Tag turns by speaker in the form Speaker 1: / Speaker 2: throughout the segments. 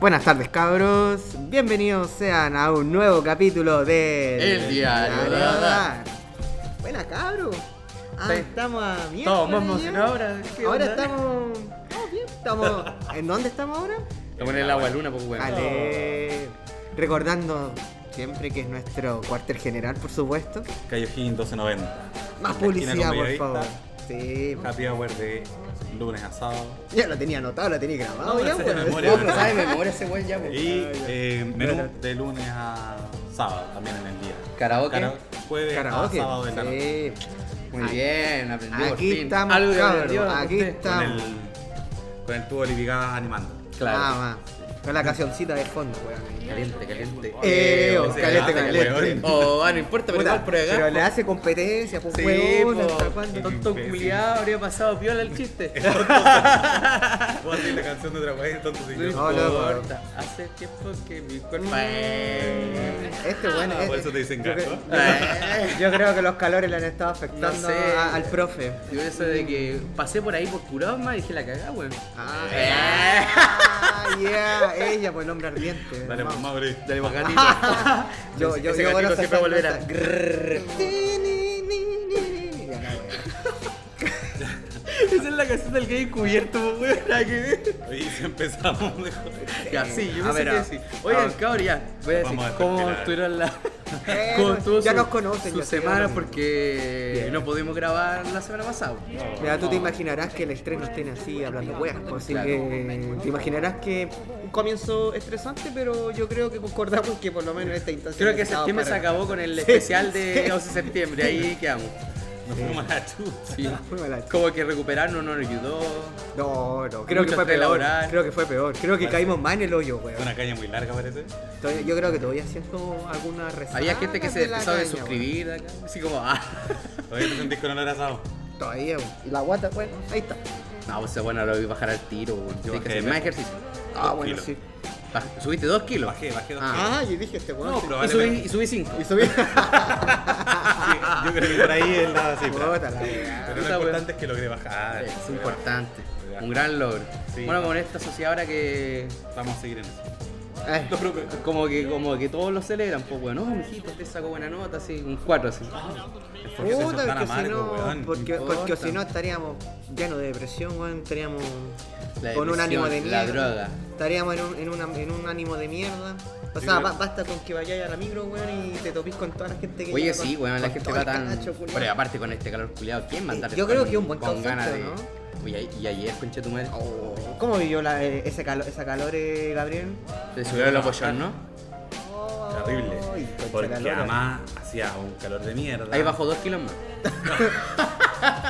Speaker 1: Buenas tardes, cabros. Bienvenidos sean a un nuevo capítulo de.
Speaker 2: El Diario de Adán.
Speaker 1: Buena, cabro. Ah,
Speaker 2: Sí.
Speaker 1: estamos a mierda.
Speaker 2: Todos más emocionados ahora, ¿qué
Speaker 1: Ahora
Speaker 2: onda?
Speaker 1: estamos. Estamos bien. Estamos. ¿En dónde estamos ahora?
Speaker 2: Estamos en el agua luna, pues, weón.
Speaker 1: Ale. Recordando siempre que es nuestro cuartel general, por supuesto.
Speaker 3: Callejín 1290.
Speaker 1: Más
Speaker 3: Esquina
Speaker 1: publicidad,
Speaker 3: con
Speaker 1: por
Speaker 3: Bellavista.
Speaker 1: favor.
Speaker 2: Ah.
Speaker 1: Sí.
Speaker 3: Happy hour de lunes a sábado.
Speaker 1: Ya lo tenía anotado, lo tenía grabado.
Speaker 3: No,
Speaker 1: ya,
Speaker 3: lo sé de
Speaker 1: weón.
Speaker 3: memoria,
Speaker 1: No,
Speaker 3: weón.
Speaker 1: lo sabe de memoria ese weón ya, pues. weón.
Speaker 3: Y eh, menú
Speaker 1: Claro.
Speaker 3: de lunes a sábado también en el día.
Speaker 2: Karaoke.
Speaker 3: jueves
Speaker 1: Karaoke.
Speaker 3: a sábado en la noche.
Speaker 1: Sí.
Speaker 2: Muy bien, aprendí por
Speaker 1: Aquí
Speaker 2: fin.
Speaker 1: estamos,
Speaker 2: Algo que
Speaker 1: cabros,
Speaker 2: aprendió
Speaker 1: aquí
Speaker 2: usted.
Speaker 1: estamos.
Speaker 3: Con el, con el tubo Lipicadas animando.
Speaker 2: Claro.
Speaker 1: Nada más. Con la cancioncita de fondo, weón.
Speaker 2: Caliente, caliente. ah,
Speaker 1: Eh, oh,
Speaker 3: ese
Speaker 1: caliente,
Speaker 3: gato,
Speaker 1: caliente.
Speaker 3: weón.
Speaker 2: Oh, ah, no importa, pero
Speaker 1: Puta,
Speaker 2: igual por acá.
Speaker 1: pero le hace competencia, pues
Speaker 2: Sí,
Speaker 1: weón,
Speaker 2: po.
Speaker 1: ¿hasta cuándo?
Speaker 2: Tonto
Speaker 3: Imbécil.
Speaker 2: culiado, habría pasado piola el chiste.
Speaker 3: Voy a hacer la canción de otra vez, entonces sí.
Speaker 2: No
Speaker 3: yo-
Speaker 1: No, loco.
Speaker 2: importa. Hace tiempo que mi cuerpo.
Speaker 1: Este weón
Speaker 3: Ah,
Speaker 1: es-
Speaker 3: por eso te dicen
Speaker 1: yo,
Speaker 3: gato.
Speaker 1: creo- yo creo que los calores le han estado afectando
Speaker 2: No sé.
Speaker 1: a- al profe.
Speaker 2: Yo eso de que pasé por ahí por curado más y dije la cagá, weón.
Speaker 1: Ah,
Speaker 2: Eh.
Speaker 1: ah, yeah, ella, pues el hombre ardiente.
Speaker 3: Dale,
Speaker 1: vamos.
Speaker 3: mamá, abrí.
Speaker 2: Dale más gatito.
Speaker 1: Yo, yo,
Speaker 2: Ese
Speaker 1: yo conozco
Speaker 2: gatito siempre
Speaker 1: esa
Speaker 2: volverá.
Speaker 1: salsa. Grrrr. Ti, ni, ni, ni, ni. Ya, la wea.
Speaker 2: Esa es la canción del gay encubierto, weón. La que
Speaker 3: Oye, si empezamos mejor.
Speaker 2: Ya, sí, yo
Speaker 1: A
Speaker 2: no sé
Speaker 1: ver,
Speaker 2: qué
Speaker 1: a-
Speaker 2: decir. Oigan,
Speaker 3: a-
Speaker 2: cabrón, ya. Voy a decir
Speaker 3: Vamos a
Speaker 2: cómo
Speaker 3: perfilar.
Speaker 2: estuvieron la.
Speaker 1: Eh,
Speaker 2: cómo
Speaker 1: ya nos conocen,
Speaker 2: Su
Speaker 1: ya sé,
Speaker 2: semana
Speaker 1: ahora.
Speaker 2: porque
Speaker 1: Bien.
Speaker 2: no pudimos grabar la semana pasada.
Speaker 1: Mira, tú te imaginarás que el estrés nos tiene así hablando weas, pues, así
Speaker 2: Claro.
Speaker 1: que te imaginarás que un comienzo estresante, pero yo creo que concordamos que por lo menos esta instancia.
Speaker 2: Creo que
Speaker 1: estaba
Speaker 2: septiembre se
Speaker 1: para-
Speaker 2: acabó con el
Speaker 1: Sí,
Speaker 2: especial de
Speaker 1: sí.
Speaker 2: 12 de septiembre. Ahí quedamos.
Speaker 3: Nos fuimos a la chucha.
Speaker 2: Sí.
Speaker 1: Fue mala ch-
Speaker 2: Como que recuperarnos no nos ayudó.
Speaker 1: No, no, creo que
Speaker 2: Mucho
Speaker 1: fue
Speaker 2: estrés
Speaker 1: peor.
Speaker 2: laboral.
Speaker 1: Creo que fue peor. Creo que caímos más en el hoyo, weón.
Speaker 3: Una calle muy larga parece.
Speaker 1: Todavía- Yo creo que todavía siento alguna resaca.
Speaker 2: Había gente que se
Speaker 1: de Ah, la
Speaker 2: empezó a
Speaker 1: caña,
Speaker 2: suscribir acá. Así como, ah.
Speaker 3: Todavía te sentís con olor a asado.
Speaker 1: weón. Todavía, weón. Y la guata, bueno, ahí está.
Speaker 2: No, o sea, bueno, lo voy a bajar al tiro. weón. Tienes que
Speaker 3: bajé
Speaker 2: hacer
Speaker 3: de
Speaker 2: más
Speaker 3: peso.
Speaker 2: ejercicio.
Speaker 1: Ah,
Speaker 3: Dos
Speaker 1: bueno,
Speaker 3: kilos.
Speaker 1: sí.
Speaker 2: Baj- ¿Subiste dos kilos?
Speaker 3: Bajé, bajé dos
Speaker 2: Ah.
Speaker 1: Ah, yo dije este weón.
Speaker 3: No,
Speaker 1: sí.
Speaker 3: pero
Speaker 2: Y
Speaker 3: vale
Speaker 2: subí,
Speaker 3: la-
Speaker 2: y subí cinco.
Speaker 1: Y subí.
Speaker 3: Sí, Yo creo que por ahí es la cifra.
Speaker 1: Puta la weá.
Speaker 3: Pero lo
Speaker 2: Puta, weón.
Speaker 3: importante es que logré bajar.
Speaker 2: Ah, Es
Speaker 3: Logré bajar.
Speaker 2: importante. Un gran logro.
Speaker 3: Sí.
Speaker 2: Bueno, con esta sociedad ahora que.
Speaker 3: Vamos a seguir en eso.
Speaker 1: Ay,
Speaker 2: Como que, como que todos lo celebran, pues bueno, no, mijito, te sacó buena nota, así, un 4 así.
Speaker 1: Ah,
Speaker 3: Porque se
Speaker 1: Puta,
Speaker 3: tan
Speaker 1: porque si
Speaker 3: amargo,
Speaker 1: no,
Speaker 3: pues, weón.
Speaker 1: porque,
Speaker 2: Importa.
Speaker 1: porque si no estaríamos llenos de depresión, weón, estaríamos
Speaker 2: La
Speaker 1: con un
Speaker 2: depresión,
Speaker 1: ánimo de mierda.
Speaker 2: la droga.
Speaker 1: Estaríamos en un, en, una- en un ánimo de mierda. O sea,
Speaker 3: creo-
Speaker 1: ba- basta con que vayáis a la micro, weón, y te topís con toda la gente que
Speaker 2: Oye,
Speaker 1: llega con-
Speaker 2: sí, weón, la
Speaker 1: con
Speaker 2: gente
Speaker 1: todo
Speaker 2: está
Speaker 1: el
Speaker 2: tan.
Speaker 1: canacho, culiao.
Speaker 2: Pero aparte con este calor culiado, ¿quién va a andar
Speaker 1: Yo creo
Speaker 2: tan-
Speaker 1: que un buen
Speaker 2: con ganas de.
Speaker 1: concepto,
Speaker 2: Oye, ahí- y ayer, conche tu madre.
Speaker 1: Oh, ¿Cómo vivió la, eh, ese calo- esa calor, eh, Gabriel?
Speaker 2: Te subieron los pollos, ¿no?
Speaker 3: Terrible.
Speaker 1: Ay, concha
Speaker 3: Porque
Speaker 1: calor. eh.
Speaker 3: además hacía un calor de mierda.
Speaker 2: Ahí bajó dos kilos más.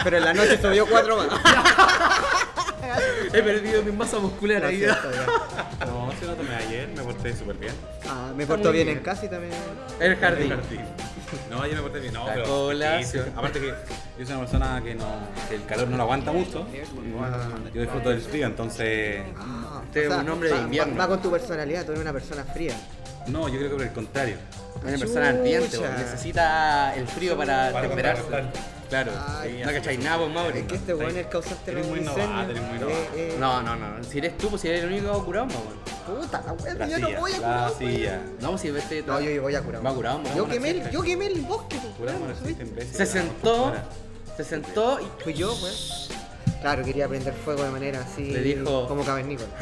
Speaker 1: Pero en la noche subió cuatro más.
Speaker 2: He perdido mi masa muscular
Speaker 1: Lo
Speaker 2: ahí.
Speaker 1: siento, ya.
Speaker 3: No, si no tomé ayer, me porté súper bien.
Speaker 1: Ah, me
Speaker 2: Está
Speaker 1: portó
Speaker 2: muy
Speaker 1: bien
Speaker 2: bien.
Speaker 1: en casa y también.
Speaker 2: El jardín.
Speaker 3: En el jardín. No, ayer me porté bien. No,
Speaker 2: La
Speaker 3: pero.
Speaker 2: colación.
Speaker 3: sí, sí. aparte que yo soy una persona que, no, que el calor no lo aguanta mucho.
Speaker 1: Ah.
Speaker 3: Yo disfruto del frío, entonces.
Speaker 1: Ah,
Speaker 2: Usted es un hombre de
Speaker 1: va- va-
Speaker 2: invierno.
Speaker 1: Va, con tu personalidad, tú eres una persona fría.
Speaker 3: No, yo creo que por el contrario.
Speaker 2: Una persona ardiente,
Speaker 1: Chucha.
Speaker 2: weón. necesita el frío para,
Speaker 3: Para
Speaker 2: temperarse.
Speaker 3: contrarrestar.
Speaker 2: Claro.
Speaker 1: Ay.
Speaker 2: no cacháis nada, vos, Mauri.
Speaker 1: Es que este weón es causaste
Speaker 3: Eres
Speaker 1: los
Speaker 3: muy
Speaker 1: incendios.
Speaker 3: novato, eres muy novato.
Speaker 1: Eh, eh,
Speaker 2: No, no, no. Si eres tú, pues si eres el único curado, más, weón.
Speaker 1: Puta, la
Speaker 3: La
Speaker 1: weón, yo no
Speaker 3: silla.
Speaker 1: voy a
Speaker 3: La
Speaker 1: curar.
Speaker 3: silla.
Speaker 2: No, pues si vete.
Speaker 1: No, yo, yo voy a curar.
Speaker 2: Va curado, vamos,
Speaker 1: yo
Speaker 2: una
Speaker 1: quemé, el,
Speaker 2: fiesta.
Speaker 1: yo quemé el bosque, pues,
Speaker 3: Curamos
Speaker 1: weón,
Speaker 3: la
Speaker 1: ¿sí?
Speaker 3: fiesta este imbécil.
Speaker 2: Se sentó.
Speaker 3: Ahora.
Speaker 2: Se sentó y.
Speaker 1: Fui yo, weón. Claro, quería prender fuego de manera así.
Speaker 2: Le dijo-
Speaker 1: Como cavernícola.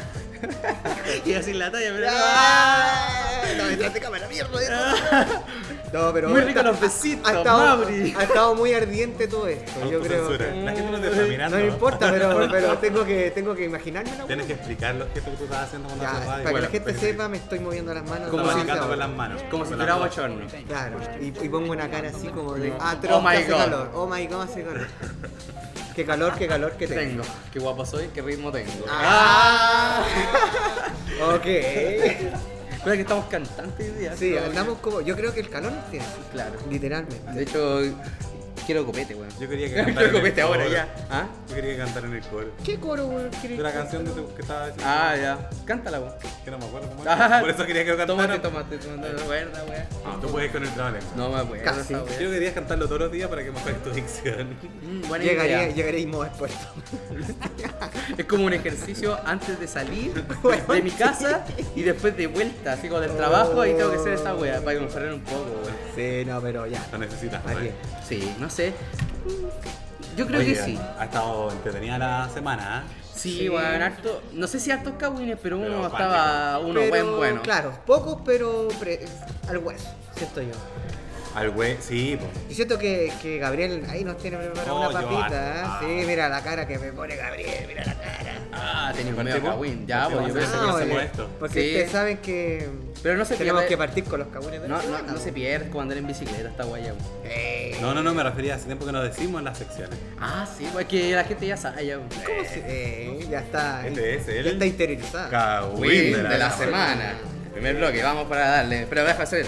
Speaker 2: Y así la talla, pero.
Speaker 1: ¡Ah! No, detrás de cámara, mierda. No, pero.
Speaker 2: Muy rico
Speaker 1: está-
Speaker 2: los besitos,
Speaker 1: ha estado,
Speaker 2: Mauri.
Speaker 1: ha estado muy ardiente todo esto. Yo creo.
Speaker 3: Autocensura.
Speaker 1: que-
Speaker 3: La gente no te está mirando.
Speaker 1: No me importa, pero, pero tengo que, tengo que imaginarme la weá.
Speaker 3: Tienes que explicar lo que tú, tú estás haciendo con
Speaker 1: Ya,
Speaker 3: la
Speaker 1: para
Speaker 3: sopa.
Speaker 1: que la gente sepa, me estoy moviendo las manos.
Speaker 2: Como
Speaker 3: Como
Speaker 1: Estaba
Speaker 2: si-
Speaker 3: si
Speaker 1: sentado.
Speaker 3: con las manos.
Speaker 2: Como si
Speaker 3: Con las
Speaker 2: fuera
Speaker 3: manos.
Speaker 2: bochorno.
Speaker 1: Claro, y, y pongo una cara así como de. Ah,
Speaker 2: Oh my
Speaker 1: hace
Speaker 2: God.
Speaker 1: calor. Oh my god, hace calor. Qué calor, qué calor que
Speaker 2: ¿Qué
Speaker 1: tengo.
Speaker 2: tengo? Qué guapo soy, qué ritmo tengo.
Speaker 1: Ah. ok.
Speaker 2: Recuerda Ah, que estamos cantantes hoy día.
Speaker 1: Sí,
Speaker 2: Como-
Speaker 1: andamos como. Yo creo que el calor nos tiene así,
Speaker 2: Claro.
Speaker 1: literalmente.
Speaker 2: De hecho, Quiero copete, weón.
Speaker 3: Yo quería que cantara
Speaker 2: Quiero
Speaker 3: en el
Speaker 2: copete ahora
Speaker 3: coro.
Speaker 2: ya. ¿Ah?
Speaker 3: Yo quería que cantara en el coro.
Speaker 1: ¿Qué coro, weón?
Speaker 3: De
Speaker 1: querés
Speaker 3: la
Speaker 1: que-
Speaker 3: canción de tu- que estaba diciendo.
Speaker 2: Ah, ya. Cántala, weón.
Speaker 3: Que no me acuerdo cómo
Speaker 2: Ah,
Speaker 3: era. Por eso quería que lo
Speaker 2: Tómate,
Speaker 3: cantara.
Speaker 2: tómate, tómate. No me acuerdo, weón.
Speaker 3: No, tú puedes con el trabalenguas.
Speaker 2: No me acuerdo.
Speaker 1: Casi.
Speaker 2: esa weá.
Speaker 3: Yo quería cantarlo todos los días para que mejores tu dicción.
Speaker 2: Mm, buena
Speaker 1: Llegaría,
Speaker 2: idea.
Speaker 1: llegaría Inmo al puerto.
Speaker 2: Es como un ejercicio antes de salir
Speaker 1: Weón,
Speaker 2: de mi casa y después de vuelta, así como del trabajo, y tengo que hacer esa weá para conferir un poco, weón.
Speaker 1: Sí, no, pero ya.
Speaker 3: Lo necesitas,
Speaker 1: Aquí.
Speaker 3: ¿vale?
Speaker 2: Sí, no sé. Yo creo
Speaker 3: Oye,
Speaker 2: que sí.
Speaker 3: Ha estado entretenida la semana, ¿eh?
Speaker 2: Sí,
Speaker 1: Sí.
Speaker 2: weón, harto. No sé si hartos cabines, pero uno
Speaker 3: Pero
Speaker 2: estaba uno
Speaker 1: Pero,
Speaker 2: buen bueno.
Speaker 1: Claro, pocos, pero pre- al hueso, siento yo.
Speaker 3: Al güey, sí, po.
Speaker 1: Y siento que, que Gabriel ahí nos tiene preparada
Speaker 3: Oh,
Speaker 1: una
Speaker 3: yo
Speaker 1: papita.
Speaker 3: harto.
Speaker 1: ¿eh? Sí, mira la cara que me pone Gabriel, mira la cara.
Speaker 2: Ah, tenía un medio
Speaker 3: ¿Partimos?
Speaker 2: cagüín. Ya,
Speaker 3: ¿Partimos?
Speaker 2: pues yo
Speaker 3: Pero
Speaker 2: pensé
Speaker 3: Ah,
Speaker 2: que
Speaker 3: no
Speaker 2: no se
Speaker 3: vale.
Speaker 2: puede.
Speaker 3: esto.
Speaker 1: Porque
Speaker 2: Sí.
Speaker 1: ustedes saben que
Speaker 2: Pero no se
Speaker 1: tenemos
Speaker 2: pierde.
Speaker 1: que partir con los cabunes de la
Speaker 2: No, no,
Speaker 1: semana,
Speaker 2: no se
Speaker 1: po.
Speaker 2: pierde como andar en bicicleta esta guaya. weón.
Speaker 1: Eh,
Speaker 3: No, no, no, me refería hace tiempo que nos decimos en las secciones.
Speaker 2: Ah, sí, pues que la gente ya sabe ya. weón.
Speaker 1: ¿Cómo se.? eh, ya está.
Speaker 3: Este es el-
Speaker 1: Ya está interiorizada.
Speaker 3: Cagüín
Speaker 2: Win Ah. de la semana. Primer bloque, vamos para darle. Pero deja hacer.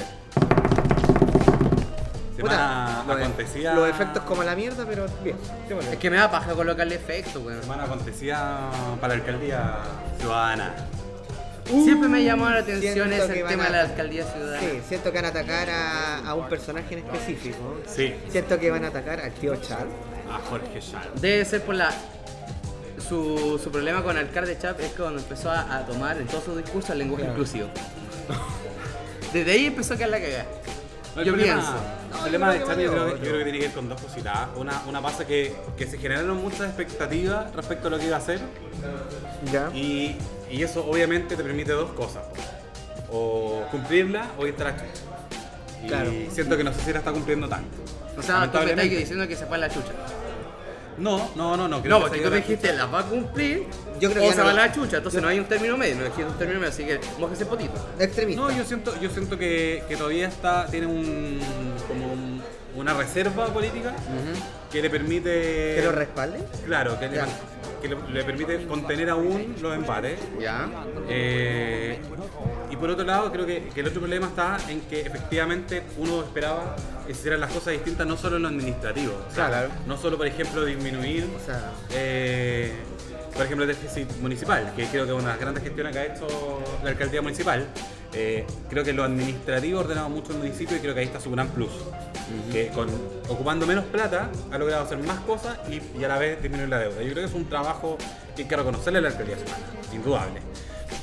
Speaker 3: Semana
Speaker 1: los, e-
Speaker 3: acontecía.
Speaker 1: los efectos como la mierda, pero bien. qué bueno.
Speaker 2: Es que me da paja colocarle efecto, weón.
Speaker 3: Semana acontecía para la alcaldía ciudadana.
Speaker 2: Siempre me
Speaker 1: Uh,
Speaker 2: llamó la atención
Speaker 1: siento
Speaker 2: ese
Speaker 1: que van
Speaker 2: tema
Speaker 1: a-
Speaker 2: de la alcaldía ciudadana.
Speaker 1: Sí, siento que van a atacar a, a un personaje en específico.
Speaker 3: Sí.
Speaker 1: Siento que van a atacar al tío Chad.
Speaker 3: A Jorge Charles.
Speaker 2: Debe ser por la. Su, su problema con Alcalde Chap es que cuando empezó a, a tomar en todos sus discursos el lenguaje
Speaker 1: Claro.
Speaker 2: inclusivo. Desde ahí empezó a caer la cagada.
Speaker 3: El
Speaker 2: Yo
Speaker 3: problema-
Speaker 2: pienso.
Speaker 1: No,
Speaker 3: El problema
Speaker 1: yo
Speaker 3: de
Speaker 1: creo
Speaker 3: Charlie
Speaker 1: que
Speaker 3: yo creo,
Speaker 1: valió
Speaker 3: yo creo que tiene que ver con dos cositas. Una, una pasa que, que se generaron muchas expectativas respecto a lo que iba a hacer.
Speaker 1: Ya.
Speaker 3: Y, y eso obviamente te permite dos cosas. po. O cumplirla o irte a la chucha. Y
Speaker 1: Claro.
Speaker 3: siento que no sé si la está cumpliendo tanto.
Speaker 2: O sea, tú me estás
Speaker 3: Lamentablemente.
Speaker 2: diciendo que se fue a la chucha.
Speaker 3: No, no, no, no. creo
Speaker 2: No, porque
Speaker 3: que se
Speaker 2: tú
Speaker 3: haya
Speaker 2: me
Speaker 3: ido a la
Speaker 2: dijiste, las va a cumplir.
Speaker 1: Yo creo que
Speaker 2: o
Speaker 1: ya
Speaker 2: se
Speaker 1: no
Speaker 2: va a
Speaker 1: la-
Speaker 2: la chucha. Entonces no hay un término medio, no existe un término medio, así que mójese potito.
Speaker 1: Extremista.
Speaker 3: No, yo siento, yo siento que, que todavía está, tiene un, como un- una reserva política que le permite...
Speaker 1: ¿Que lo respalde?
Speaker 3: Claro, que, le,
Speaker 1: Ya.
Speaker 3: que le- le permite contener aún los empates.
Speaker 2: Ya.
Speaker 3: Eh, y por otro lado, creo que, que el otro problema está en que efectivamente uno esperaba que se hicieran las cosas distintas no solo en lo administrativo. O sea,
Speaker 1: Claro.
Speaker 3: No solo, por ejemplo, disminuir
Speaker 1: O sea,
Speaker 3: eh, por ejemplo, el déficit municipal, que creo que es una de las grandes gestiones que ha hecho la alcaldía municipal. Eh, creo que lo administrativo ha ordenado mucho el municipio y creo que ahí está su gran plus. Que con, ocupando menos plata ha logrado hacer más cosas y, y a la vez disminuir la deuda. Yo creo que es un trabajo que hay que reconocerle a la alcaldía ciudadana, indudable.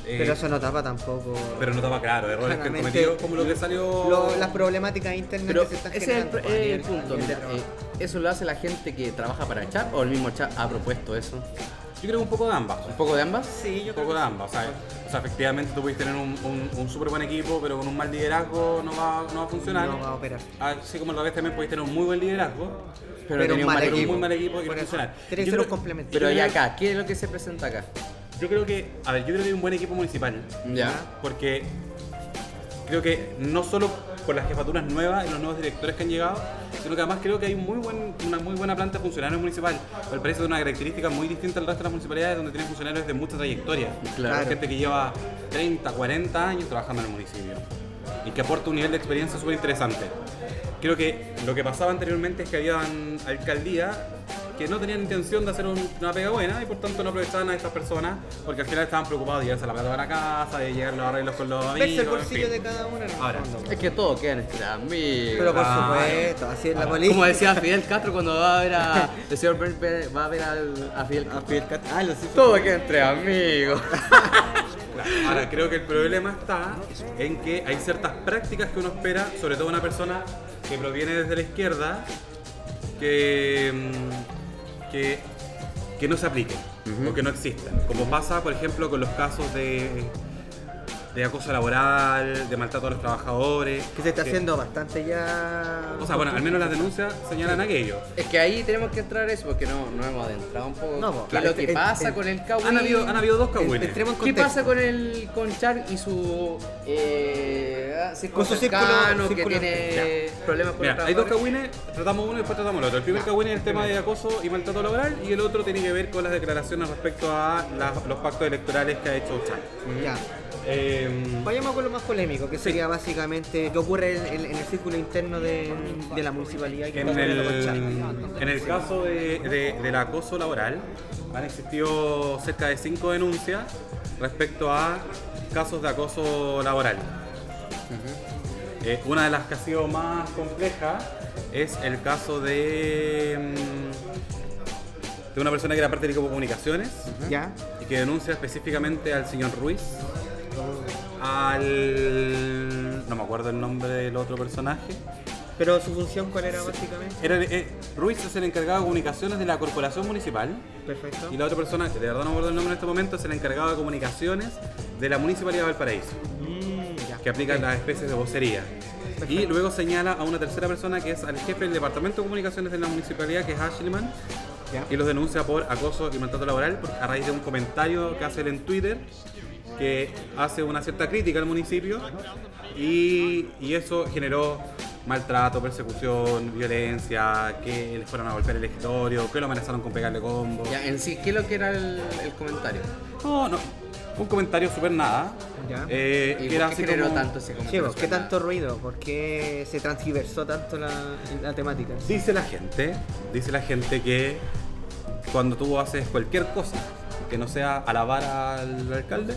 Speaker 3: Eh,
Speaker 1: pero eso no tapa tampoco.
Speaker 3: pero no estaba claro, errores que han
Speaker 1: Claramente,
Speaker 3: cometido como lo que salió.
Speaker 1: lo- las problemáticas internas
Speaker 2: Pero
Speaker 1: que se están
Speaker 2: ese es el,
Speaker 1: generando. pues,
Speaker 2: pro- es el punto. mira, eh, ¿Eso lo hace la gente que trabaja para Chap o el mismo Chap ha propuesto eso?
Speaker 3: Yo creo que un poco de ambas.
Speaker 2: ¿Un poco de ambas?
Speaker 1: sí, yo
Speaker 3: un poco de ambas. O sea, o sea, efectivamente tú puedes tener un, un, un súper buen equipo, pero con un mal liderazgo no va, no va a funcionar. Ah,
Speaker 1: no va a operar.
Speaker 3: Así como a la vez también puedes tener un muy buen liderazgo,
Speaker 2: Pero tenía un mal
Speaker 3: pero un
Speaker 2: equipo.
Speaker 3: muy mal equipo y no
Speaker 1: Por
Speaker 3: va a
Speaker 1: eso,
Speaker 3: funcionar.
Speaker 1: tiene que
Speaker 3: Yo
Speaker 1: ser un
Speaker 3: creo-
Speaker 1: complemento.
Speaker 2: Pero
Speaker 3: yo
Speaker 2: ¿y
Speaker 3: creo-
Speaker 2: acá? ¿Qué es lo que se presenta acá?
Speaker 3: Yo creo que, a ver, yo creo que hay un buen equipo municipal,
Speaker 2: Ya.
Speaker 3: porque creo que no solo por las jefaturas nuevas y los nuevos directores que han llegado, sino que además creo que hay muy buen- una muy buena planta de funcionarios municipal. Al parecer es una característica muy distinta al resto de las municipalidades donde tienen funcionarios de mucha trayectoria.
Speaker 2: Claro.
Speaker 3: Hay gente que lleva 30, 40 años trabajando en el municipio y que aporta un nivel de experiencia súper interesante. Creo que lo que pasaba anteriormente es que habían alcaldías que no tenían intención de hacer un- una pega buena y por tanto no aprovechaban a estas personas porque al final estaban preocupados de llevarse la plata para casa, de llegar los arreglos con los amigos.
Speaker 1: Verse el
Speaker 3: en
Speaker 1: bolsillo
Speaker 3: fin.
Speaker 1: de cada uno en el
Speaker 3: Ahora,
Speaker 1: fondo, pues.
Speaker 2: Es que todo queda en este amigo.
Speaker 1: Pero por
Speaker 3: Ah,
Speaker 1: supuesto, así es la política.
Speaker 2: Como decía Fidel Castro cuando va a ver a. El señor Ber- Ber- va a ver al- a Fidel Castro.
Speaker 1: Ah, lo sé.
Speaker 2: Todo queda entre amigos.
Speaker 3: Claro. Ahora, creo que el problema está en que hay ciertas prácticas que uno espera, sobre todo una persona que proviene desde la izquierda, que, mm, que, que no se apliquen o que no existan. Como pasa, por ejemplo, con los casos de, de acoso laboral, de maltrato a los trabajadores.
Speaker 1: Que se está haciendo bastante ya.
Speaker 3: O sea, bueno, al menos las denuncias señalan aquello.
Speaker 2: Es que ahí tenemos que entrar eso porque no, no hemos adentrado un poco.
Speaker 1: No, pues,
Speaker 2: ¿Qué es lo
Speaker 1: claro,
Speaker 2: que
Speaker 1: en-
Speaker 2: pasa
Speaker 1: en-
Speaker 2: con el Cawin?
Speaker 3: Han habido, han habido dos
Speaker 1: En-
Speaker 3: cagüines.
Speaker 1: entremos en
Speaker 2: ¿Qué
Speaker 1: contexto.
Speaker 2: pasa con el con Char y su eh, ah, círculo
Speaker 1: Con su círculo-
Speaker 2: cercano que
Speaker 1: círculo-
Speaker 2: tiene problemas con
Speaker 3: Mira,
Speaker 2: los
Speaker 3: hay dos
Speaker 2: trabajadores?
Speaker 3: cagüines, tratamos uno y después tratamos el otro. El primer cagüín es el tema de acoso y maltrato laboral y el otro tiene que ver con las declaraciones respecto a las- los pactos electorales que ha hecho Chan.
Speaker 1: Ya.
Speaker 3: Em,
Speaker 1: Vayamos con lo más polémico, que sería básicamente que ocurre en, en- en el círculo interno de, de la municipalidad. y que
Speaker 3: En
Speaker 1: está ocurriendo con
Speaker 3: el,
Speaker 1: Charlie.
Speaker 3: en el caso de, de- del acoso laboral, han existido cerca de cinco denuncias respecto a casos de acoso laboral. Eh, una de las que ha sido más compleja es el caso de, mm, de una persona que era parte de Telecomunicaciones
Speaker 1: ¿Ya?
Speaker 3: y que denuncia específicamente al señor Ruiz, al... no me acuerdo el nombre del otro personaje.
Speaker 1: Pero su función, ¿cuál era básicamente?
Speaker 3: Era el- eh, Ruiz es el encargado de comunicaciones de la corporación municipal
Speaker 1: Perfecto.
Speaker 3: y la otra persona, que de verdad no me acuerdo el nombre en este momento, es el encargado de comunicaciones de la municipalidad de Valparaíso,
Speaker 1: Mm, ya.
Speaker 3: que aplica las especies de vocería. Y luego señala a una tercera persona que es al jefe del departamento de comunicaciones de la municipalidad, que es Ashleyman,
Speaker 1: Ya.
Speaker 3: y los denuncia por acoso y maltrato laboral por- a raíz de un comentario que hace él en Twitter que hace una cierta crítica al municipio y, y eso generó maltrato, persecución, violencia, que le fueron a golpear el escritorio, que lo amenazaron con pegarle combo.
Speaker 2: Ya, en sí, ¿qué es lo que era el, el comentario?
Speaker 3: No, no, fue un comentario súper nada.
Speaker 1: Ya.
Speaker 3: eh,
Speaker 2: ¿Y
Speaker 3: que era
Speaker 2: por
Speaker 3: así
Speaker 2: qué generó
Speaker 3: como-
Speaker 2: tanto ese
Speaker 1: Sí,
Speaker 2: comentario?
Speaker 1: vos, ¿Qué tanto ruido? ¿Por qué se transgiversó tanto la, la temática?
Speaker 3: Dice la gente, dice la gente que cuando tú haces cualquier cosa que no sea alabar al alcalde,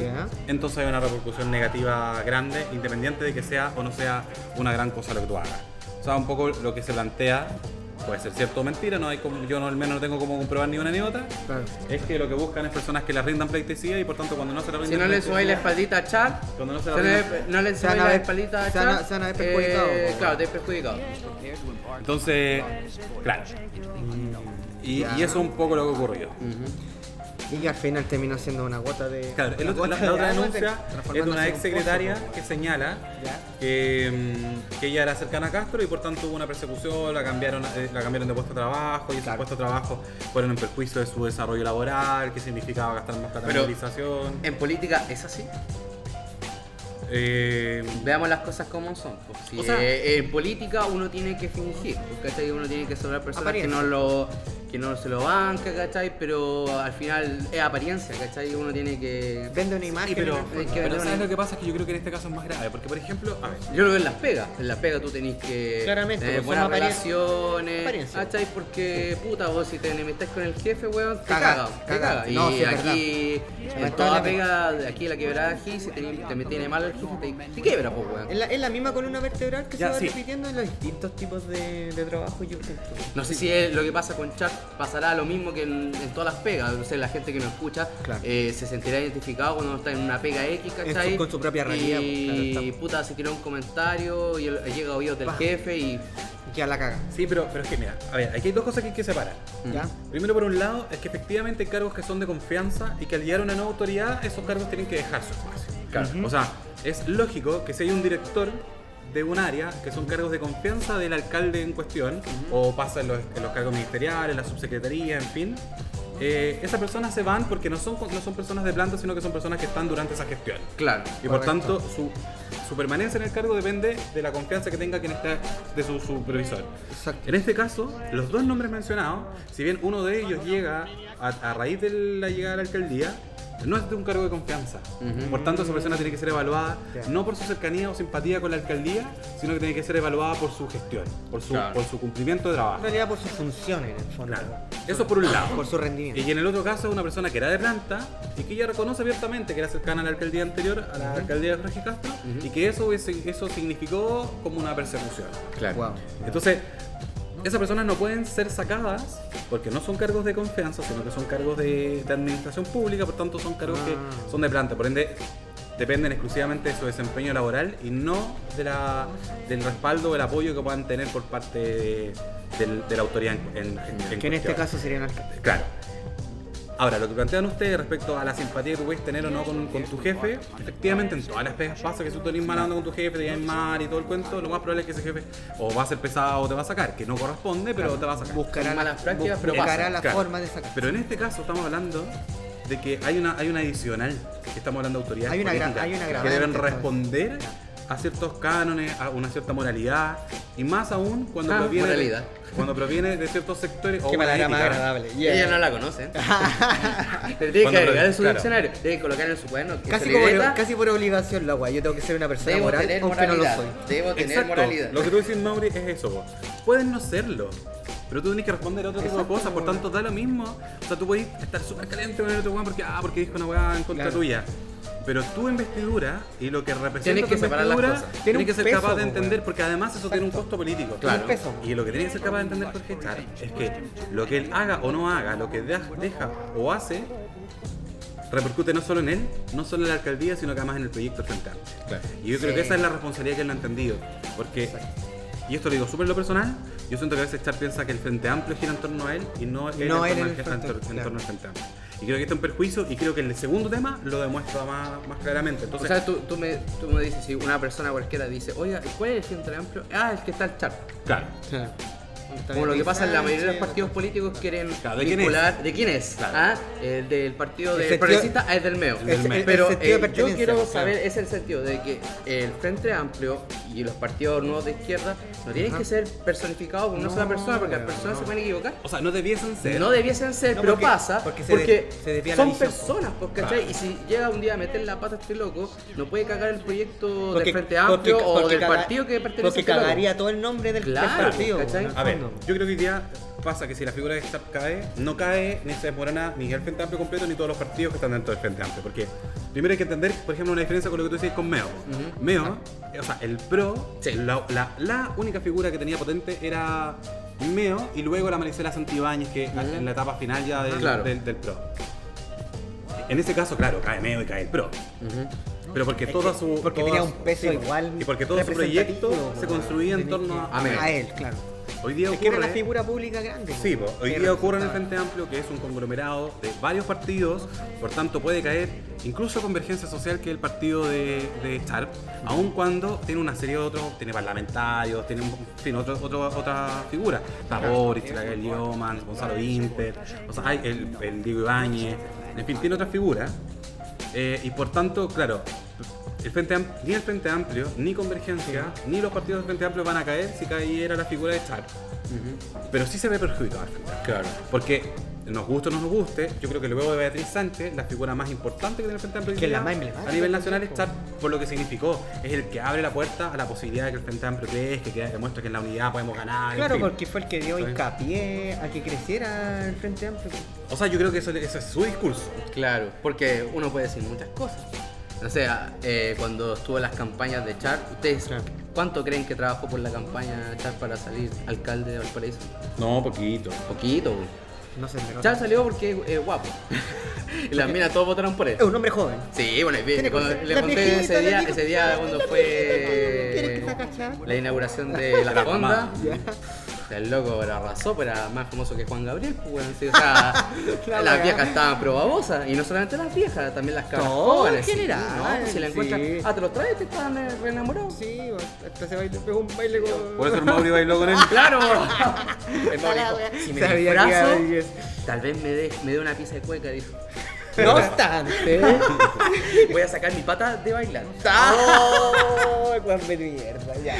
Speaker 1: ¿Ya?
Speaker 3: entonces hay una repercusión negativa grande, independiente de que sea o no sea una gran cosa lo que tú hagas. O sea, un poco lo que se plantea, puede ser cierto o mentira, no hay como- yo no, al menos no tengo como comprobar ni una ni otra,
Speaker 1: Claro.
Speaker 3: es que lo que buscan es personas que les rindan pleitesía y por tanto cuando no se la
Speaker 2: Si
Speaker 3: rinden
Speaker 2: no le subáis la
Speaker 3: pleitesía-
Speaker 2: espaldita a Char,
Speaker 3: Cuando no se
Speaker 2: si
Speaker 3: la
Speaker 2: no le,
Speaker 3: rinden-
Speaker 2: no
Speaker 1: Se
Speaker 2: le
Speaker 1: van
Speaker 2: subáis
Speaker 1: a
Speaker 2: la
Speaker 1: ver-
Speaker 2: espaldita a
Speaker 1: se van a-
Speaker 2: Char,
Speaker 1: se van a ver pues, perjudicados,
Speaker 2: eh,
Speaker 1: vos.
Speaker 2: claro, te ves perjudicado.
Speaker 3: Entonces, claro. Mm, Y, y eso es un poco lo que ocurrió.
Speaker 1: Y que al final terminó siendo una gota de.
Speaker 3: Claro, el
Speaker 1: una
Speaker 3: otro-
Speaker 1: gota
Speaker 3: la, la otra
Speaker 1: agua
Speaker 3: denuncia
Speaker 1: transformándose
Speaker 3: es de una
Speaker 1: en un
Speaker 3: ex secretaria
Speaker 1: pozo,
Speaker 3: que señala
Speaker 1: Ya.
Speaker 3: que, mm, que ella era cercana a Castro y por tanto hubo una persecución, la cambiaron, eh, la cambiaron de puesto de trabajo y ese puesto de trabajo fueron en perjuicio de su desarrollo laboral, que significaba gastar más plata en
Speaker 2: Pero-
Speaker 3: movilización.
Speaker 2: En política es así.
Speaker 3: Eh,
Speaker 2: Veamos las cosas como son. pues, si,
Speaker 1: O sea-
Speaker 2: eh, en política uno tiene que fingir, pues, ¿cachai? Uno tiene que sobrar personas que
Speaker 1: Apariencia.
Speaker 2: no, lo, que no se lo banca, ¿cachai? Pero al final es apariencia, ¿cachai? Uno tiene que...
Speaker 1: po. pues. Vende una
Speaker 3: y
Speaker 1: imagen.
Speaker 3: pero,
Speaker 1: en el
Speaker 2: hay
Speaker 1: fondo.
Speaker 2: que ver
Speaker 3: pero
Speaker 2: una-
Speaker 3: ¿sabes lo que pasa? Es que yo creo que en este caso es más grave, porque por ejemplo, a ver,
Speaker 2: Yo lo veo en las pegas. En las pegas tú tenés que
Speaker 1: Claramente,
Speaker 2: tener
Speaker 1: pues,
Speaker 2: buenas
Speaker 1: son aparien-
Speaker 2: relaciones.
Speaker 1: apariencia.
Speaker 2: ¿Cachai? Porque, puta, vos si te enemistás con el jefe, weón, te
Speaker 1: Cagaste,
Speaker 2: cagas. Te
Speaker 1: cagaste.
Speaker 2: cagas. Y
Speaker 1: No, sí, es
Speaker 2: aquí,
Speaker 1: Sobre
Speaker 2: en
Speaker 1: todo
Speaker 2: toda
Speaker 1: la
Speaker 2: pega, aquí en la quebrada aquí, si te, te metienes mal al jefe, te, te quiebra, pues,
Speaker 1: Es
Speaker 2: weón.
Speaker 1: la, es la misma columna vertebral que
Speaker 3: Ya,
Speaker 1: se va
Speaker 3: sí.
Speaker 1: repitiendo en los distintos tipos de, de trabajo. Yo encuentro.
Speaker 2: No sé si es lo que pasa con chat pasará lo mismo que en, en todas las pegas. O sea, la gente que nos escucha
Speaker 1: Claro.
Speaker 2: eh, se sentirá identificado cuando está en una pega X,
Speaker 1: En su-
Speaker 2: ¿cachai?
Speaker 1: con su propia realidad, pues, claro,
Speaker 2: Y,
Speaker 1: está.
Speaker 2: puta, se tiró un comentario y el- llega a oídos del
Speaker 1: Paja.
Speaker 2: jefe y.
Speaker 1: Ya la caga.
Speaker 3: sí, pero, pero es que mira, a ver, aquí hay dos cosas que hay que separar.
Speaker 1: ¿Ya?
Speaker 3: Primero, por un lado, es que efectivamente hay cargos que son de confianza y que al llegar a una nueva autoridad, esos cargos tienen que dejar su espacio. O sea, es lógico que si hay un director de un área, que son cargos de confianza del alcalde en cuestión, o pasa en los, en los cargos ministeriales, la subsecretaría, en fin, eh, esas personas se van porque no son, no son personas de planta, sino que son personas que están durante esa gestión.
Speaker 2: Claro.
Speaker 3: Y por tanto, su, su permanencia en el cargo depende de la confianza que tenga quien está de su supervisor.
Speaker 1: Exacto.
Speaker 3: En este caso, los dos nombres mencionados, si bien uno de ellos llega a, a raíz de la llegada a la alcaldía, no es de un cargo de confianza. Por tanto, esa persona tiene que ser evaluada
Speaker 1: Ya.
Speaker 3: no por su cercanía o simpatía con la alcaldía, sino que tiene que ser evaluada por su gestión, por su,
Speaker 2: Claro.
Speaker 3: por su cumplimiento de
Speaker 1: En
Speaker 3: trabajo.
Speaker 1: realidad por sus funciones en el fondo.
Speaker 3: Claro. Eso por un lado.
Speaker 1: Por su rendimiento.
Speaker 3: Y en el otro caso, una persona que era de planta y que ella reconoce abiertamente que era cercana a la alcaldía anterior, a la alcaldía de Jorge Castro, y que eso, hubiese- eso significó como una persecución.
Speaker 2: Claro.
Speaker 1: Wow.
Speaker 3: Entonces, esas personas no pueden ser sacadas porque no son cargos de confianza, sino que son cargos de, de administración pública, por tanto son cargos
Speaker 1: Ah.
Speaker 3: que son de planta. Por ende, dependen exclusivamente de su desempeño laboral y no de la, del respaldo o el apoyo que puedan tener por parte de, del- de la autoridad en, en- en
Speaker 1: Que en este
Speaker 3: cuestión.
Speaker 1: caso serían alcaldes.
Speaker 3: Claro. Ahora, lo que plantean ustedes respecto a la simpatía que puedes tener o no con, con tu jefe, efectivamente en todas las pegas pasa que si tú tenés mala onda con tu jefe, te llevas mal y todo el cuento, lo más probable es que ese jefe o va a ser pesado o te va a sacar, que no corresponde, pero te va a sacar.
Speaker 1: Buscará,
Speaker 2: malas
Speaker 1: la-
Speaker 2: prácticas, pero
Speaker 1: buscará
Speaker 2: pasa,
Speaker 1: la
Speaker 3: claro.
Speaker 1: forma de sacar.
Speaker 3: Pero en este caso estamos hablando de que hay una, hay una adicional, que estamos hablando de autoridades
Speaker 1: Hay una gra-
Speaker 3: políticas
Speaker 1: hay una
Speaker 3: que deben
Speaker 1: agravante,
Speaker 3: responder a ciertos cánones, a una cierta moralidad, y más aún cuando
Speaker 2: Ah,
Speaker 3: proviene
Speaker 2: moralidad.
Speaker 3: cuando proviene de ciertos sectores o
Speaker 1: Qué
Speaker 3: una
Speaker 1: palabra más
Speaker 3: ética.
Speaker 1: agradable. yeah.
Speaker 2: Ella no la conoce. Pero tiene que
Speaker 3: Cuando
Speaker 2: agregar
Speaker 3: lo-
Speaker 2: en su
Speaker 3: claro.
Speaker 2: diccionario. Tiene que colocar en su cuaderno. en
Speaker 1: Casi,
Speaker 2: su
Speaker 1: como-
Speaker 2: libreta,
Speaker 1: casi por obligación la weá. Yo tengo que ser una persona
Speaker 2: Debo
Speaker 1: moral,
Speaker 2: tener
Speaker 1: aunque no lo
Speaker 2: moralidad.
Speaker 1: soy.
Speaker 2: Debo tener
Speaker 3: Exacto.
Speaker 2: moralidad.
Speaker 3: Lo que tú dices, Mauri, es eso. po. Pueden no serlo, pero tú tienes que responder a otro tipo de
Speaker 1: Exacto,
Speaker 3: cosas. Por
Speaker 1: po.
Speaker 3: tanto, da lo mismo. O sea, tú puedes estar súper caliente con el otro weón porque, ah, porque dijo una weá en contra
Speaker 1: Claro.
Speaker 3: tuya. Pero tu investidura y lo que representa
Speaker 2: Tienes que
Speaker 3: tu
Speaker 2: separar las
Speaker 3: investidura
Speaker 2: cosas.
Speaker 1: Tiene
Speaker 3: tienes
Speaker 1: un
Speaker 3: que ser
Speaker 1: peso,
Speaker 3: capaz de
Speaker 1: po,
Speaker 3: entender,
Speaker 1: weón.
Speaker 3: porque además eso tiene un costo político.
Speaker 1: Claro. un peso.
Speaker 3: Y lo que tiene que ser capaz de entender Jorge Char es que lo que él haga o no haga, lo que de- deja o hace, repercute no solo en él, no solo en la alcaldía, sino que además en el proyecto central. Y yo creo
Speaker 1: Sí.
Speaker 3: que esa es la responsabilidad que él no ha entendido. Porque, y esto lo digo súper en lo personal, yo siento que a veces Char piensa que el Frente Amplio gira en torno a él y no él
Speaker 1: No
Speaker 3: en
Speaker 1: él
Speaker 3: torno,
Speaker 1: en
Speaker 3: al-
Speaker 1: el
Speaker 3: en
Speaker 1: Frente,
Speaker 3: tor- en
Speaker 1: claro.
Speaker 3: torno al Frente Amplio. Y creo que esto es un perjuicio y creo que el segundo tema lo demuestra más, más claramente.
Speaker 2: O
Speaker 3: Entonces,
Speaker 2: sea, tú, tú me, tú me dices, si una persona cualquiera dice, oiga, ¿cuál es el centro amplio? Ah, el que está el char.
Speaker 3: claro.
Speaker 2: Como lo que pasa en la mayoría de los partidos políticos quieren
Speaker 3: Claro, ¿de quién es?
Speaker 2: vincular. ¿De quién es?
Speaker 3: Claro.
Speaker 2: ¿Ah? El del partido
Speaker 1: El
Speaker 2: del
Speaker 1: sentido-
Speaker 2: progresista a el del MEO.
Speaker 3: El del
Speaker 1: Es-
Speaker 3: MEO.
Speaker 1: el- el sentido
Speaker 2: Pero
Speaker 1: de
Speaker 2: eh, yo
Speaker 1: pertenencia,
Speaker 2: quiero
Speaker 1: claro.
Speaker 2: saber, es el sentido de que el Frente Amplio y los partidos nuevos de izquierda no tienen que ser personificados por una
Speaker 1: No,
Speaker 2: sola persona, porque las
Speaker 1: weón,
Speaker 2: personas se pueden equivocar.
Speaker 3: O sea, no debiesen ser.
Speaker 2: No debiesen ser,
Speaker 1: No,
Speaker 2: pero
Speaker 1: porque-
Speaker 2: pasa porque,
Speaker 1: porque se de- se desvía la
Speaker 2: son
Speaker 1: visión, po.
Speaker 2: personas, pues, ¿cachai?
Speaker 3: Claro.
Speaker 2: Y si llega un día a meter la pata este loco, no puede cagar el proyecto
Speaker 1: Porque-
Speaker 2: del Frente
Speaker 1: porque-
Speaker 2: Amplio o
Speaker 1: porque
Speaker 2: del
Speaker 1: caga-
Speaker 2: partido que pertenece
Speaker 1: Porque
Speaker 2: este loco.
Speaker 1: cagaría todo el nombre del, del
Speaker 2: Claro,
Speaker 1: partido.
Speaker 2: ¿cachai?
Speaker 1: weón,
Speaker 3: A ver,
Speaker 1: al fondo.
Speaker 3: yo creo que hoy día pasa que si la figura de Chap cae, no cae ni se desmorona ni el Frente Amplio completo ni todos los partidos que están dentro del Frente Amplio. Porque primero hay que entender, por ejemplo, una diferencia con lo que tú decías con Meo. Meo,
Speaker 1: Ah.
Speaker 3: o sea, el PRO,
Speaker 2: Sí.
Speaker 3: la, la- la única figura que tenía potente era Meo y luego la Maricela Santibáñez, que en la etapa final ya del,
Speaker 2: Claro.
Speaker 3: del- del PRO. En ese caso, claro, cae Meo y cae el PRO. Pero porque
Speaker 1: Es
Speaker 3: toda
Speaker 1: que-
Speaker 3: su.
Speaker 1: porque
Speaker 3: toda
Speaker 1: tenía
Speaker 3: su-
Speaker 1: un peso
Speaker 3: sí,
Speaker 1: igual
Speaker 3: Y porque todo su proyecto
Speaker 1: representativo,
Speaker 3: se
Speaker 1: weón.
Speaker 3: construía en
Speaker 1: Tenía
Speaker 3: torno a.
Speaker 2: que- A Meo.
Speaker 1: A él, claro.
Speaker 3: Hoy día
Speaker 1: Es que era la
Speaker 3: ocurre-
Speaker 1: figura pública grande.
Speaker 3: Sí,
Speaker 1: weón,
Speaker 3: po. hoy
Speaker 1: que
Speaker 3: día ocurre en el
Speaker 1: representaba.
Speaker 3: Frente Amplio que es un conglomerado de varios partidos, por tanto puede caer incluso Convergencia Social, que es el partido de, de Sharp, aun cuando tiene una serie de otros, tiene parlamentarios, tiene un- en fin, otro, otro- otra figura. Está Boris, la Gael Lioman, Gonzalo Inter, o sea, hay el, el Diego Ibáñez, en fin, tiene otras figuras. Eh, y por tanto, claro, el Frente Am- ni el Frente Amplio, ni Convergencia, ni los partidos del Frente Amplio van a caer si cayera la figura de Sharp. Pero sí se ve perjudicado al Frente Amplio.
Speaker 2: Claro.
Speaker 3: Porque nos guste o no nos guste, yo creo que luego de Beatriz Sánchez, la figura más importante que tiene el Frente Amplio hoy
Speaker 1: Que es la
Speaker 3: día
Speaker 1: más emblemática,
Speaker 3: a nivel
Speaker 1: por
Speaker 3: nacional es
Speaker 1: ejemplo.
Speaker 3: Char, por lo que significó. Es el que abre la puerta a la posibilidad de que el Frente Amplio crezca, que demuestra que en la unidad podemos ganar. en
Speaker 1: Claro,
Speaker 3: fin.
Speaker 1: porque fue el que dio
Speaker 3: Sí.
Speaker 1: hincapié a que creciera el Frente Amplio.
Speaker 3: O sea, yo creo que eso, ese es su discurso.
Speaker 2: Claro, porque uno puede decir muchas cosas. O sea, eh, cuando estuvo en las campañas de Char, ¿ustedes
Speaker 1: Claro.
Speaker 2: cuánto creen que trabajó por la campaña de Char para salir alcalde de Valparaíso?
Speaker 3: No, poquito.
Speaker 2: Poquito, güey.
Speaker 1: No se me
Speaker 2: Char salió porque es eh, guapo. y las minas todos votaron por él.
Speaker 1: Es un hombre joven.
Speaker 2: Sí, bueno, y
Speaker 1: Tiene
Speaker 2: cuando-
Speaker 1: cosas.
Speaker 2: le
Speaker 1: La
Speaker 2: conté
Speaker 1: viejita,
Speaker 2: ese
Speaker 1: la
Speaker 2: día,
Speaker 1: viejita,
Speaker 2: ese día cuando
Speaker 1: la viejita, ¿quiere
Speaker 2: fue
Speaker 1: que saca Char?
Speaker 2: la inauguración de la
Speaker 3: La mamá.
Speaker 2: Honda. El loco lo arrasó, pero era más famoso que Juan Gabriel. pues, weón, sí, o sea,
Speaker 1: La
Speaker 2: las
Speaker 1: weá.
Speaker 2: viejas estaban probabosas. Y no solamente las viejas, también las cabras
Speaker 1: Todo
Speaker 2: jóvenes.
Speaker 1: en
Speaker 2: sí,
Speaker 1: general,
Speaker 2: no, pues, si la
Speaker 1: sí.
Speaker 2: encuentras. Ah, te los traes, te están eh, re enamorados.
Speaker 1: Sí, hasta se baile, pegó un baile con...
Speaker 3: Por eso el Mauri bailó con él.
Speaker 2: ¡Claro! El Mauro dijo, si me
Speaker 1: Sabía que iba a
Speaker 2: disfrazo,
Speaker 1: decir
Speaker 2: tal vez me dé me dé una pieza de cueca, dijo.
Speaker 1: No obstante...
Speaker 2: Voy a sacar mi pata de bailar.
Speaker 1: ¡Oh! ¡Cuán de mierda! Ya.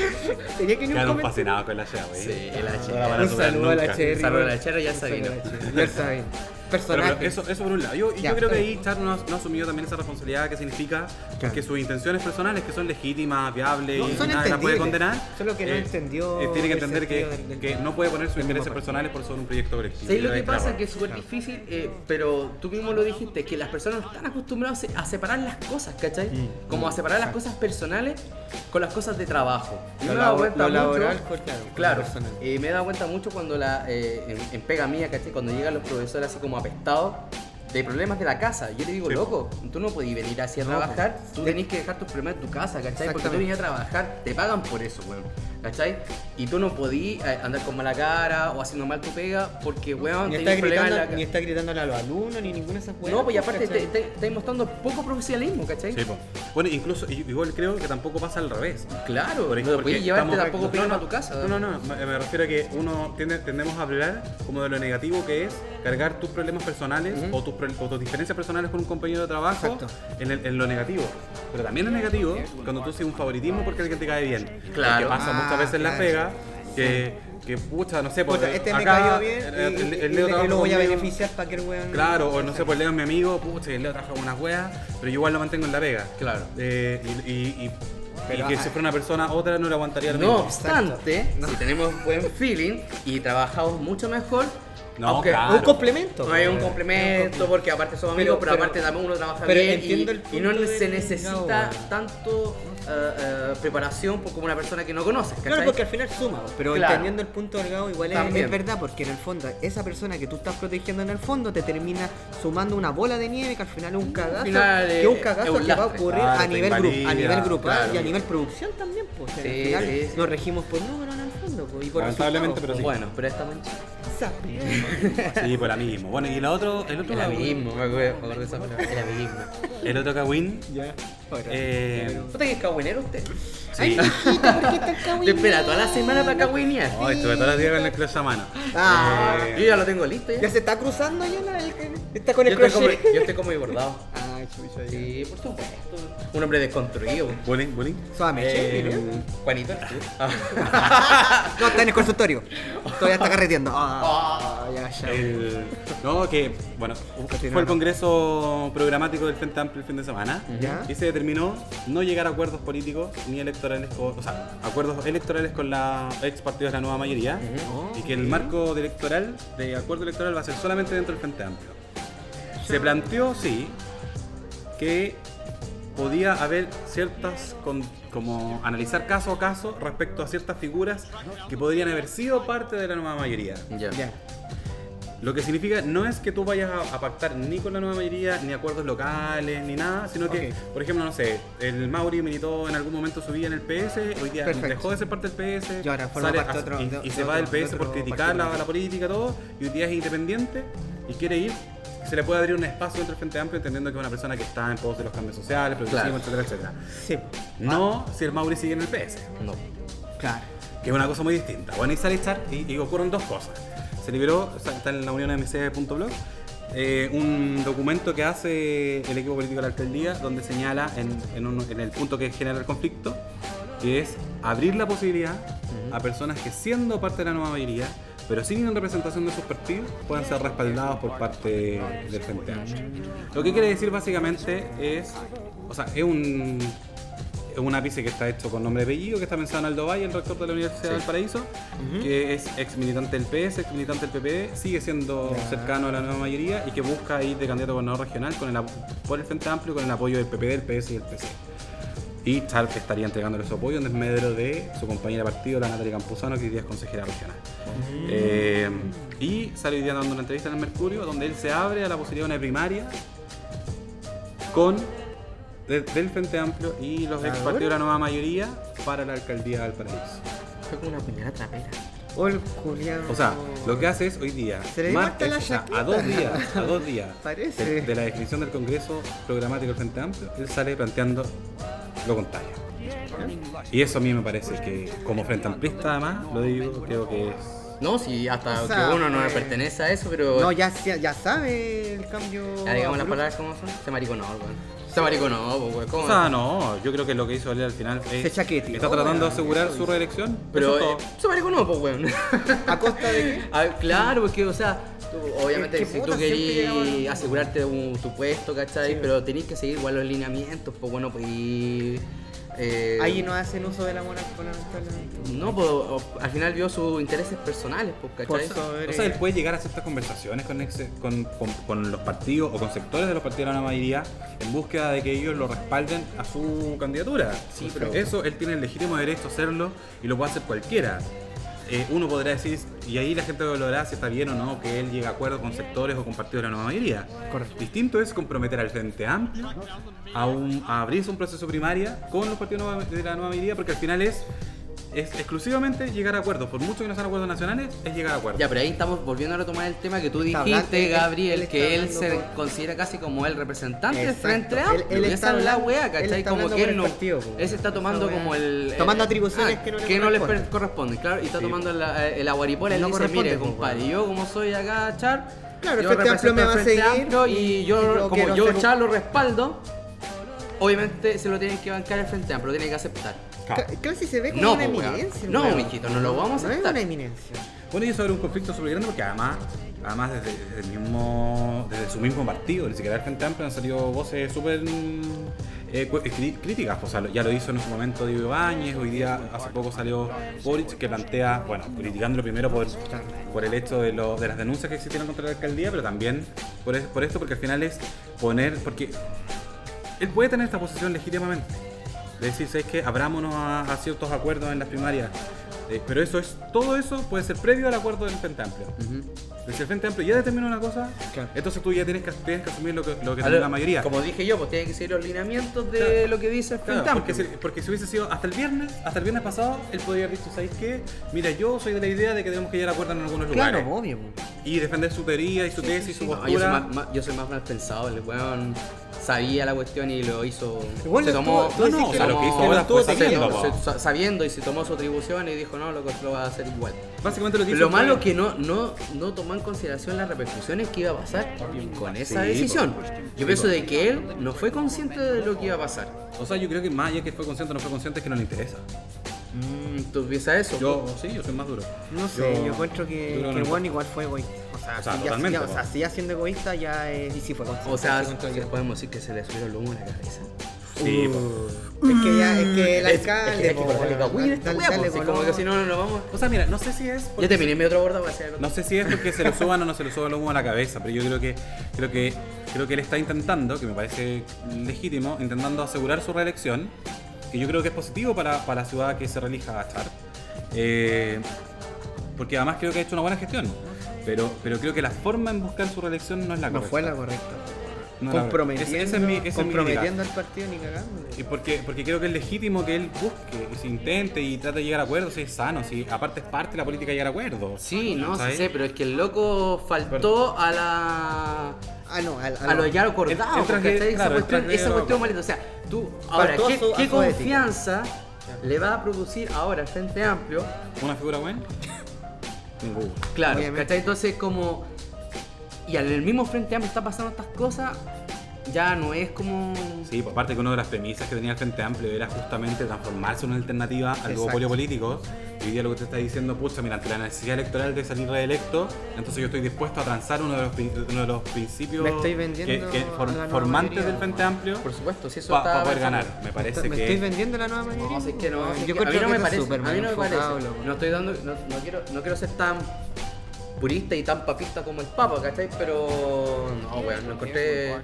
Speaker 1: Tenía que ir un
Speaker 3: Quedaron
Speaker 1: comentario.
Speaker 3: fascinados con la Shea, güey.
Speaker 2: Sí, la
Speaker 3: No la
Speaker 2: chica.
Speaker 3: van a
Speaker 1: Un
Speaker 3: superar
Speaker 1: saludo a la
Speaker 3: nunca.
Speaker 1: Cherry.
Speaker 2: Un saludo a la Cherry y al
Speaker 1: Un saludo a la
Speaker 2: Sabino.
Speaker 1: Cherry y al Sabino.
Speaker 3: Pero, pero
Speaker 1: Personaje.
Speaker 3: eso, eso por un lado. Yo, y
Speaker 1: Ya,
Speaker 3: yo creo que
Speaker 1: está
Speaker 3: ahí Char no, no asumió también esa responsabilidad que significa
Speaker 1: Claro.
Speaker 3: que sus intenciones personales, que son legítimas, viables
Speaker 1: No,
Speaker 3: y
Speaker 1: son
Speaker 3: nadie las puede
Speaker 1: entendibles.
Speaker 3: condenar. eh,
Speaker 1: Solo que no entendió
Speaker 3: tiene que
Speaker 1: el
Speaker 3: entender que,
Speaker 1: sentido del- del-
Speaker 3: que no puede poner sus
Speaker 1: del
Speaker 3: intereses
Speaker 1: mismo
Speaker 3: personales por sobre un proyecto colectivo.
Speaker 2: ¿Sabes lo que
Speaker 3: Ahí,
Speaker 2: pasa?
Speaker 3: claro.
Speaker 2: Que es súper difícil, eh, pero tú mismo lo dijiste, que las personas no están acostumbradas a separar las cosas, ¿cachai?
Speaker 1: Mm,
Speaker 2: Como a separar las cosas personales con las cosas de trabajo. Y
Speaker 1: Lo
Speaker 2: me he dado
Speaker 1: labo-
Speaker 2: cuenta
Speaker 1: lo
Speaker 2: mucho-
Speaker 1: laboral, pues, claro, con lo
Speaker 2: Claro,
Speaker 1: personal.
Speaker 2: y me he dado cuenta mucho cuando la, eh, en, en pega mía, ¿cachai? Cuando llegan los profesores así como apestados de problemas de la casa. Yo le digo,
Speaker 3: Sí.
Speaker 2: loco, tú no podías venir así a
Speaker 1: No,
Speaker 2: trabajar,
Speaker 1: pues.
Speaker 2: tú
Speaker 1: De-
Speaker 2: tenés que dejar tus problemas en tu casa, ¿cachai? Porque tú
Speaker 1: Exactamente.
Speaker 2: venís a trabajar, te pagan por eso, weón. ¿Cachai? Y tú no podías eh, andar con mala cara o haciendo mal tu pega porque, weón,
Speaker 1: Ni está,
Speaker 2: tenías problemas en la
Speaker 1: gritando,
Speaker 2: ca-
Speaker 1: ni está gritándole a los alumnos, ni ninguna de esas weas,
Speaker 2: No, pues y aparte
Speaker 1: ¿cachai?
Speaker 2: estáis te, estáis mostrando poco profesionalismo, ¿cachai?
Speaker 3: Sí, po. Bueno, incluso, y- igual creo que tampoco pasa al revés.
Speaker 2: Claro,
Speaker 3: Por ejemplo,
Speaker 2: no podías
Speaker 3: porque
Speaker 2: llevarte
Speaker 3: estamos-
Speaker 2: tampoco
Speaker 3: no,
Speaker 2: problemas
Speaker 3: no,
Speaker 2: a tu casa.
Speaker 3: No, no, no. Me me refiero a que uno tiende- tendemos a hablar como de lo negativo que es cargar tus problemas personales o, tus, pro- o tus diferencias personales con un compañero de trabajo
Speaker 1: Exacto.
Speaker 3: en, el- en lo negativo. Pero también es negativo cuando tú haces un favoritismo porque alguien te cae bien.
Speaker 2: Claro.
Speaker 3: Que pasa
Speaker 1: Ah,
Speaker 3: muchas veces en la
Speaker 1: claro.
Speaker 3: pega que, que pucha, no sé,
Speaker 1: Puta,
Speaker 3: porque
Speaker 1: este me
Speaker 3: acá
Speaker 1: cayó bien
Speaker 3: el-
Speaker 1: y,
Speaker 3: el- el
Speaker 1: y- y le-
Speaker 3: Leo
Speaker 1: y
Speaker 3: trabaja
Speaker 1: lo voy a
Speaker 3: conmigo.
Speaker 1: beneficiar para que el weón...
Speaker 3: Claro, o no sé, pues Leo es mi amigo, pucha, el Leo trabaja con unas weas, pero yo igual lo mantengo en la pega.
Speaker 2: Claro.
Speaker 3: Eh, y, y- y-
Speaker 1: Pero,
Speaker 3: y que
Speaker 1: ah,
Speaker 3: si fuera una persona, otra no le aguantaría el
Speaker 2: No
Speaker 3: mismo.
Speaker 2: obstante, si tenemos buen feeling y trabajamos mucho mejor,
Speaker 3: No,
Speaker 2: aunque uh,
Speaker 3: claro.
Speaker 1: Un complemento. Eh,
Speaker 2: no hay un complemento, porque aparte somos amigos,
Speaker 1: Pero-
Speaker 2: pero,
Speaker 1: pero-
Speaker 2: aparte también uno trabaja
Speaker 1: pero
Speaker 2: bien
Speaker 1: entiendo el
Speaker 2: y, y no
Speaker 1: punto
Speaker 2: se
Speaker 1: del-
Speaker 2: necesita
Speaker 1: no.
Speaker 2: tanto eh, eh, preparación por- como una persona que no conoces, ¿cachai?
Speaker 1: Claro, porque al final suma, pero
Speaker 2: Claro.
Speaker 1: entendiendo el punto delgado igual es,
Speaker 2: También.
Speaker 1: es verdad, porque en el fondo esa persona que tú estás protegiendo en el fondo te termina sumando una bola de nieve que al final es un cagazo,
Speaker 2: final,
Speaker 1: que es un
Speaker 2: eh,
Speaker 1: cagazo
Speaker 2: es un
Speaker 1: que va a
Speaker 2: lastre.
Speaker 1: ocurrir
Speaker 3: Claro,
Speaker 1: a,
Speaker 3: te
Speaker 1: nivel gru-
Speaker 3: invalida,
Speaker 1: a nivel grupal
Speaker 2: claro.
Speaker 1: y a nivel producción también, pues en
Speaker 2: Sí,
Speaker 1: el final
Speaker 2: sí, sí.
Speaker 1: nos regimos por números en el fondo, pues, y por
Speaker 3: Lamentablemente, pero sí.
Speaker 2: Bueno, pero esta mancha
Speaker 1: pero...
Speaker 3: Sí, por la mismo. Bueno, y la otro, el otro
Speaker 2: Era
Speaker 3: cagüín-
Speaker 2: mismo, me acuerdo me acuerdo de esa palabra. Era mismo.
Speaker 3: El otro cagüín. Eh,
Speaker 2: ¿Usted que es cagüinero usted?
Speaker 3: Sí.
Speaker 2: Yo espera toda la semana para cagüinear.
Speaker 3: No, estuve todos los días con el clutch a mano. Eh,
Speaker 1: Ah,
Speaker 2: Yo ya lo tengo listo
Speaker 1: ya
Speaker 2: ya.
Speaker 1: se está cruzando ya la, el- el- está con
Speaker 2: Yo
Speaker 1: el
Speaker 2: estoy como,
Speaker 1: crochet.
Speaker 2: yo estoy como mi bordado.
Speaker 1: Ay, chucha, ya.
Speaker 2: Sí, por supuesto. Un hombre desconstruido.
Speaker 3: Bullying, bullying.
Speaker 1: Suave,
Speaker 2: Eh,
Speaker 1: che, mira.
Speaker 2: Juanito, ¿eres tú?
Speaker 1: No, está en el consultorio. Todavía está carreteando. Ah, ya, ya.
Speaker 3: El- no, que, bueno, fue el congreso programático del Frente Amplio el fin de semana
Speaker 1: Ya.
Speaker 3: y se determinó no llegar a acuerdos políticos ni electorales, con, o sea, acuerdos electorales con la ex partido de la nueva mayoría y que el marco de electoral, de acuerdo electoral, va a ser solamente dentro del Frente Amplio. Se planteó, sí, que podía haber ciertas, con- como analizar caso a caso respecto a ciertas figuras que podrían haber sido parte de la nueva mayoría.
Speaker 1: Ya.
Speaker 3: Lo que significa no es que tú vayas a, a pactar ni con la nueva mayoría, ni acuerdos locales, ni nada, sino que,
Speaker 1: Ok.
Speaker 3: por ejemplo, no sé, el Mauri militó en algún momento su vida en el PS, hoy día
Speaker 1: Perfecto.
Speaker 3: dejó de ser parte del PS,
Speaker 1: Y ahora forma parte de
Speaker 3: hace-
Speaker 1: otro-
Speaker 3: y,
Speaker 1: de-
Speaker 3: y
Speaker 1: de
Speaker 3: se va del
Speaker 1: otro- de
Speaker 3: PS por
Speaker 1: otro
Speaker 3: criticar
Speaker 1: partido.
Speaker 3: la, la política, todo, y hoy día es independiente y quiere ir. que Se le puede abrir un espacio dentro del Frente Amplio entendiendo que es una persona que está en pos de los cambios sociales, progresivos, etcétera, etcétera.
Speaker 1: Sí,
Speaker 3: No si el Mauri sigue en el PS
Speaker 2: No.
Speaker 1: claro.
Speaker 3: que es una cosa muy distinta. Bueno, y sale Char y, y ocurren dos cosas. Se liberó, o sea, está en la unión mc.blog, eh, un documento que hace el equipo político de la alcaldía donde señala en, en un- en el punto que genera el conflicto, que es abrir la posibilidad a personas que siendo parte de la nueva mayoría, pero sin representación de sus partidos, puedan ser respaldados por parte del Frente Amplio. Lo que quiere decir básicamente es, o sea, es un es un ápice que está hecho con nombre y apellido, que está pensado en Aldo Valle, el rector de la Universidad del Paraíso, que es ex militante del PS, ex militante del PPD, sigue siendo cercano a la nueva mayoría y que busca ir de candidato a gobernador regional con el, ap- por el Frente Amplio con el apoyo del PP, del PS y del PC. Y Charp estaría entregándole su apoyo en desmedro de su compañera de partido, la Natalia Campuzano, que hoy día es consejera regional. Eh, y sale hoy día dando una entrevista en el Mercurio, donde él se abre a la posibilidad de una primaria con de- del Frente Amplio y los ex partidos de la nueva mayoría para la alcaldía del Paraíso.
Speaker 2: Fue como una puñalada trapera.
Speaker 1: Ol culiao.
Speaker 3: O sea, lo que hace es hoy día,
Speaker 1: Se le
Speaker 3: martes,
Speaker 1: corta la
Speaker 3: o sea,
Speaker 1: chaqueta.
Speaker 3: a dos días, a dos días
Speaker 1: Parece.
Speaker 3: De, de la definición del Congreso programático del Frente Amplio, él sale planteando lo contrario. Y eso a mí me parece que, como Frente Amplista, además, lo digo, creo que es.
Speaker 2: No, sí, hasta
Speaker 1: O sea,
Speaker 2: que uno no
Speaker 1: eh,
Speaker 2: pertenece a eso, pero.
Speaker 1: No, ya, se- ya sabe el cambio.
Speaker 2: Ya digamos las
Speaker 1: abrupto.
Speaker 2: palabras como son. Se mariconó, weón. Se mariconó, weón. ¿Cómo?
Speaker 3: O sea, no, yo creo que lo que hizo él al final es.
Speaker 1: Se chaqueteó,
Speaker 3: Está tratando
Speaker 1: weón,
Speaker 3: de asegurar
Speaker 1: eso
Speaker 3: su reelección.
Speaker 2: Pero.
Speaker 3: eso es
Speaker 2: eh,
Speaker 3: todo.
Speaker 2: se mariconó, pues, weón.
Speaker 1: ¿A costa de
Speaker 2: A ver, claro, porque, o sea, tú, obviamente
Speaker 1: que
Speaker 2: si
Speaker 1: puta,
Speaker 2: tú
Speaker 1: siempre
Speaker 2: querís
Speaker 1: llegamos-
Speaker 2: asegurarte de un, tu puesto, ¿cachai? Pero tenés que seguir igual los lineamientos, pues bueno, pues y... eh,
Speaker 1: qué? Ahí no hacen uso de la monarquía, lamentablemente.
Speaker 2: No, pues o- al final vio sus intereses personales, pues,
Speaker 1: Por
Speaker 2: ¿cachai?
Speaker 1: saber.
Speaker 3: O sea, él puede llegar a ciertas conversaciones con, ex- con, con- con los partidos o con sectores de los partidos de la mayoría en búsqueda de que ellos lo respalden a su candidatura.
Speaker 2: Sí, pero-
Speaker 3: Eso él tiene el legítimo derecho a hacerlo y lo puede hacer cualquiera. Eh, uno podrá decir, y ahí la gente valorará si está bien o no que él llegue a acuerdo con sectores o con partidos de la nueva mayoría.
Speaker 1: Correcto.
Speaker 3: Distinto es comprometer al Frente Amplio a, un- a abrirse un proceso primaria con los partidos nueva- de la nueva mayoría porque al final es, es exclusivamente llegar a acuerdos. Por mucho que no sean acuerdos nacionales, es llegar a acuerdos.
Speaker 2: Ya, pero ahí estamos volviendo a retomar el tema que tú
Speaker 1: Está
Speaker 2: dijiste,
Speaker 1: hablando- él-
Speaker 2: Gabriel,
Speaker 1: él está
Speaker 2: que él
Speaker 1: hablando
Speaker 2: se
Speaker 1: por-
Speaker 2: considera casi como el representante del
Speaker 1: Exacto.
Speaker 2: frente a
Speaker 1: Él-
Speaker 2: amplio.
Speaker 1: él
Speaker 2: y
Speaker 1: está
Speaker 2: esa es la
Speaker 1: hablando-
Speaker 2: weá,
Speaker 1: él
Speaker 2: ¿cachai?
Speaker 1: está
Speaker 2: como
Speaker 1: hablando
Speaker 2: que
Speaker 1: por
Speaker 2: él
Speaker 1: el
Speaker 2: no.
Speaker 1: partido, po,
Speaker 2: él se está
Speaker 1: esa
Speaker 2: tomando
Speaker 1: weá.
Speaker 2: como el.
Speaker 1: Tomando
Speaker 2: el-
Speaker 1: atribuciones que no le
Speaker 2: le per-
Speaker 1: corresponden.
Speaker 2: corresponden. Claro, y está
Speaker 3: Sí.
Speaker 2: tomando la- eh, el aguaripola. Él
Speaker 1: No
Speaker 2: dice,
Speaker 1: corresponde,
Speaker 2: mire,
Speaker 1: po,
Speaker 2: compadre,
Speaker 1: weón.
Speaker 2: yo como soy acá, Char.
Speaker 1: Claro, el
Speaker 2: yo
Speaker 1: Frente Amplio
Speaker 2: represento
Speaker 1: me
Speaker 2: al
Speaker 1: va a
Speaker 2: Frente
Speaker 1: seguir
Speaker 2: Amplio y
Speaker 1: y
Speaker 2: yo,
Speaker 1: yo
Speaker 2: como
Speaker 1: quiero
Speaker 2: yo,
Speaker 1: hacer un-
Speaker 2: Char, lo respaldo. obviamente se lo tienen que bancar el Frente Amplio, lo tienen que aceptar.
Speaker 3: Ah.
Speaker 1: Ca- Casi se ve como
Speaker 2: No,
Speaker 1: una
Speaker 2: po, weón.
Speaker 1: eminencia.
Speaker 2: No,
Speaker 1: weón.
Speaker 2: mijito, no lo vamos
Speaker 1: No es
Speaker 2: a aceptar.
Speaker 1: una eminencia.
Speaker 3: Bueno, y eso era un conflicto súper grande porque además, además desde, desde el mismo, desde su mismo partido, ni siquiera del Frente Amplio, han salido voces súper eh, cu- eh, cri- críticas. O sea, lo- ya lo hizo en su momento Diego Ibáñez, hoy día hace poco salió Boric que plantea, bueno, criticándolo primero por, por el hecho de, lo- de las denuncias que existieron contra la alcaldía, pero también por, es- por esto, porque al final es poner, porque él puede tener esta posición legítimamente. De decir, es que abrámonos a, a ciertos acuerdos en las primarias. Eh, pero eso es, todo eso puede ser previo al acuerdo del Frente Amplio. Pero Si el Frente Amplio ya determinó una cosa,
Speaker 1: Claro.
Speaker 3: entonces tú ya tienes que, tienes que asumir lo que, lo que
Speaker 2: A
Speaker 3: tiene
Speaker 2: ver,
Speaker 3: la mayoría.
Speaker 2: Como dije yo, pues tienen que seguir los lineamientos de
Speaker 3: Claro.
Speaker 2: lo que dice el
Speaker 3: Claro,
Speaker 2: Frente Amplio.
Speaker 3: porque, si, porque si hubiese sido hasta el viernes, hasta el viernes pasado, él podría haber dicho, ¿sabéis qué? Mira, yo soy de la idea de que tenemos que llegar a acuerdos en algunos
Speaker 1: Claro,
Speaker 3: lugares.
Speaker 1: obvio. weón.
Speaker 3: Y defender su teoría y su tesis y su
Speaker 2: No, yo, soy
Speaker 3: postura.
Speaker 2: Ah, más, más- yo soy más mal pensado, el weón sabía la cuestión y lo hizo.
Speaker 1: Igual
Speaker 2: se
Speaker 1: lo
Speaker 2: tomó.
Speaker 1: estuvo- tú
Speaker 3: No, no,
Speaker 1: decís
Speaker 3: o sea,
Speaker 1: que
Speaker 3: lo que hizo
Speaker 2: tomó-
Speaker 3: ahora fue
Speaker 2: se-
Speaker 3: sabiendo,
Speaker 2: se-
Speaker 3: po.
Speaker 2: sa- sabiendo y se tomó su atribución y dijo, no, loco, esto lo vas a hacer igual.
Speaker 3: Básicamente lo que hizo
Speaker 2: Lo
Speaker 3: fue-
Speaker 2: malo que no, no, no tomó en consideración las repercusiones que iba a pasar con esa
Speaker 3: Sí,
Speaker 2: decisión.
Speaker 3: po. Sí,
Speaker 2: Yo pienso
Speaker 3: po.
Speaker 2: de que él no fue consciente de lo que iba a pasar.
Speaker 3: O sea, yo creo que más allá que fue consciente o no fue consciente es que no le interesa.
Speaker 2: Mm, ¿Tú piensas eso?
Speaker 3: Yo, sí, yo soy más duro.
Speaker 1: No sé, yo, encuentro que,
Speaker 3: yo creo
Speaker 1: que
Speaker 3: que no.
Speaker 1: Juan igual fue egoísta. O sea,
Speaker 3: O sea,
Speaker 1: si ya-
Speaker 3: totalmente,
Speaker 1: ya- o
Speaker 3: po.
Speaker 1: sea, si ya siendo egoísta ya es. Y sí fue consciente.
Speaker 2: O sea,
Speaker 1: Sí, fue consciente.
Speaker 2: podemos decir que se le subió el humo a la cabeza.
Speaker 3: Sí, pues. po.
Speaker 1: es que ya, es que el
Speaker 2: Mm. Es-
Speaker 1: alcalde.
Speaker 2: es que- es que
Speaker 1: po,
Speaker 2: por ejemplo,
Speaker 1: weón,
Speaker 2: Kawhi esta
Speaker 1: dale-
Speaker 2: wea,
Speaker 1: dale
Speaker 2: pues, si como
Speaker 1: color.
Speaker 2: que si no, no lo vamos.
Speaker 3: O sea, mira, no sé si es. porque-
Speaker 2: Ya terminé mi otra borda, voy a hacer
Speaker 3: No sé si es porque se lo suban o no se lo suban lo humo a la cabeza, pero yo creo que creo que creo que él está intentando, que me parece legítimo, intentando asegurar su reelección, que yo creo que es positivo para, para la ciudad que se relija a estar. Eh, porque además creo que ha hecho una buena gestión. Pero, pero creo que la forma en buscar su reelección no es la
Speaker 1: No
Speaker 3: correcta.
Speaker 1: fue la correcta.
Speaker 3: No es la correcta.
Speaker 1: comprometiendo
Speaker 3: Ese- ese es mi- ese es mi
Speaker 1: comprometiendo al partido ni cagando.
Speaker 3: Y porque, porque creo que es legítimo que él busque y se intente y trate de llegar a acuerdos, si es sano, si aparte es parte de la política llegar a acuerdos.
Speaker 2: Sí, no, sí
Speaker 3: ¿Sabes?
Speaker 2: sé, pero es que el loco faltó a la.
Speaker 1: Ah, no, al- al-
Speaker 2: a lo ya acordado,
Speaker 3: El- el traje-
Speaker 2: ¿cachai? esa
Speaker 3: claro, el
Speaker 2: cuestión,
Speaker 3: traje
Speaker 2: esa
Speaker 3: lo-
Speaker 2: cuestión maleta. O sea, tú, ahora,
Speaker 1: Faltó a
Speaker 2: ¿qué,
Speaker 1: su- a
Speaker 2: qué
Speaker 1: su
Speaker 2: confianza le va a producir ahora al Frente Amplio?
Speaker 3: ¿Una figura buena? Ninguna.
Speaker 2: Claro,
Speaker 1: Obviamente.
Speaker 2: ¿cachai? Entonces, como. Y al el mismo Frente Amplio está pasando estas cosas, ya no es como.
Speaker 3: Sí, pues aparte que una de las premisas que tenía el Frente Amplio era justamente transformarse en una alternativa al
Speaker 1: Exacto.
Speaker 3: duopolio político. Y hoy día lo que usted está diciendo, pucha, mira, ante la necesidad electoral de salir reelecto, entonces yo estoy dispuesto a transar uno de los, pri- uno de los principios
Speaker 1: Me estoy vendiendo
Speaker 3: que, que for-
Speaker 1: a la nueva
Speaker 3: formantes
Speaker 1: mayoría,
Speaker 3: del Frente
Speaker 1: bueno.
Speaker 3: Amplio
Speaker 2: Por supuesto, si eso
Speaker 3: para
Speaker 2: está.
Speaker 3: poder
Speaker 2: pasando.
Speaker 3: ganar. Me parece
Speaker 1: me estoy
Speaker 3: que...
Speaker 1: vendiendo la nueva mayoría.
Speaker 2: No, si es que no,
Speaker 1: weón.
Speaker 2: si es
Speaker 1: Yo
Speaker 2: que a mí
Speaker 1: creo
Speaker 2: no
Speaker 1: que
Speaker 2: me
Speaker 1: eso es
Speaker 2: parece, a
Speaker 1: Superman
Speaker 2: mí no me parece.
Speaker 1: enfocado, loco.
Speaker 2: No estoy dando, no, no quiero, no quiero ser tan purista y tan papista como el Papa, ¿cachai? Pero no, weón, lo encontré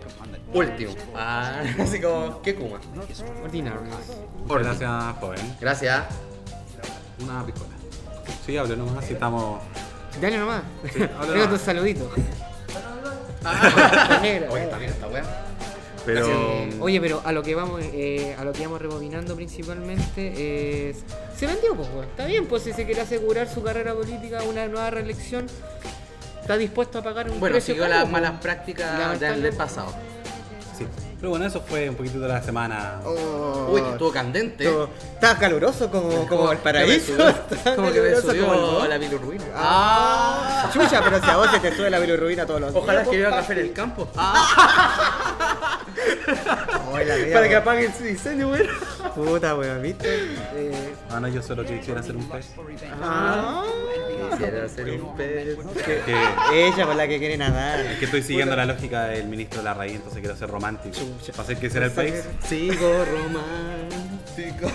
Speaker 2: último. Ah, así como, ¿qué Kuma?
Speaker 1: Ordinario.
Speaker 3: Gracias, joven.
Speaker 2: Gracias.
Speaker 3: Una picola. Sí, hable nomás, así estamos...
Speaker 1: Dale nomás.
Speaker 3: Sí, habla
Speaker 1: Venga
Speaker 3: nomás.
Speaker 1: tus saluditos.
Speaker 2: Ah.
Speaker 1: Negra,
Speaker 2: Oye,
Speaker 1: weón.
Speaker 2: está bien esta weá.
Speaker 3: Pero...
Speaker 2: Gracias.
Speaker 1: Oye, pero a lo que vamos, eh, a lo que vamos rebobinando principalmente es. Se vendió, pues, weón. Está bien, pues si se quiere asegurar su carrera política, una nueva reelección, está dispuesto a pagar un
Speaker 2: Bueno,
Speaker 1: precio.
Speaker 2: siguió
Speaker 1: caro,
Speaker 2: las
Speaker 1: pues.
Speaker 2: malas prácticas
Speaker 1: Lamentablemente.
Speaker 2: del pasado.
Speaker 3: Sí. Pero bueno, eso fue un poquitito de la semana.
Speaker 1: Oh.
Speaker 2: Uy, que estuvo candente.
Speaker 1: Estuvo- Estaba caluroso como, como el paraíso.
Speaker 2: que me subió-
Speaker 1: Estaba
Speaker 2: Como que me
Speaker 1: caluroso como el
Speaker 2: subió
Speaker 1: mar.
Speaker 2: la bilirrubina.
Speaker 1: Ah, pues, chucha, pero si a vos se te sube la bilirrubina todos los
Speaker 2: Ojalá
Speaker 1: días.
Speaker 2: que viva café en el campo.
Speaker 1: Ah, Para que
Speaker 2: apague el incendio, weón.
Speaker 1: Puta, weón, ¿viste? Eh,
Speaker 3: Ah, no, yo solo que quisiera hacer un pez.
Speaker 1: ah.
Speaker 2: Quisiera hacer un pez.
Speaker 3: Que-
Speaker 1: Ella con la que quiere nadar.
Speaker 3: Es que estoy siguiendo la lógica del ministro de la raíz, entonces quiero ser romántico.
Speaker 1: Chucha.
Speaker 3: Para hacer que será el país.
Speaker 2: Sigo romántico.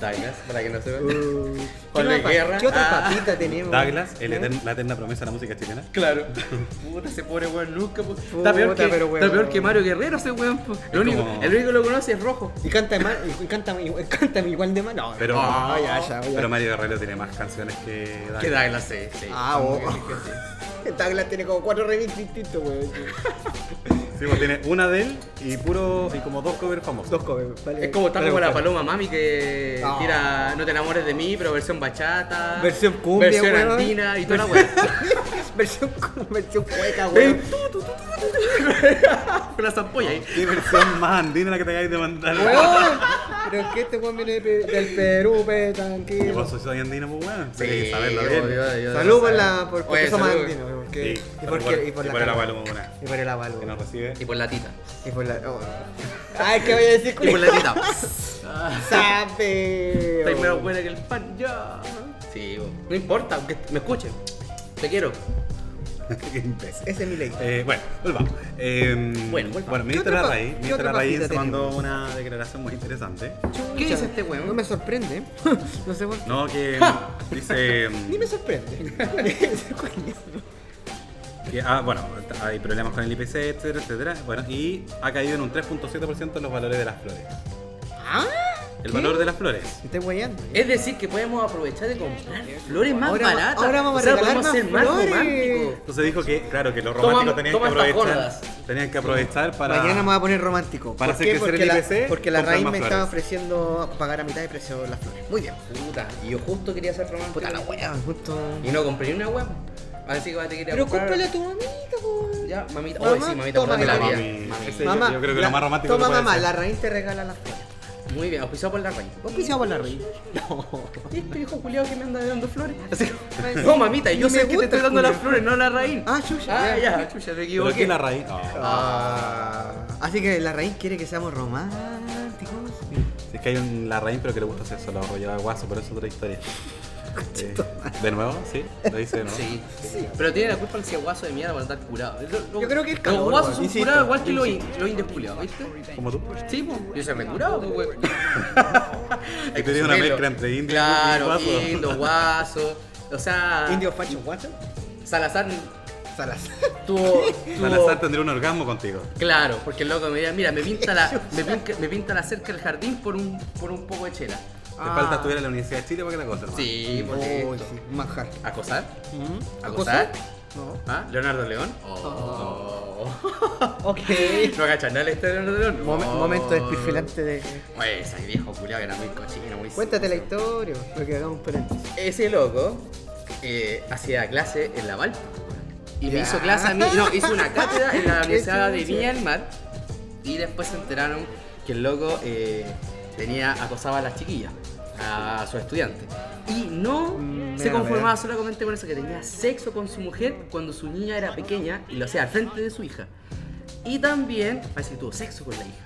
Speaker 2: Douglas, para que no se vea.
Speaker 1: Uh, ¿Qué,
Speaker 2: Mm, Con la
Speaker 1: otra-
Speaker 2: guerra.
Speaker 1: ¿Qué otra
Speaker 2: Ah.
Speaker 1: papita tenemos? ¿Eh?
Speaker 3: Douglas, el etern- la eterna promesa de la música chilena.
Speaker 2: Claro. Puta, ese pobre weón nunca. po-
Speaker 1: Puta,
Speaker 2: Está peor que,
Speaker 1: pero weón.
Speaker 2: está peor que Mario Guerrero, ese weón. po. El único,
Speaker 3: como-
Speaker 2: el único que lo conoce es rojo.
Speaker 1: Y canta, mal, y canta, y canta igual de mal. No,
Speaker 3: Pero-
Speaker 1: Ah, ya, ya, ya.
Speaker 3: Pero Mario Guerrero tiene más canciones que Douglas.
Speaker 2: Que Douglas, sí. sí.
Speaker 1: Ah, oh. Douglas tiene como cuatro remix distintos, weón.
Speaker 3: Sí, pues, tiene una de él y puro y como dos covers famosos.
Speaker 1: Dos covers, vale.
Speaker 2: Es como estar
Speaker 1: Vale,
Speaker 2: como la
Speaker 1: vale.
Speaker 2: paloma mami que
Speaker 1: Ah.
Speaker 2: tira No te enamores de mí, pero versión bachata.
Speaker 1: Versión cumbia,
Speaker 2: Versión
Speaker 1: weón.
Speaker 2: andina y toda la weón.
Speaker 1: Versión, versión cueca, weón.
Speaker 2: Con la zampolla ahí.
Speaker 3: Qué versión más andina la que te acabáis de mandar.
Speaker 1: Weón, Pero es que este weón viene de Pe- del Perú, pe,
Speaker 3: Y vos
Speaker 1: tranquilo.
Speaker 3: sos soy andino, pues bueno.
Speaker 2: Sí,
Speaker 3: saberlo
Speaker 2: obvio, obvio.
Speaker 3: bien.
Speaker 1: Salud por la. por- porque
Speaker 2: Oye,
Speaker 1: somos
Speaker 2: salud.
Speaker 1: andinos, porque-
Speaker 3: Sí,
Speaker 1: y porque- y por
Speaker 3: por el
Speaker 1: la
Speaker 3: agua
Speaker 1: cara.
Speaker 3: Luma,
Speaker 1: Y por el aval,
Speaker 3: que
Speaker 1: weón.
Speaker 3: nos recibe.
Speaker 2: Y por la tita. Y por la. oh,
Speaker 1: Ay, ¿qué voy a decir?
Speaker 2: y por la tita.
Speaker 1: Sabe.
Speaker 2: Estáis más buena que el pan. Ya. Sí, bo. no importa, aunque me escuchen. Te quiero.
Speaker 3: Qué imbécil.
Speaker 1: Ese es mi ley.
Speaker 3: Eh, bueno, volvamos. Eh,
Speaker 2: Bueno, volvamos.
Speaker 3: bueno,
Speaker 1: ¿Qué
Speaker 3: ministra
Speaker 1: otra pa-
Speaker 3: Larraín,
Speaker 1: qué
Speaker 3: ministra
Speaker 1: otra
Speaker 3: Larraín
Speaker 1: papita
Speaker 3: se mandó
Speaker 1: tenemos?
Speaker 3: una declaración muy interesante.
Speaker 2: ¿Qué
Speaker 1: Chucha,
Speaker 2: dice este weón?
Speaker 1: No me sorprende. no sé por qué.
Speaker 3: No, que dice
Speaker 1: Ni me sorprende.
Speaker 3: que ah, bueno, hay problemas con el IPC, etcétera, etcétera. Bueno, y ha caído en un 3.7% los valores de las flores.
Speaker 1: ¿Ah?
Speaker 3: El
Speaker 1: ¿Qué?
Speaker 3: valor de las flores.
Speaker 1: Me estoy guayando.
Speaker 2: Es decir, que podemos aprovechar de comprar flores más
Speaker 1: Ahora va-
Speaker 2: baratas.
Speaker 1: ahora vamos a
Speaker 2: o sea,
Speaker 1: regalar
Speaker 2: podemos
Speaker 1: más
Speaker 2: ser más
Speaker 1: flores.
Speaker 2: románticos.
Speaker 3: Entonces dijo que, claro, que los
Speaker 2: Toma-
Speaker 3: románticos tenían
Speaker 2: toma
Speaker 3: que
Speaker 2: estas
Speaker 3: aprovechar.
Speaker 2: gordas.
Speaker 3: Tenían que aprovechar para.
Speaker 1: Mañana me voy a poner romántico.
Speaker 3: Para
Speaker 1: ¿Por qué?
Speaker 3: hacer crecer
Speaker 1: porque
Speaker 3: el
Speaker 1: la,
Speaker 3: IPC,
Speaker 1: Porque la
Speaker 3: comprar
Speaker 1: raíz
Speaker 3: más
Speaker 1: me estaba
Speaker 3: flores.
Speaker 1: ofreciendo pagar a mitad de precio las flores. Muy bien.
Speaker 2: Puta, y yo justo quería ser romántico.
Speaker 1: Puta la wea, justo.
Speaker 2: Y no compré ni una web. Así que va a tener que ir
Speaker 1: Pero
Speaker 2: a comprar-
Speaker 1: cómprale a tu mamita, po.
Speaker 2: Ya, mamita.
Speaker 1: Mamá,
Speaker 2: Oye, sí, mamita,
Speaker 1: toma,
Speaker 2: comprame la
Speaker 1: mamá.
Speaker 2: vida.
Speaker 3: Mami.
Speaker 2: Mami.
Speaker 3: Ese- yo- yo creo que lo más romántico
Speaker 1: Toma
Speaker 3: que puede
Speaker 1: mamá,
Speaker 3: ser.
Speaker 1: la raíz te regala las flores.
Speaker 2: Muy bien, auspiciado por la raíz.
Speaker 1: ¿Vos pisabas por la raíz? No.
Speaker 2: Este hijo culiado que me anda dando flores. Así que-
Speaker 1: Ay, sí.
Speaker 2: no, mamita, yo
Speaker 1: Ni
Speaker 2: sé
Speaker 1: me
Speaker 2: que te
Speaker 1: gusta
Speaker 2: estoy
Speaker 1: el
Speaker 2: dando las
Speaker 1: culiao.
Speaker 2: flores, no la raíz.
Speaker 1: Ah, chucha.
Speaker 2: Ah, ya, chucha, me
Speaker 3: Pero aquí
Speaker 2: equivoqué.
Speaker 3: la raíz. no.
Speaker 1: Ah. Así que la raíz quiere que seamos románticos.
Speaker 3: Es que hay un Larraín, pero que le gusta hacer solo arrollado a guaso, pero es otra historia. Eh, ¿De nuevo? ¿Sí? ¿Lo dice de nuevo?
Speaker 2: Sí. Pero tiene la culpa el cieguazo de mierda por andar curado. Lo- lo-
Speaker 1: Yo creo que es
Speaker 2: Los
Speaker 1: calor,
Speaker 2: guasos
Speaker 1: weón.
Speaker 2: son
Speaker 1: Insisto,
Speaker 2: curados igual que los, in- los indios culiados, ¿viste?
Speaker 3: Como tú.
Speaker 2: Sí, pues. Yo soy recurado, pues, weón.
Speaker 3: Y te digo una mezcla entre indios
Speaker 2: Claro,
Speaker 3: y guasos.
Speaker 2: indios, guasos. O
Speaker 3: Ah.
Speaker 2: sea,
Speaker 1: Indio facho guacho.
Speaker 2: Salazar
Speaker 1: Salazar.
Speaker 2: tuvo.
Speaker 3: Salazar
Speaker 2: tuvo
Speaker 3: tendría un orgasmo contigo.
Speaker 2: claro, porque el loco me diría, mira, me pinta la, me pinca- me pinta la cerca del jardín por un, por un poco de chela.
Speaker 3: Te
Speaker 1: Ah.
Speaker 3: falta estudiar en la Universidad de Chile para que la cosa, hermano.
Speaker 2: Sí, por
Speaker 1: Oh,
Speaker 2: esto.
Speaker 1: sí, manjar.
Speaker 2: ¿Acosar?
Speaker 1: ¿Mm? ¿Acosar?
Speaker 2: ¿Acosar?
Speaker 1: No.
Speaker 2: ¿Ah? ¿Leonardo León? Oh.
Speaker 1: Ok.
Speaker 2: no agachan nada este Leonardo León.
Speaker 1: Mom-
Speaker 2: Oh.
Speaker 1: Momento despifilante de.
Speaker 2: Oye, ese viejo culiao que era muy cochino, muy
Speaker 1: Cuéntate la
Speaker 2: sucio.
Speaker 1: historia, lo que hagamos paréntesis.
Speaker 2: Ese loco eh, hacía clase en la Valpo. Y me
Speaker 1: Ya.
Speaker 2: hizo clase a mí, no, hizo una cátedra en la
Speaker 1: Qué
Speaker 2: Universidad de
Speaker 1: chucha.
Speaker 2: Viña del Mar. Y después se enteraron que el loco eh, tenía, acosaba a las chiquillas, a sus estudiantes. Y no
Speaker 1: Mm,
Speaker 2: se
Speaker 1: mira,
Speaker 2: conformaba
Speaker 1: mira.
Speaker 2: solamente con eso, que tenía sexo con su mujer cuando su niña era pequeña y lo hacía al frente de su hija. Y también parece que tuvo sexo con la hija.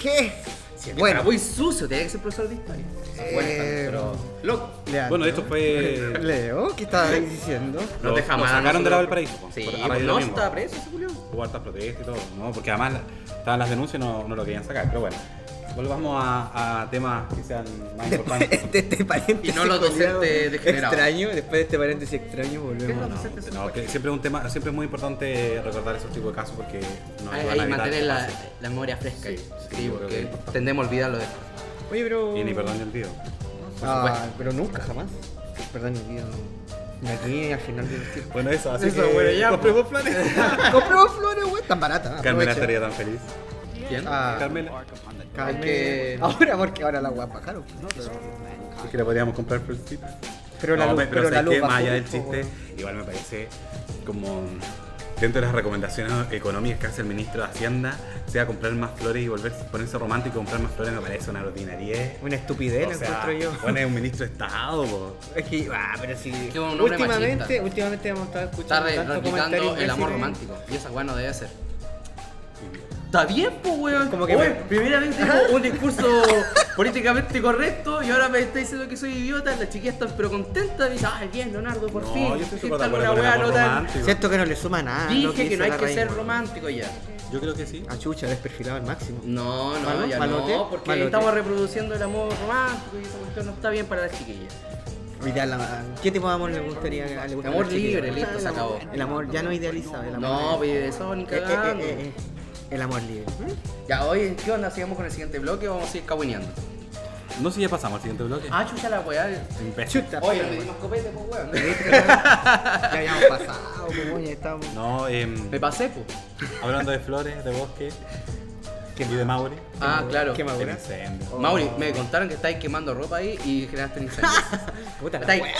Speaker 1: ¿Qué?
Speaker 2: Si el viejo
Speaker 1: Bueno.
Speaker 2: era muy sucio, tenía que ser profesor de historia. Bueno,
Speaker 1: Eh,
Speaker 2: pero loco.
Speaker 1: Leandro.
Speaker 3: Bueno, esto fue.
Speaker 1: Leo, ¿qué estabas diciendo?
Speaker 2: No
Speaker 3: Lo-
Speaker 2: te jamás.
Speaker 3: lo sacaron de la Valparaíso, po,
Speaker 2: Sí,
Speaker 3: por- a
Speaker 2: pues,
Speaker 3: raíz de lo
Speaker 2: no
Speaker 3: mismo.
Speaker 2: estaba preso ese culiao.
Speaker 3: Hubo hartas protestas y todo, ¿no? Porque además la- estaban las denuncias y no, no lo querían sacar. Pero bueno, volvamos a, a temas que sean más importantes.
Speaker 1: Después de este paréntesis.
Speaker 2: Y no los
Speaker 1: culiao
Speaker 2: docentes degenerados.
Speaker 1: Extraño, después de este paréntesis extraño
Speaker 2: ¿Qué es
Speaker 1: volvemos.
Speaker 2: lo-
Speaker 3: No, no, que siempre es un tema, siempre es muy importante recordar esos tipos de casos porque no
Speaker 2: Ahí, ahí mantener la, la memoria fresca.
Speaker 3: Sí,
Speaker 2: Sí,
Speaker 3: sí, yo creo que es
Speaker 2: porque
Speaker 3: importante.
Speaker 2: tendemos a olvidarlo después.
Speaker 1: Oye, pero.
Speaker 3: Y ni perdón ni olvido.
Speaker 1: Ah, pero nunca, jamás. Perdón, mi vida. De aquí al final de los tiempos.
Speaker 3: Bueno, eso, así
Speaker 1: Eso,
Speaker 3: que
Speaker 1: bueno, ya,
Speaker 3: compremos planes.
Speaker 1: Compró flores, güey, tan barata.
Speaker 3: Carmela
Speaker 1: aprovecha.
Speaker 3: estaría tan feliz.
Speaker 2: ¿Quién?
Speaker 1: Ah,
Speaker 3: Carmela.
Speaker 1: Carmela.
Speaker 2: que-
Speaker 1: Ahora, porque ahora la guapa, claro.
Speaker 3: Es que le podríamos comprar florecitas.
Speaker 1: Pero la
Speaker 3: No,
Speaker 1: luz,
Speaker 3: me-
Speaker 1: pero, la
Speaker 3: ¿sabes
Speaker 1: luz
Speaker 3: qué?
Speaker 1: bajó
Speaker 3: más allá
Speaker 1: un
Speaker 3: del
Speaker 1: poco,
Speaker 3: chiste, igual me parece como dentro de las recomendaciones económicas que hace el ministro de Hacienda, sea comprar más flores y volver, ponerse romántico y comprar más flores me parece una ordinaria.
Speaker 1: güey. Una estupidez, la encuentro yo.
Speaker 3: bueno, es un ministro de Estado, po.
Speaker 1: Es que, ah, pero sí.
Speaker 2: Que un hombre
Speaker 1: Últimamente,
Speaker 2: machista.
Speaker 1: últimamente hemos estado
Speaker 2: Está
Speaker 1: escuchando
Speaker 2: re-
Speaker 1: tanto
Speaker 2: replicando
Speaker 1: comentario
Speaker 2: el amor
Speaker 1: imbécil.
Speaker 2: romántico. Y esa weá no debe ser. Está bien, pues, weón.
Speaker 1: Como que
Speaker 2: Oye,
Speaker 1: me-
Speaker 2: primeramente dijo un discurso políticamente correcto y ahora me está diciendo que soy idiota. Las chiquillas están pero contentas. Y dice, ay, bien, Leonardo, por
Speaker 3: No,
Speaker 2: fin.
Speaker 3: yo estoy
Speaker 2: dijiste
Speaker 3: súper de acuerdo
Speaker 2: alguna
Speaker 3: con el
Speaker 2: weá
Speaker 3: amor
Speaker 2: no tan-
Speaker 3: romántico.
Speaker 1: Siento que no le suma nada. lo
Speaker 2: Dije que
Speaker 1: hizo
Speaker 2: no hay
Speaker 1: la
Speaker 2: que
Speaker 1: Raíz,
Speaker 2: ser
Speaker 1: güey.
Speaker 2: romántico ya.
Speaker 3: Yo creo que sí.
Speaker 1: Ah, chucha, desperfilado al máximo.
Speaker 2: No, no,
Speaker 1: ¿Malo?
Speaker 2: ya
Speaker 1: ¿Malote?
Speaker 2: no, porque
Speaker 1: ¿Malote?
Speaker 2: estamos reproduciendo el amor romántico y esa cuestión no está bien para las chiquillas.
Speaker 1: Ideal, la- ¿Qué tipo de amor le gustaría? Le gusta
Speaker 2: Amor
Speaker 1: a los chiquillos?
Speaker 2: libre, listo, se acabó.
Speaker 1: El amor ya no idealizado. El amor
Speaker 2: No, pues,
Speaker 1: libre.
Speaker 2: pide eso ni
Speaker 1: Eh, eh,
Speaker 2: cagando.
Speaker 1: eh, eh, eh. El amor libre.
Speaker 2: Ya, oye, ¿qué onda? ¿Sigamos con el siguiente bloque o vamos a seguir cabineando?
Speaker 3: No sé si ya pasamos al siguiente bloque.
Speaker 2: Ah, chucha la weá.
Speaker 3: Imbécil.
Speaker 1: Chuta,
Speaker 2: Oye,
Speaker 1: pero,
Speaker 2: no pedimos copete, pues weón.
Speaker 1: ¿viste, weón? Ya habíamos pasado, pues, weón, ya estábamos.
Speaker 3: No, em,
Speaker 2: Me pasé, pues.
Speaker 3: hablando de flores, de bosque y de Mauri.
Speaker 2: Ah, claro.
Speaker 1: Qué
Speaker 3: el
Speaker 1: madura.
Speaker 3: incendio.
Speaker 2: Mauri, me contaron que estáis quemando ropa ahí y generaste un incendio. eh,
Speaker 1: Puta la
Speaker 2: estáis,
Speaker 1: wea.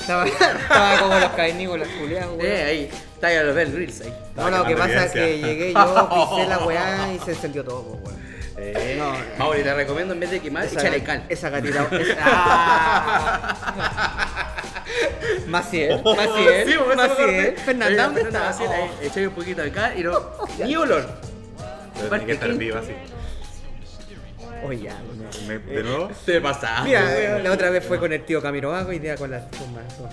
Speaker 1: Estaba, estaba como los carnívoros culiados, weón.
Speaker 2: eh, ahí. Estáis a los Bell Reels ahí.
Speaker 1: No, lo que
Speaker 3: Estaba
Speaker 1: pasa es
Speaker 3: quemando
Speaker 1: que
Speaker 3: evidencia.
Speaker 1: llegué yo, pisé la weá y se encendió todo, pues, weón.
Speaker 3: Eh,
Speaker 1: No,
Speaker 2: Mauri, te recomiendo en vez de quemar, Ah, échale
Speaker 1: ga-
Speaker 2: cal.
Speaker 1: Esa gatita. esa- ¡Ah! Maciel, Maciel,
Speaker 2: Sí, bueno, eso me acordé.
Speaker 1: Maciel. Fernanda, oh.
Speaker 2: Oiga,
Speaker 1: ¿dónde está?
Speaker 2: Fernanda, Maciel, ahí, Echale un poquito de cal y no. Ni olor.
Speaker 3: Pero tiene que estar viva así.
Speaker 1: Oye,
Speaker 3: Me- ¿De nuevo?
Speaker 2: Te pasa.
Speaker 1: Mira, eh, la otra vez fue con el tío Camilo Vago, hoy día con, la, con, ma- con-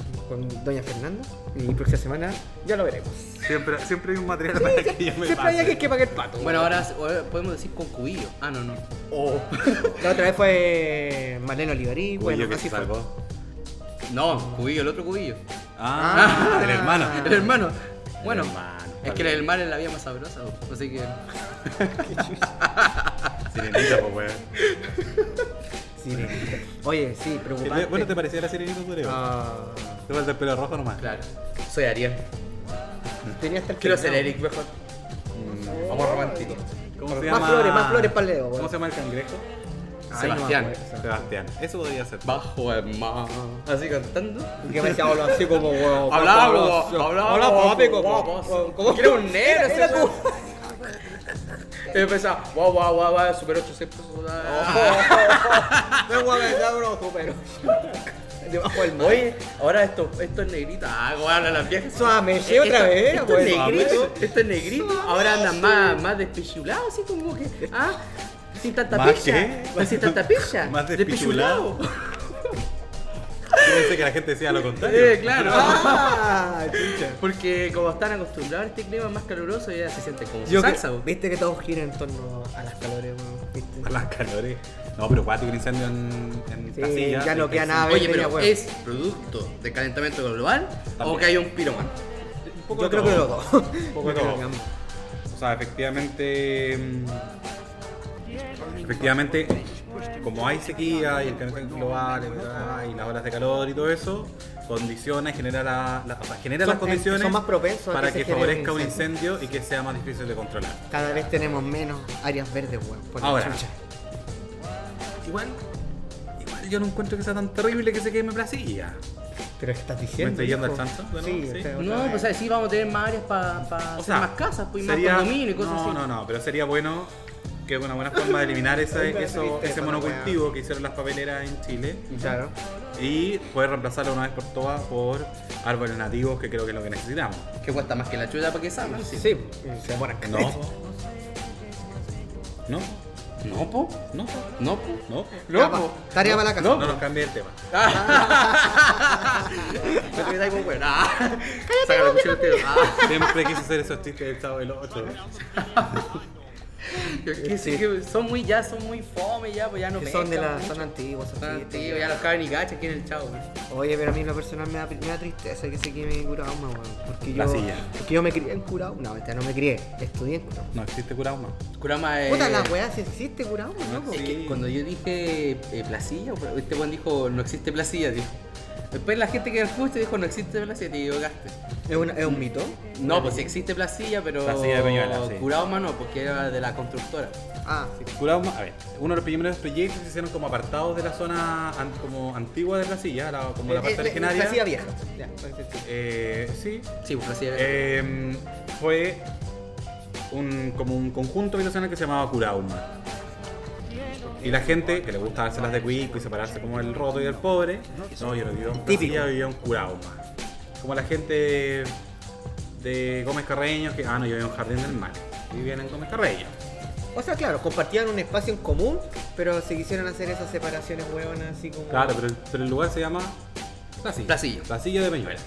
Speaker 1: con doña Fernanda. Y próxima semana ya lo veremos.
Speaker 3: Siempre, siempre hay un material para que yo me
Speaker 1: Siempre hay
Speaker 3: pase.
Speaker 1: alguien que pague el pato.
Speaker 2: Bueno, ahora ahora podemos decir con cubillo. Ah, no, no.
Speaker 3: Oh.
Speaker 1: La otra vez fue Marlene Olivarí, bueno,
Speaker 3: Oye, que
Speaker 1: así
Speaker 3: se
Speaker 1: fue.
Speaker 3: salvó.
Speaker 2: No, cubillo, el otro cubillo.
Speaker 3: Ah,
Speaker 1: Ah.
Speaker 3: el hermano.
Speaker 2: El hermano. Bueno,
Speaker 3: hermano, está
Speaker 2: es que
Speaker 3: bien.
Speaker 2: el hermano es la vida más sabrosa, po. así que.
Speaker 3: Sirenita, pues, weón.
Speaker 1: Sí. Oye, sí,
Speaker 3: ¿Qué
Speaker 1: preocupante.
Speaker 3: te- Bueno, ¿te parecía la sirenita tu Te
Speaker 1: Ah,
Speaker 3: falta el pelo rojo nomás.
Speaker 2: Claro. Soy Ariel.
Speaker 1: tenía hasta el
Speaker 2: Quiero ser
Speaker 1: peinado.
Speaker 2: Eric mejor. Vamos romántico.
Speaker 3: ¿Cómo
Speaker 1: Más
Speaker 3: se llama?
Speaker 1: flores, más flores para Leo.
Speaker 3: ¿Cómo
Speaker 1: bueno.
Speaker 3: se llama el cangrejo?
Speaker 1: Ay, no me
Speaker 2: Sebastián.
Speaker 1: acuerdo, Sebastián.
Speaker 3: Sebastián. Eso podría ser.
Speaker 2: Bajo el mar. Así cantando.
Speaker 1: Que me decía, hablo así como huevo.
Speaker 2: Hablamos,
Speaker 1: Habla,
Speaker 2: hablamos,
Speaker 1: papi,
Speaker 2: papi,
Speaker 1: como.
Speaker 2: como.
Speaker 1: como-
Speaker 2: Quiero un negro,
Speaker 1: Era- era
Speaker 2: ese
Speaker 1: como-
Speaker 2: Y empezaba, guau, guau, guau, guau, super 800.
Speaker 1: Me voy a besar, bro, tú, pero. Debajo del móvil.
Speaker 2: Oye, ahora esto, esto es negrita. Ah, guau, ahora las viejas.
Speaker 1: Suame, sí, otra vez.
Speaker 2: Esto
Speaker 1: pues.
Speaker 2: es negrito, esto es negrito. Ahora andan más, más despichulados, así como que. Ah, sin tanta
Speaker 3: ¿Más
Speaker 2: pilla.
Speaker 3: qué?
Speaker 2: Sin tanta pilla.
Speaker 3: Más
Speaker 2: Despichulado.
Speaker 3: Yo pensé que la gente decía lo contrario.
Speaker 2: Eh, claro.
Speaker 1: Ah, chucha.
Speaker 2: Porque como están acostumbrados a este clima más caluroso, ya se sienten como
Speaker 1: Yo
Speaker 2: su salsa. bo.
Speaker 1: Viste que todo gira en torno a las calores, weón. ¿Viste?
Speaker 3: A Las calores. No, pero cuático un incendio en, en
Speaker 1: Sí,
Speaker 3: Casilla,
Speaker 1: ya no queda
Speaker 3: en-
Speaker 1: nada.
Speaker 2: Oye,
Speaker 1: venía,
Speaker 2: pero
Speaker 1: weón.
Speaker 2: ¿es producto de calentamiento global o
Speaker 3: También.
Speaker 2: que hay un piromano?
Speaker 3: Un poco
Speaker 1: Yo
Speaker 3: de
Speaker 1: creo que
Speaker 3: todo.
Speaker 1: los dos. Yo
Speaker 3: poco de
Speaker 1: creo
Speaker 3: todo.
Speaker 1: que ambos.
Speaker 3: O sea, efectivamente. mm, Efectivamente, como hay sequía y el calentamiento global ¿verdad? y las olas de calor y todo eso, condiciona y genera, la, la- o sea, genera
Speaker 1: Son-
Speaker 3: las condiciones
Speaker 1: son más propensos a
Speaker 3: para
Speaker 1: que se
Speaker 3: que,
Speaker 1: genere
Speaker 3: favorezca
Speaker 1: un
Speaker 3: un
Speaker 1: incendio.
Speaker 3: incendio y que sea más difícil de controlar.
Speaker 1: Cada vez tenemos menos áreas verdes, weón. por la
Speaker 3: Ahora.
Speaker 1: chucha.
Speaker 3: Igual, igual yo no encuentro que sea tan terrible que se queme Placilla.
Speaker 1: Pero ¿qué estás diciendo?
Speaker 3: estoy yendo
Speaker 1: hijo?
Speaker 3: al chancho de
Speaker 1: Sí,
Speaker 3: nuevo? Sí.
Speaker 1: o sea, otra
Speaker 2: No,
Speaker 1: vez.
Speaker 2: pues sí vamos a tener más áreas para hacer más casas, pues, y más
Speaker 3: sería-
Speaker 2: condominio y cosas
Speaker 3: no,
Speaker 2: así.
Speaker 3: No, no, pero sería bueno que una buena forma de eliminar esa-
Speaker 1: Ay, me
Speaker 3: eso-
Speaker 1: triste,
Speaker 3: ese
Speaker 1: bueno,
Speaker 3: monocultivo que hicieron las papeleras en Chile
Speaker 1: Claro.
Speaker 3: y poder reemplazarlo una vez por todas por árboles nativos, que creo que es lo que necesitamos.
Speaker 2: Que cuesta más que la chuda para que salgan.
Speaker 1: Sí,
Speaker 2: sí.
Speaker 1: se mueran
Speaker 3: No.
Speaker 1: caleta.
Speaker 3: No. No, po. No, po.
Speaker 2: No, pues.
Speaker 3: No.
Speaker 1: Ya, pa- Tarea para la casa.
Speaker 3: No, no nos cambie el tema.
Speaker 2: Me te ahí con weón. Ah. Saca la cuchilla del tío. Ah.
Speaker 3: Siempre quise hacer esos chistes del chavo del 8.
Speaker 2: Que sí, que Son muy, ya son muy fome, ya, pues ya no
Speaker 1: Que son de
Speaker 2: pescan
Speaker 1: la
Speaker 2: mucho.
Speaker 1: son antiguas, son
Speaker 2: Ah,
Speaker 1: antiguas.
Speaker 2: tío, ya los caben ni gachas aquí en el chavo. weón.
Speaker 1: Oye, pero a mí en lo personal me da, me da tristeza que se queme Curauma, weón. Porque
Speaker 3: La
Speaker 1: yo,
Speaker 3: silla.
Speaker 1: porque yo me crié en Curauma. No, mentira, no me crié, estudié en Curauma.
Speaker 3: No existe Curauma.
Speaker 2: Kurama eh, es.
Speaker 1: Puta la weá, si existe Curauma, loco.
Speaker 2: Es que cuando yo dije eh, Placilla, este buen dijo no existe Placilla, tío. Después la gente que escucha dijo no existe Placilla, te equivocaste.
Speaker 1: ¿Es, una- es un mito.
Speaker 2: No, pues sí existe Placilla, pero
Speaker 3: Placilla de Peñuela, sí.
Speaker 2: curado mano, porque era de la constructora.
Speaker 1: Ah, sí.
Speaker 3: Curauma, a ver, uno de los primeros proyectos que se hicieron como apartados de la zona an- como antigua de Placilla, la- como la
Speaker 1: Eh,
Speaker 3: parte
Speaker 1: eh,
Speaker 3: originaria.
Speaker 1: Placilla vieja. Ya, perfecto.
Speaker 3: Eh, sí.
Speaker 2: Sí, pues Placilla era.
Speaker 3: Eh, fue un, como un conjunto habitacional que se llamaba Curauma. Y la gente que le gusta darse las de cuico y separarse como el roto y el pobre, no, yo no vivía en Placilla, vivía en Curauma. Como la gente de Gómez Carreño, que, ah, no, yo vivía en Jardín del Mar, vivían en Gómez Carreño.
Speaker 1: O sea, claro, compartían un espacio en común, pero se quisieron hacer esas separaciones huevonas así como.
Speaker 3: Claro, pero, el- pero el lugar se llama Placilla.
Speaker 2: Placilla.
Speaker 3: Placilla de Peñuelas.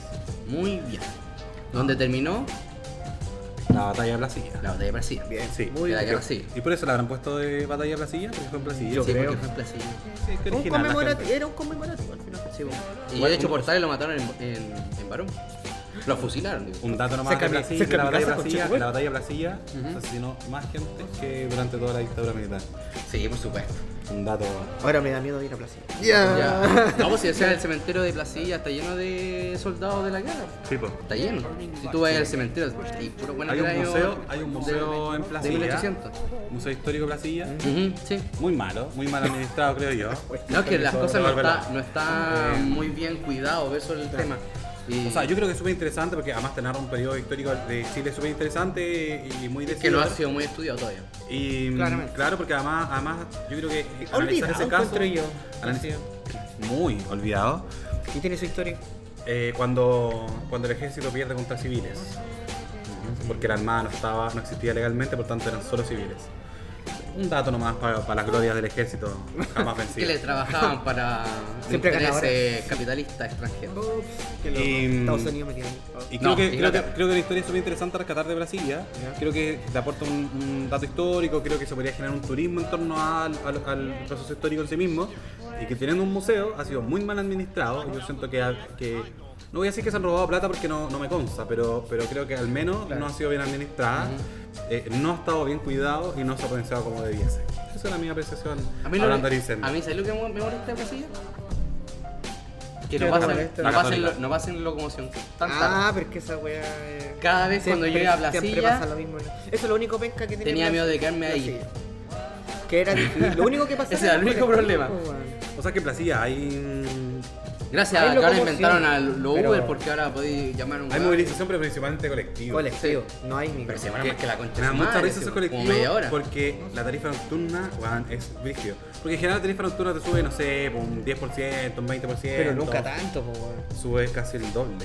Speaker 2: Muy bien. ¿Dónde terminó?
Speaker 3: La batalla de Placilla.
Speaker 2: La batalla de Placilla.
Speaker 1: Bien,
Speaker 3: Sí.
Speaker 1: muy
Speaker 2: de la
Speaker 1: bien.
Speaker 2: guerra civil.
Speaker 3: ¿Y por eso la habrán puesto de batalla de Placilla? Porque fue en Placilla.
Speaker 1: Yo
Speaker 2: sí,
Speaker 1: creo.
Speaker 2: porque fue en Placilla.
Speaker 3: Sí, qué
Speaker 1: Un
Speaker 3: original la
Speaker 1: conmemorativo,
Speaker 3: gente.
Speaker 1: era un conmemorativo al final.
Speaker 2: Sí, bueno. Y
Speaker 3: Igual
Speaker 2: de hecho
Speaker 3: un-
Speaker 2: Portales lo mataron en, en, en Barón. Lo fusilaron, digo.
Speaker 3: Un dato nomás
Speaker 1: Cerca
Speaker 3: de
Speaker 1: de mi-
Speaker 3: Placilla,
Speaker 1: cerca de
Speaker 3: la
Speaker 1: mi
Speaker 3: batalla de
Speaker 1: casa,
Speaker 3: Placilla,
Speaker 1: conchetumare.
Speaker 3: la batalla de Placilla
Speaker 2: Ujú.
Speaker 3: asesinó más gente que durante toda la dictadura militar.
Speaker 2: Sí, por supuesto.
Speaker 3: Un dato.
Speaker 1: Ahora me da miedo ir a Placilla.
Speaker 3: Ah.
Speaker 2: Ya. No, pues si o sea, el cementerio de Placilla está lleno de soldados de la guerra.
Speaker 3: Tipo.
Speaker 2: Está lleno. Si tú vas al cementerio, y puro bueno
Speaker 3: Hay
Speaker 2: que
Speaker 3: un
Speaker 2: era yo-
Speaker 3: museo, hay un
Speaker 2: de-
Speaker 3: museo en
Speaker 2: De
Speaker 3: Placilla.
Speaker 2: 1800.
Speaker 3: Museo histórico de Placilla.
Speaker 2: Ujú, sí.
Speaker 3: Muy malo, muy mal administrado creo yo.
Speaker 2: No, es que las
Speaker 3: Sobre
Speaker 2: cosas no
Speaker 3: Valverde.
Speaker 2: están no está muy bien cuidado, eso es el tema. Y
Speaker 3: O sea, yo creo que es súper interesante porque además te narra un periodo histórico de Chile súper interesante y muy
Speaker 2: que no
Speaker 3: decidor.
Speaker 2: ha sido muy estudiado todavía.
Speaker 3: Y mm,
Speaker 1: Claramente.
Speaker 3: claro, porque además, además yo creo que analizar
Speaker 1: Olvidado
Speaker 3: ese caso
Speaker 1: encuentro yo.
Speaker 3: analiz- muy olvidado
Speaker 1: Y tiene su historia.
Speaker 3: eh, cuando, cuando el ejército pierde contra civiles. porque la armada no, estaba, no existía legalmente, por tanto eran solo civiles. Un dato nomás para, para las glorias del ejército jamás
Speaker 2: Que le
Speaker 3: vencido.
Speaker 2: trabajaban para
Speaker 1: Siempre
Speaker 2: intereses
Speaker 1: ganadores.
Speaker 2: capitalistas extranjeros.
Speaker 1: Ups, qué loco.
Speaker 3: Y-
Speaker 1: Estados Unidos me tiene ahí.
Speaker 3: Y creo,
Speaker 2: No,
Speaker 3: que, creo, que,
Speaker 2: Inglaterra.
Speaker 3: creo que la historia es súper interesante a rescatar de Brasilia.
Speaker 1: Ya.
Speaker 3: Creo que te aporta un, un dato histórico, creo que se podría generar un turismo en torno al, al- al proceso histórico en sí mismo. Y que teniendo un museo ha sido muy mal administrado. Yo siento que, que- no voy a decir que se han robado plata porque no, no me consta, pero, pero creo que al menos no ha sido bien administrada, eh, no ha estado bien cuidado y no se ha pensado como debiese. Esa es la mi apreciación
Speaker 2: A mí, lo,
Speaker 3: hablando del
Speaker 2: que-
Speaker 3: incendio.
Speaker 2: a mí ¿sabes lo que me molesta de Brasil? Que no
Speaker 1: ¿Qué te
Speaker 2: pasen,
Speaker 1: molesta?
Speaker 2: no
Speaker 3: La
Speaker 2: pasen,
Speaker 3: católica.
Speaker 2: lo- no pasen locomoción tan tarde.
Speaker 1: Ah, pero es que esa weá. eh,
Speaker 2: Cada vez cuando
Speaker 1: siempre-
Speaker 2: llega a
Speaker 1: Siempre
Speaker 2: Placilla,
Speaker 1: pasa lo mismo. Eso es lo único penca que tenía.
Speaker 2: Tenía
Speaker 1: Plaza-
Speaker 2: miedo de quedarme ahí.
Speaker 1: Placilla. Que era difícil. Lo único que pasaba.
Speaker 2: Ese era el único problema.
Speaker 3: O sea que en Placilla hay,
Speaker 2: Gracias
Speaker 1: Hay
Speaker 2: a que ahora
Speaker 1: locomoción,
Speaker 2: inventaron a lo
Speaker 1: pero-
Speaker 2: Uber porque ahora podéis llamar a un
Speaker 3: hay
Speaker 2: Uber.
Speaker 3: movilización, pero principalmente colectiva.
Speaker 1: Colectivo. No hay micro.
Speaker 2: Pero se demoran más que la concha. de
Speaker 3: Me da
Speaker 2: su
Speaker 3: mucha
Speaker 2: madre,
Speaker 3: risa
Speaker 2: sí,
Speaker 3: ese
Speaker 2: Como
Speaker 3: colectivo
Speaker 2: media hora.
Speaker 3: porque la tarifa nocturna weón, es brígido. Porque en general la tarifa nocturna te sube, no sé, por un 10%, un 20%.
Speaker 1: Pero nunca tanto, po, weón.
Speaker 3: Sube casi el doble.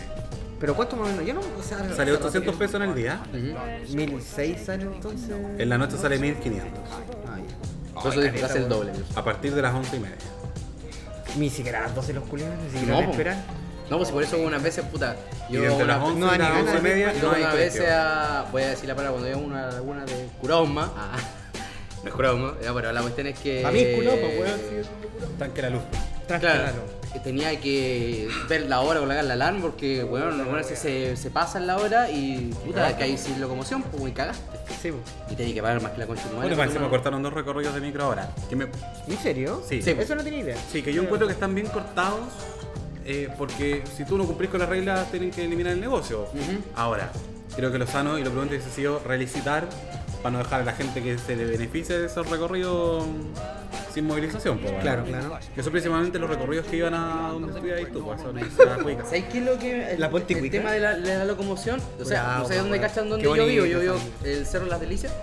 Speaker 1: Pero cuánto más o menos. Yo no. O sea,
Speaker 3: Sale 800 pesos en el día,
Speaker 2: Ujú.
Speaker 1: ¿1600 sale entonces?
Speaker 3: en la noche sale 1500.
Speaker 1: Ah, ya.
Speaker 2: Por eso
Speaker 1: Ay,
Speaker 2: disfrazé
Speaker 1: caleta,
Speaker 2: el doble.
Speaker 3: A partir de las 11 y media.
Speaker 1: Ni siquiera a las 12 los culiados, ni siquiera
Speaker 2: No,
Speaker 1: van a
Speaker 2: po.
Speaker 1: esperar.
Speaker 2: No, pues por eso unas veces, puta.
Speaker 3: y
Speaker 2: Yo
Speaker 3: entre las
Speaker 2: una,
Speaker 3: 11
Speaker 1: no
Speaker 3: y
Speaker 1: hay
Speaker 3: las
Speaker 1: ni
Speaker 3: 11 y
Speaker 1: ganas de-
Speaker 3: media
Speaker 2: yo
Speaker 3: no hay
Speaker 2: una vez
Speaker 3: colectivo.
Speaker 2: a. Voy a decir la palabra cuando yo una laguna de Curauma. Ah, no es Curauma, ya, pero la cuestión es que.
Speaker 1: A mí es
Speaker 2: eh,
Speaker 1: culo, po,
Speaker 3: pues,
Speaker 1: weón. sí.
Speaker 3: Tanque la luz.
Speaker 1: Trastornalo.
Speaker 2: Claro, que tenía que ver la hora o la la alarma porque, weón, bueno, se, se, se pasan la hora y puta, que hay sin locomoción, pues me cagaste.
Speaker 1: Sí, po.
Speaker 2: Y tenía que pagar más que la concha de tu madre, porque
Speaker 3: Bueno, parece que me
Speaker 2: no-
Speaker 3: cortaron dos recorridos de micro ahora. Que me-
Speaker 1: ¿En serio?
Speaker 3: Sí.
Speaker 2: Sí, po.
Speaker 1: Eso no tenía idea.
Speaker 3: Sí, que yo encuentro que están bien cortados eh, porque si tú no cumplís con las reglas tienen que eliminar el negocio.
Speaker 2: Ujú.
Speaker 3: Ahora, creo que lo sano y lo prudente hubiese sido relicitar para no dejar a la gente que se le beneficie de esos recorridos sin movilización. pues, bueno.
Speaker 1: Claro, claro.
Speaker 3: Que son principalmente los recorridos que iban a donde estudiabas tú, pues, a la Universidad Cuica.
Speaker 2: ¿Sabes qué es lo que.? El,
Speaker 1: La Ponte
Speaker 2: el
Speaker 1: Cuica.
Speaker 2: tema de la, de la locomoción. O sea,
Speaker 1: Cuidado,
Speaker 2: no sé dónde
Speaker 1: weón.
Speaker 2: cachan dónde
Speaker 1: Qué
Speaker 2: yo vivo.
Speaker 1: bonito,
Speaker 2: Yo vivo
Speaker 1: Sandy.
Speaker 2: el Cerro Las Delicias.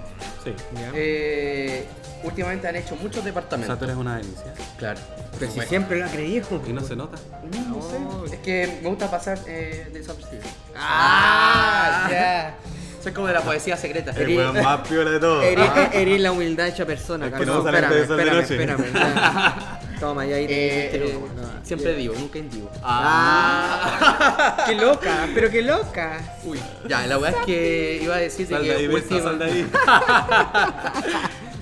Speaker 3: Sí.
Speaker 1: Ya.
Speaker 2: Eh, últimamente han hecho muchos
Speaker 3: O sea, tú
Speaker 2: departamentos.
Speaker 3: eres una delicia.
Speaker 2: Claro.
Speaker 1: Pero si
Speaker 2: Bueno.
Speaker 1: siempre lo ha creído.
Speaker 3: Y no se nota.
Speaker 2: Mm, No
Speaker 1: Oh.
Speaker 2: sé. Es que me gusta pasar eh, desapercibido.
Speaker 1: Ah, ya.
Speaker 2: Soy como de la poesía secreta.
Speaker 3: El weón más piola de todo.
Speaker 1: Herir, herir la humildad hecha persona,
Speaker 3: Es que
Speaker 1: Carlos.
Speaker 3: no salen de esas de
Speaker 1: espérame,
Speaker 3: noche.
Speaker 1: espérame, ya. Toma, ya ahí
Speaker 2: Eh,
Speaker 1: te- te-
Speaker 2: eh,
Speaker 1: no. Ah.
Speaker 2: siempre digo, nunca indigo.
Speaker 1: Qué loca, pero qué loca.
Speaker 2: Uy, ya, la verdad es que iba a decir de
Speaker 3: Sal de
Speaker 2: que
Speaker 3: ahí, Berta,
Speaker 2: última-
Speaker 3: sal de ahí.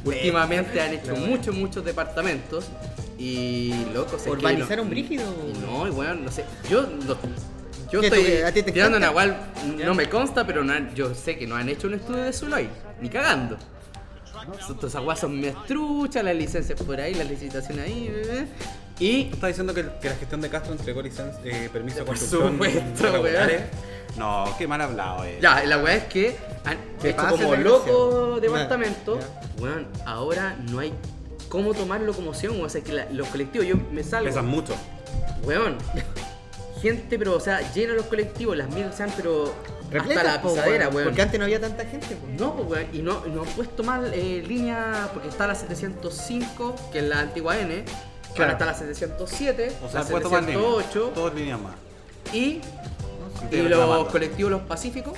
Speaker 2: últimamente han hecho muchos, muchos departamentos y loco, se
Speaker 1: Urbanizaron brígido.
Speaker 2: No, y bueno, no sé. Yo, no- yo
Speaker 1: ¿Qué,
Speaker 2: estoy
Speaker 1: tú, a ti te
Speaker 2: tirando
Speaker 1: encanta?
Speaker 2: una igual, no me consta, pero no han- yo sé que no han hecho un estudio de Zuloy, ni cagando. Estos aguas son me truchas, las licencias por ahí, las licitaciones ahí, eh, y
Speaker 3: ¿Tú estás diciendo que, que la gestión de Castro entregó licencia, eh, permiso de
Speaker 2: Por
Speaker 3: construcción?
Speaker 2: supuesto,
Speaker 3: para
Speaker 2: weón.
Speaker 3: populares? No, qué mal hablado, eh.
Speaker 2: Ya, la weá es que han
Speaker 1: Que
Speaker 2: hecho
Speaker 1: pase
Speaker 2: como
Speaker 1: la
Speaker 2: loco
Speaker 1: ilusión.
Speaker 2: departamento.
Speaker 1: Ya, ya.
Speaker 2: Weón, ahora no hay cómo tomar locomoción. O sea, que la- los colectivos, yo me salgo.
Speaker 3: Pesan mucho.
Speaker 2: Weón. Gente, pero, o sea, llena los colectivos, las mil sean, pero.
Speaker 1: Repletas,
Speaker 2: hasta la
Speaker 1: po,
Speaker 2: pisadera,
Speaker 1: weón,
Speaker 2: weón.
Speaker 1: Porque antes no había tanta gente. po.
Speaker 2: No, pues, weón, y no, no han puesto mal eh, línea, porque está la 705, que es la antigua N,
Speaker 1: Claro.
Speaker 2: ahora está la 707,
Speaker 3: O sea,
Speaker 2: la
Speaker 3: puede tomar línea.
Speaker 2: 708,
Speaker 3: Todos líneas más.
Speaker 2: y
Speaker 3: Estoy
Speaker 2: y los
Speaker 3: reclamando.
Speaker 2: colectivos Los Pacíficos.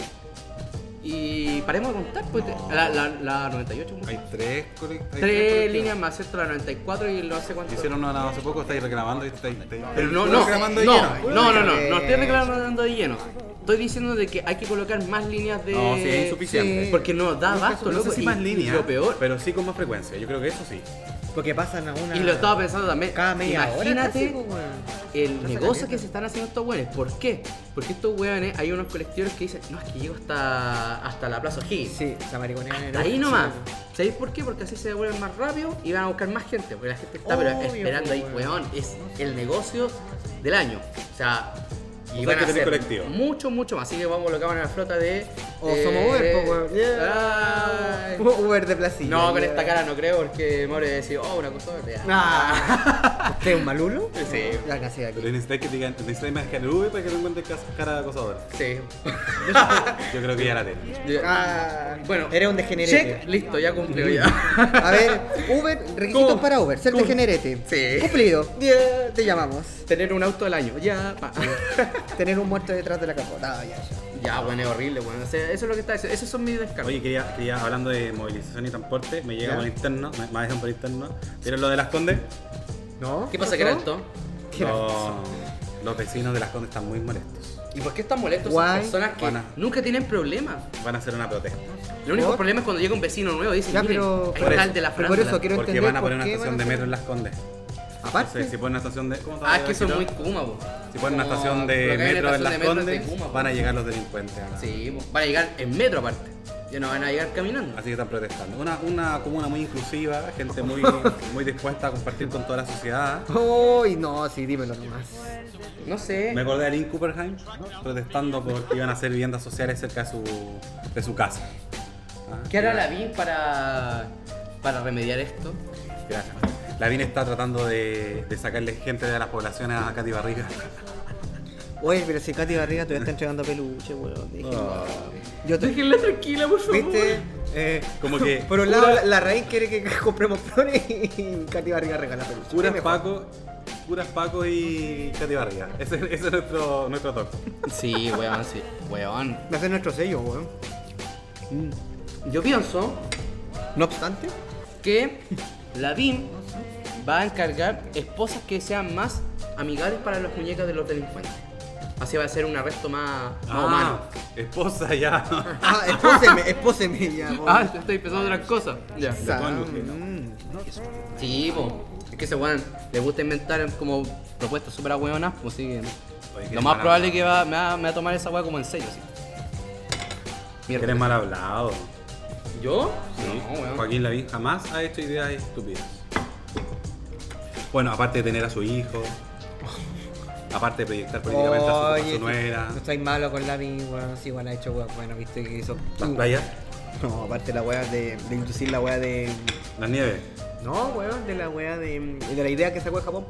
Speaker 2: Y paremos de contar, pues
Speaker 3: No.
Speaker 2: la, la, la 98. ¿no?
Speaker 3: Hay tres colectivos.
Speaker 2: Tres líneas más, ¿cierto? La 94 y no sé cuánto.
Speaker 3: Hicieron una hace poco, estáis reclamando y estáis. estáis-
Speaker 2: Pero no,
Speaker 3: estáis
Speaker 2: no,
Speaker 3: reclamando de
Speaker 2: no, Eh, no,
Speaker 3: lleno.
Speaker 2: no, no, no, no estoy reclamando de lleno. Estoy diciendo de que hay que colocar más líneas de.
Speaker 3: No, sí, es insuficiente.
Speaker 1: sí.
Speaker 2: Porque no da
Speaker 1: No,
Speaker 2: abasto,
Speaker 3: No
Speaker 2: loco.
Speaker 3: sé si
Speaker 2: y
Speaker 3: más líneas.
Speaker 2: Lo peor.
Speaker 3: Pero sí con más frecuencia, yo creo que eso sí.
Speaker 1: Porque pasan a una.
Speaker 2: Y lo estaba pensando también.
Speaker 1: cada media hora.
Speaker 2: imagínate
Speaker 1: casi, pues, po, weón.
Speaker 2: el
Speaker 1: Está
Speaker 2: negocio
Speaker 1: saliendo.
Speaker 2: que se están haciendo estos weones. ¿Por qué? Porque estos weones, hay unos colectivos que dicen, no, es que llego hasta, hasta la Plaza O'Higgins.
Speaker 1: Sí, esa mariconera
Speaker 2: Hasta
Speaker 1: era-
Speaker 2: Ahí
Speaker 1: sí,
Speaker 2: nomás.
Speaker 1: po.
Speaker 2: ¿Sabéis por qué? Porque así se devuelven más rápido y van a buscar más gente. Porque la gente está pero
Speaker 1: Obvio,
Speaker 2: esperando ahí,
Speaker 1: pues,
Speaker 2: weón.
Speaker 1: weón.
Speaker 2: Es el negocio del año. O sea, y van
Speaker 3: sea, que
Speaker 2: a
Speaker 3: tenés
Speaker 2: hacer
Speaker 3: colectivo.
Speaker 2: mucho, mucho más. Así que vamos a colocar una flota de.
Speaker 1: O
Speaker 2: eh,
Speaker 1: Oh, somos Uber, po, weón.
Speaker 2: ay.
Speaker 1: Uber de Placilla.
Speaker 2: No, con
Speaker 1: ya.
Speaker 2: esta cara no creo, porque More decía, oh, una cosa verde.
Speaker 1: Ah. ¿Usted es un malulo?
Speaker 2: Sí.
Speaker 1: Ya casi de
Speaker 3: Pero
Speaker 1: aquí.
Speaker 3: necesitáis que te digan, necesitáis más que el V para que no encuentres cas- cara de acosador.
Speaker 2: Sí.
Speaker 3: Yo creo que ya la tengo.
Speaker 1: Ah,
Speaker 2: Bueno,
Speaker 1: eres un degenerete.
Speaker 2: Check, listo, ya cumplió ya.
Speaker 1: A ver, Uber, requisitos
Speaker 2: ¿Cómo?
Speaker 1: para Uber. Ser
Speaker 2: ¿Cómo?
Speaker 1: degenerete.
Speaker 2: Sí.
Speaker 1: Cumplido. Bien, Te llamamos.
Speaker 2: Tener un auto del año, ya, pa.
Speaker 1: Tener un muerto detrás de la capota. Ah, ya, ya.
Speaker 2: ya, bueno, es horrible, bueno. O sea, eso es lo que está diciendo. Esos son mis descargos.
Speaker 3: Oye, quería, quería, hablando de movilización y transporte, me llega
Speaker 2: Ya.
Speaker 3: por interno, me, me dejan por interno. ¿Vieron lo de las condes?
Speaker 1: ¿No?
Speaker 2: ¿Qué pasa,
Speaker 1: ¿Qué pasó?
Speaker 2: Geralto?
Speaker 1: ¿Qué era?
Speaker 3: Los, los vecinos de las condes están muy molestos.
Speaker 2: ¿Y por qué están molestos esas
Speaker 1: Guay.
Speaker 2: personas que
Speaker 3: Pana.
Speaker 2: nunca tienen problemas?
Speaker 3: Van a hacer una protesta.
Speaker 2: El único
Speaker 1: ¿Por?
Speaker 2: problema es cuando llega un vecino nuevo y dice,
Speaker 1: Ya,
Speaker 2: miren,
Speaker 1: pero-
Speaker 2: ahí
Speaker 3: Por
Speaker 2: está
Speaker 3: eso.
Speaker 2: el de la
Speaker 1: Pero
Speaker 2: franja.
Speaker 1: por eso quiero
Speaker 3: Porque
Speaker 1: entender
Speaker 3: van a
Speaker 1: por
Speaker 3: poner una
Speaker 1: qué
Speaker 3: estación
Speaker 1: van
Speaker 3: de
Speaker 1: a
Speaker 3: metro
Speaker 1: hacer-
Speaker 3: en las condes.
Speaker 1: Aparte,
Speaker 3: Entonces, si ponen una estación de. ¿cómo se llama?
Speaker 2: Ah, es que son
Speaker 3: ¿No?
Speaker 2: muy Kuma, po.
Speaker 3: Si ponen una
Speaker 2: Como-
Speaker 3: estación
Speaker 2: pero acá
Speaker 3: de
Speaker 2: hay
Speaker 3: metro
Speaker 2: una
Speaker 3: en
Speaker 2: estación
Speaker 3: las
Speaker 2: de metro de
Speaker 3: condes,
Speaker 2: Kuma, po.
Speaker 3: van a llegar los delincuentes. a la-
Speaker 2: Sí, po. van a llegar en metro aparte. Ya no van a llegar caminando.
Speaker 3: Así que están protestando. Una, una comuna muy inclusiva, gente muy, muy dispuesta a compartir con toda la sociedad.
Speaker 1: Uy, no, sí, dímelo nomás.
Speaker 2: No sé.
Speaker 3: Me acordé de Lynn Cooperheim protestando porque iban a hacer viviendas sociales cerca de su, de su casa. Ah,
Speaker 2: ¿Qué hará la BIM para, para remediar esto?
Speaker 3: Gracias. La VIN está tratando de, de sacarle gente de las poblaciones a Katy Barriga.
Speaker 1: Oye, pero si Katy Barriga todavía está entregando peluche, weón. déjenlo.
Speaker 3: Ah.
Speaker 1: Yo te...
Speaker 2: Déjenla tranquila, por favor.
Speaker 1: ¿Viste? Eh,
Speaker 3: Como que
Speaker 1: por un lado, la, la raíz quiere que compremos flores y Katy Barriga regala peluche.
Speaker 3: Curas
Speaker 1: ¿Qué mejor?
Speaker 3: Paco, curas Paco y Katy Barriga. Ese, ese es nuestro, nuestro toque.
Speaker 2: Sí, weón, sí. Weón.
Speaker 1: Va a ser nuestro sello, weón.
Speaker 2: Yo pienso
Speaker 1: No obstante,
Speaker 2: que la BIM va a encargar esposas que sean más amigables para las muñecas de los delincuentes. Así va a ser un arresto más, más
Speaker 3: Ah.
Speaker 2: humano.
Speaker 3: esposa ya.
Speaker 1: Ah, espóseme, espóseme ya. po.
Speaker 2: Ah, estoy pensando en otras cosas. Ya.
Speaker 1: Sa-
Speaker 3: cónyuge, ¿no?
Speaker 1: mm.
Speaker 2: Sí, po. Es que ese weón le gusta inventar como propuestas súper agüeonas, pues sí.
Speaker 3: Oye, que
Speaker 2: Lo más
Speaker 3: mala-
Speaker 2: probable es que va, me, va, me va a tomar esa weá como en serio, sí. Mierda.
Speaker 3: Eres mal hablado.
Speaker 2: ¿Yo?
Speaker 3: Sí.
Speaker 2: No, weón.
Speaker 3: Joaquín Lavín jamás ha hecho ideas estúpidas. Bueno, aparte de tener a su hijo, aparte de proyectar políticamente a su, a
Speaker 1: Oye,
Speaker 3: su nuera,
Speaker 1: No estáis malo con la mi, weón. Sí, igual ha hecho weón. Bueno, viste que hizo.
Speaker 3: las playas,
Speaker 1: No, aparte la weá de, de inducir la weá de.
Speaker 3: las nieves.
Speaker 1: No, weón, de la weá de. De la idea que sacó de Japón.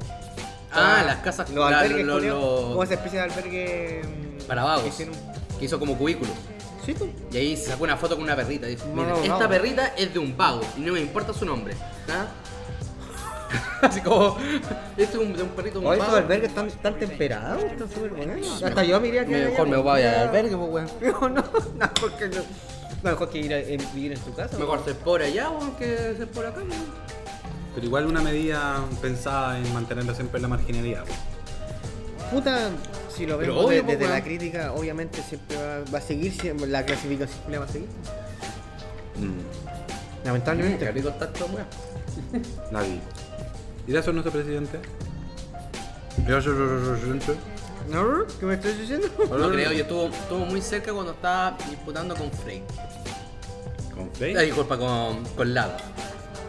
Speaker 2: Ah, las casas
Speaker 1: Los
Speaker 2: la-
Speaker 1: albergues,
Speaker 2: lo-
Speaker 1: culiao.
Speaker 2: lo-
Speaker 1: Como esa especie de albergue. mm,
Speaker 2: Para
Speaker 1: que
Speaker 2: vagos.
Speaker 1: tiene un-
Speaker 2: Que hizo como cubículos.
Speaker 1: Sí, pues. tú.
Speaker 2: Y ahí se sacó una foto con una perrita. Dijo,
Speaker 1: No,
Speaker 2: miren,
Speaker 1: no,
Speaker 2: esta
Speaker 1: no.
Speaker 2: perrita es de un vago y no me importa su nombre. ¿Ah? Así como, esto es un, de un perrito de un
Speaker 1: Oye, estos
Speaker 2: vago.
Speaker 1: albergues están tan temperados. Están súper buenos. Hasta yo me iría que.
Speaker 2: Mejor me voy al albergue, pues, weón.
Speaker 1: No, no, no, porque no. No, mejor que ir a- en- vivir en tu casa.
Speaker 2: Mejor ser pobre allá, weón, que ser pobre acá, weón.
Speaker 3: Pero igual una medida pensada en mantenerlo siempre en la marginalidad.
Speaker 1: Puta, si lo
Speaker 2: Pero
Speaker 1: vemos de-
Speaker 2: obvio, po,
Speaker 1: desde
Speaker 2: weón.
Speaker 1: la crítica, obviamente siempre va, va a seguir, siempre- la clasificación siempre va a seguir.
Speaker 2: Qué
Speaker 1: Lamentablemente.
Speaker 2: rico está esto, weón.
Speaker 3: Nadie. ¿Y de eso es nuestro presidente? Gracias, presidente.
Speaker 1: ¿No? ¿Qué me estás diciendo?
Speaker 2: No creo, yo estuvo, estuvo muy cerca cuando estaba disputando con Frey.
Speaker 3: Con
Speaker 2: Ah,
Speaker 3: Frey,
Speaker 2: disculpa, con, con Lava.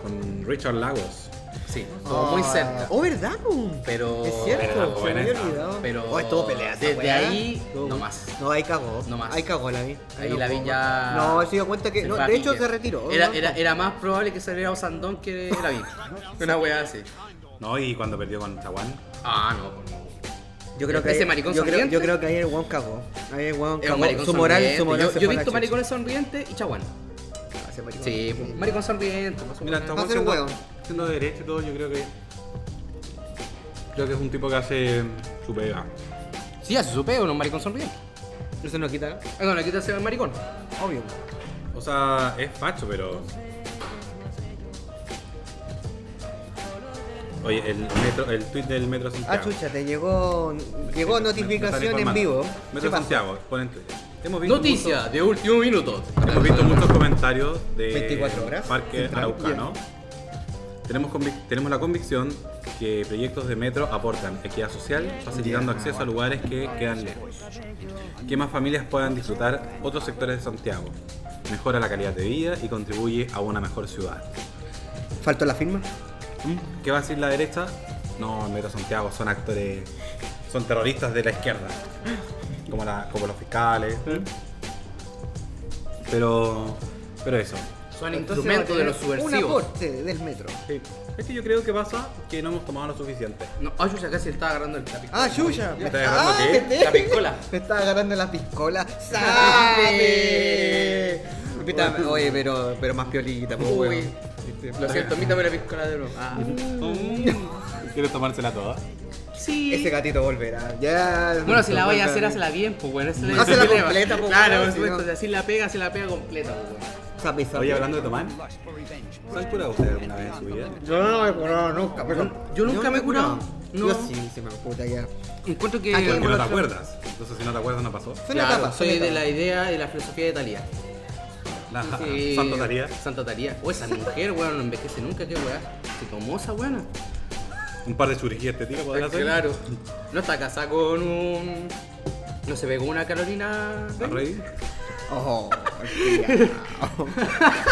Speaker 3: con Richard Lagos.
Speaker 2: Sí, estuvo muy
Speaker 1: Ah,
Speaker 2: cerca.
Speaker 1: Oh, ¿verdad? po?
Speaker 2: Pero.
Speaker 1: Es cierto,
Speaker 3: Verdad,
Speaker 1: se me había
Speaker 3: buena.
Speaker 1: olvidado.
Speaker 2: Pero
Speaker 1: oh, estuvo pelea esa
Speaker 2: desde
Speaker 1: weá.
Speaker 2: ahí,
Speaker 1: Estuvo-
Speaker 2: no más.
Speaker 1: No, ahí cagó.
Speaker 2: No más.
Speaker 1: Ahí cagó la vi.
Speaker 2: Ahí la vi
Speaker 1: cagó.
Speaker 2: ya-
Speaker 1: No, se dio cuenta que.
Speaker 2: Se
Speaker 1: no,
Speaker 2: fue a
Speaker 1: de hecho,
Speaker 2: pique.
Speaker 1: se retiró.
Speaker 2: Era,
Speaker 1: ¿no?
Speaker 2: era, era más probable que saliera Osandón que la vi. Una weá así.
Speaker 3: No, y cuando perdió con Chaguán.
Speaker 2: Ah, no, por favor.
Speaker 1: Yo creo que
Speaker 2: ese
Speaker 1: ahí-
Speaker 2: maricón
Speaker 1: yo creo,
Speaker 2: sonriente.
Speaker 1: yo creo que ahí el weón cagó. Ahí el weón
Speaker 2: Es
Speaker 1: cagó.
Speaker 2: un maricón
Speaker 1: su moral,
Speaker 2: sonriente.
Speaker 1: su moral.
Speaker 2: Yo,
Speaker 1: se
Speaker 2: yo
Speaker 1: fue
Speaker 2: he
Speaker 1: a la
Speaker 2: visto
Speaker 1: chucha.
Speaker 2: maricones sonrientes y chaguán.
Speaker 1: Ah, ese maricón.
Speaker 2: Sí, pues, maricón sonriente. más o
Speaker 3: Mira,
Speaker 2: menos.
Speaker 1: Va a
Speaker 3: Chaguán
Speaker 1: ser
Speaker 3: siendo,
Speaker 1: hueón.
Speaker 3: siendo de derecho y todo, yo creo que. Creo que es un tipo que hace su pega.
Speaker 2: Sí, hace su peo, no un maricón sonriente.
Speaker 1: Eso no quita,
Speaker 2: Ah, No, le quita ese maricón.
Speaker 1: obvio.
Speaker 3: O sea, es facho, pero. Oye, el, metro, el tweet del Metro Santiago.
Speaker 1: Ah, chucha, te llegó, llegó
Speaker 3: Me- me- me están
Speaker 1: notificación en
Speaker 3: informando.
Speaker 1: vivo. ¿Qué
Speaker 3: Metro
Speaker 1: pasó?
Speaker 3: Santiago, ponen Twitter. Hemos visto
Speaker 2: Noticia de último minuto.
Speaker 3: muchos- hemos visto muchos comentarios de
Speaker 1: 24 horas.
Speaker 3: Parque
Speaker 1: Central.
Speaker 3: Araucano. Tenemos, convic- tenemos la convicción que proyectos de metro aportan equidad social, facilitando acceso a lugares que quedan lejos. Que más familias puedan disfrutar otros sectores de Santiago. Mejora la calidad de vida y contribuye a una mejor ciudad.
Speaker 1: ¿Faltó la firma?
Speaker 3: ¿Qué va a decir la derecha? No, el Metro Santiago son actores, son terroristas de la izquierda, como, la- como los fiscales. Pero, pero eso.
Speaker 2: Son
Speaker 1: Entonces va
Speaker 2: instrumentos de
Speaker 1: a tener
Speaker 2: los
Speaker 1: Un
Speaker 2: subversivos.
Speaker 1: aporte del metro.
Speaker 3: Es que yo creo que pasa que no hemos tomado lo suficiente.
Speaker 2: No, ay, yo ya casi estaba agarrando el tapiz.
Speaker 1: Ah, Yuya.
Speaker 3: ¿Me estás agarrando
Speaker 1: Ah,
Speaker 3: qué?
Speaker 1: me-
Speaker 2: La piscola.
Speaker 1: Me estaba agarrando la piscola. ¡Sabe! Puta, Oye, pero, pero más piolita, pues,
Speaker 2: Uy.
Speaker 1: weón.
Speaker 2: Mm, Lo siento, mítame la piscola de nuevo. Ah.
Speaker 3: ¿Quieres Mm. tomársela toda?
Speaker 2: Sí.
Speaker 1: Ese gatito volverá. Ya.
Speaker 2: Bueno, si la vaya a hacer,
Speaker 1: Volverá.
Speaker 2: hazla bien, pues, weón. Ese es el
Speaker 1: Hazla
Speaker 2: problema.
Speaker 1: completa, pues,
Speaker 2: Claro,
Speaker 1: weón, si
Speaker 2: por supuesto.
Speaker 1: no.
Speaker 2: Si así la pega, se la pega completa, pues, weón.
Speaker 1: Sapi, sapi.
Speaker 3: Oye, hablando de tomar, ¿se han curado ustedes alguna vez en su vida?
Speaker 1: Yo no me he curado nunca. pero-
Speaker 2: Yo- yo nunca me he curado. No.
Speaker 1: Yo sí, se me puta ya.
Speaker 2: Encuentro que.
Speaker 1: Aquí,
Speaker 3: Porque no te acuerdas. Entonces, si no te acuerdas, no pasó.
Speaker 1: Son
Speaker 2: Claro,
Speaker 1: etapas, son
Speaker 2: soy de
Speaker 1: etapas.
Speaker 2: la idea y la filosofía de Talía.
Speaker 3: Nada.
Speaker 2: Sí.
Speaker 3: Santo Taría.
Speaker 2: Santa Talía. O esa mujer, weón, no envejece nunca, qué weón. Se tomó esa buena.
Speaker 3: Un par de churigías te tira por hacer.
Speaker 2: Claro. No está casada con un. No se ve con una Carolina.
Speaker 3: ¿A reír?
Speaker 1: Oh, culiao.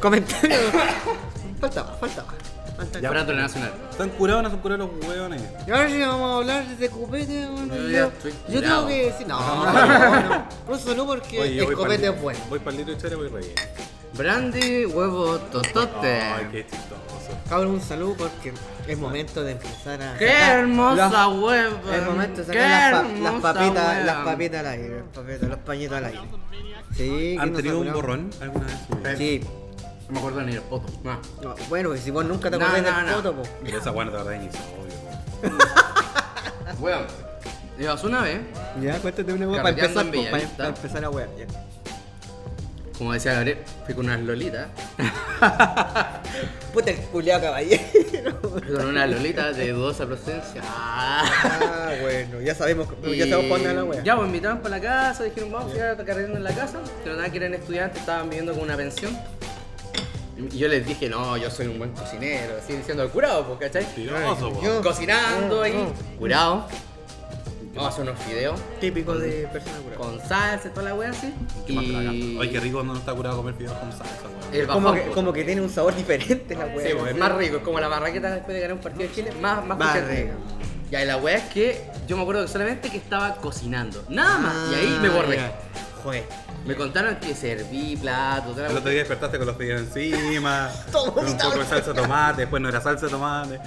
Speaker 1: Comentario. Faltaba, faltaba.
Speaker 2: Ya, para nacional.
Speaker 3: ¿Están curados o no son curados los hueones?
Speaker 4: Y ahora sí vamos a hablar de copete, weón.
Speaker 2: Yo
Speaker 4: Yo,
Speaker 2: ya estoy
Speaker 4: yo
Speaker 2: curado.
Speaker 4: tengo que decir. No, no, no, no. No solo porque
Speaker 3: yo
Speaker 4: el
Speaker 3: voy
Speaker 4: copete
Speaker 3: pa'l-
Speaker 4: es bueno.
Speaker 3: Voy para el litro de chale voy reír.
Speaker 2: Brandy, huevo, totote.
Speaker 3: Ay, qué chistoso.
Speaker 4: Cabrón, un saludo porque es momento de empezar a.
Speaker 2: ¡Qué
Speaker 4: sacar
Speaker 2: hermosa
Speaker 4: las-
Speaker 2: hueva!
Speaker 1: Es momento de
Speaker 2: ¡Qué
Speaker 1: sacar las, pa- las
Speaker 2: hermosa
Speaker 1: papitas,
Speaker 2: hueva!
Speaker 1: las papitas al aire, las papitas, los pañitos al aire. Sí, que
Speaker 3: ¿Han
Speaker 1: nos
Speaker 3: tenido un
Speaker 1: apuramos.
Speaker 3: borrón alguna vez? en su vida?
Speaker 1: Sí.
Speaker 2: No me acuerdo ni el poto. No.
Speaker 1: No, bueno, pues si vos nunca te
Speaker 2: No,
Speaker 1: acordás
Speaker 2: no,
Speaker 1: del
Speaker 2: no.
Speaker 1: foto, po.
Speaker 3: Pero esa guana te verdad ni obvio.
Speaker 2: Hueón. Le pasó una vez,
Speaker 1: Ya, cuéntate una
Speaker 2: hueá
Speaker 1: hueá
Speaker 2: para
Speaker 1: para
Speaker 2: Carreteando
Speaker 1: empezar,
Speaker 2: empezar, en po, para- Bellavista. para
Speaker 1: para empezar a hueá.
Speaker 2: como decía Gabriel, fui con unas lolitas.
Speaker 1: Puta el culiao caballero.
Speaker 2: Fui con unas lolitas de dudosa procedencia.
Speaker 1: ah, bueno, ya sabemos,
Speaker 2: Y
Speaker 1: ya sabemos cuándo es la hueá.
Speaker 2: Ya, pues me invitaban para la casa, dijeron vamos a estar carreteando en la casa, pero nada que eran estudiantes, estaban viviendo con una pensión. Y yo les dije, no, yo soy un buen cocinero, así diciendo al curado, pues, ¿cachai?
Speaker 3: Mentiroso, po.
Speaker 1: Yo-
Speaker 2: Cocinando ahí, curado. Vamos a hacer unos fideos
Speaker 1: Típico de persona curada.
Speaker 2: con salsa y toda la wea así.
Speaker 3: Qué más
Speaker 2: y
Speaker 3: tragando. Ay, qué rico cuando no está curado comer fideos con salsa, weón.
Speaker 2: El
Speaker 1: Como
Speaker 2: bajón,
Speaker 1: que,
Speaker 2: pues.
Speaker 1: como que tiene un sabor diferente la hueá.
Speaker 2: Sí, pues, es más rico, es como la barraqueta después de ganar un partido de Chile, más, más
Speaker 1: Más
Speaker 2: picante.
Speaker 1: rico.
Speaker 2: Ya, y la wea es que yo me acuerdo que solamente que estaba cocinando, nada más, y ahí me
Speaker 1: Ah,
Speaker 2: borré.
Speaker 1: ya. Joder.
Speaker 2: Me contaron que serví plato, toda la
Speaker 3: El otro
Speaker 2: wea.
Speaker 3: día despertaste con los fideos encima,
Speaker 1: Todo
Speaker 3: con un
Speaker 1: vomitado.
Speaker 3: poco de salsa de tomate, después no era salsa de tomate.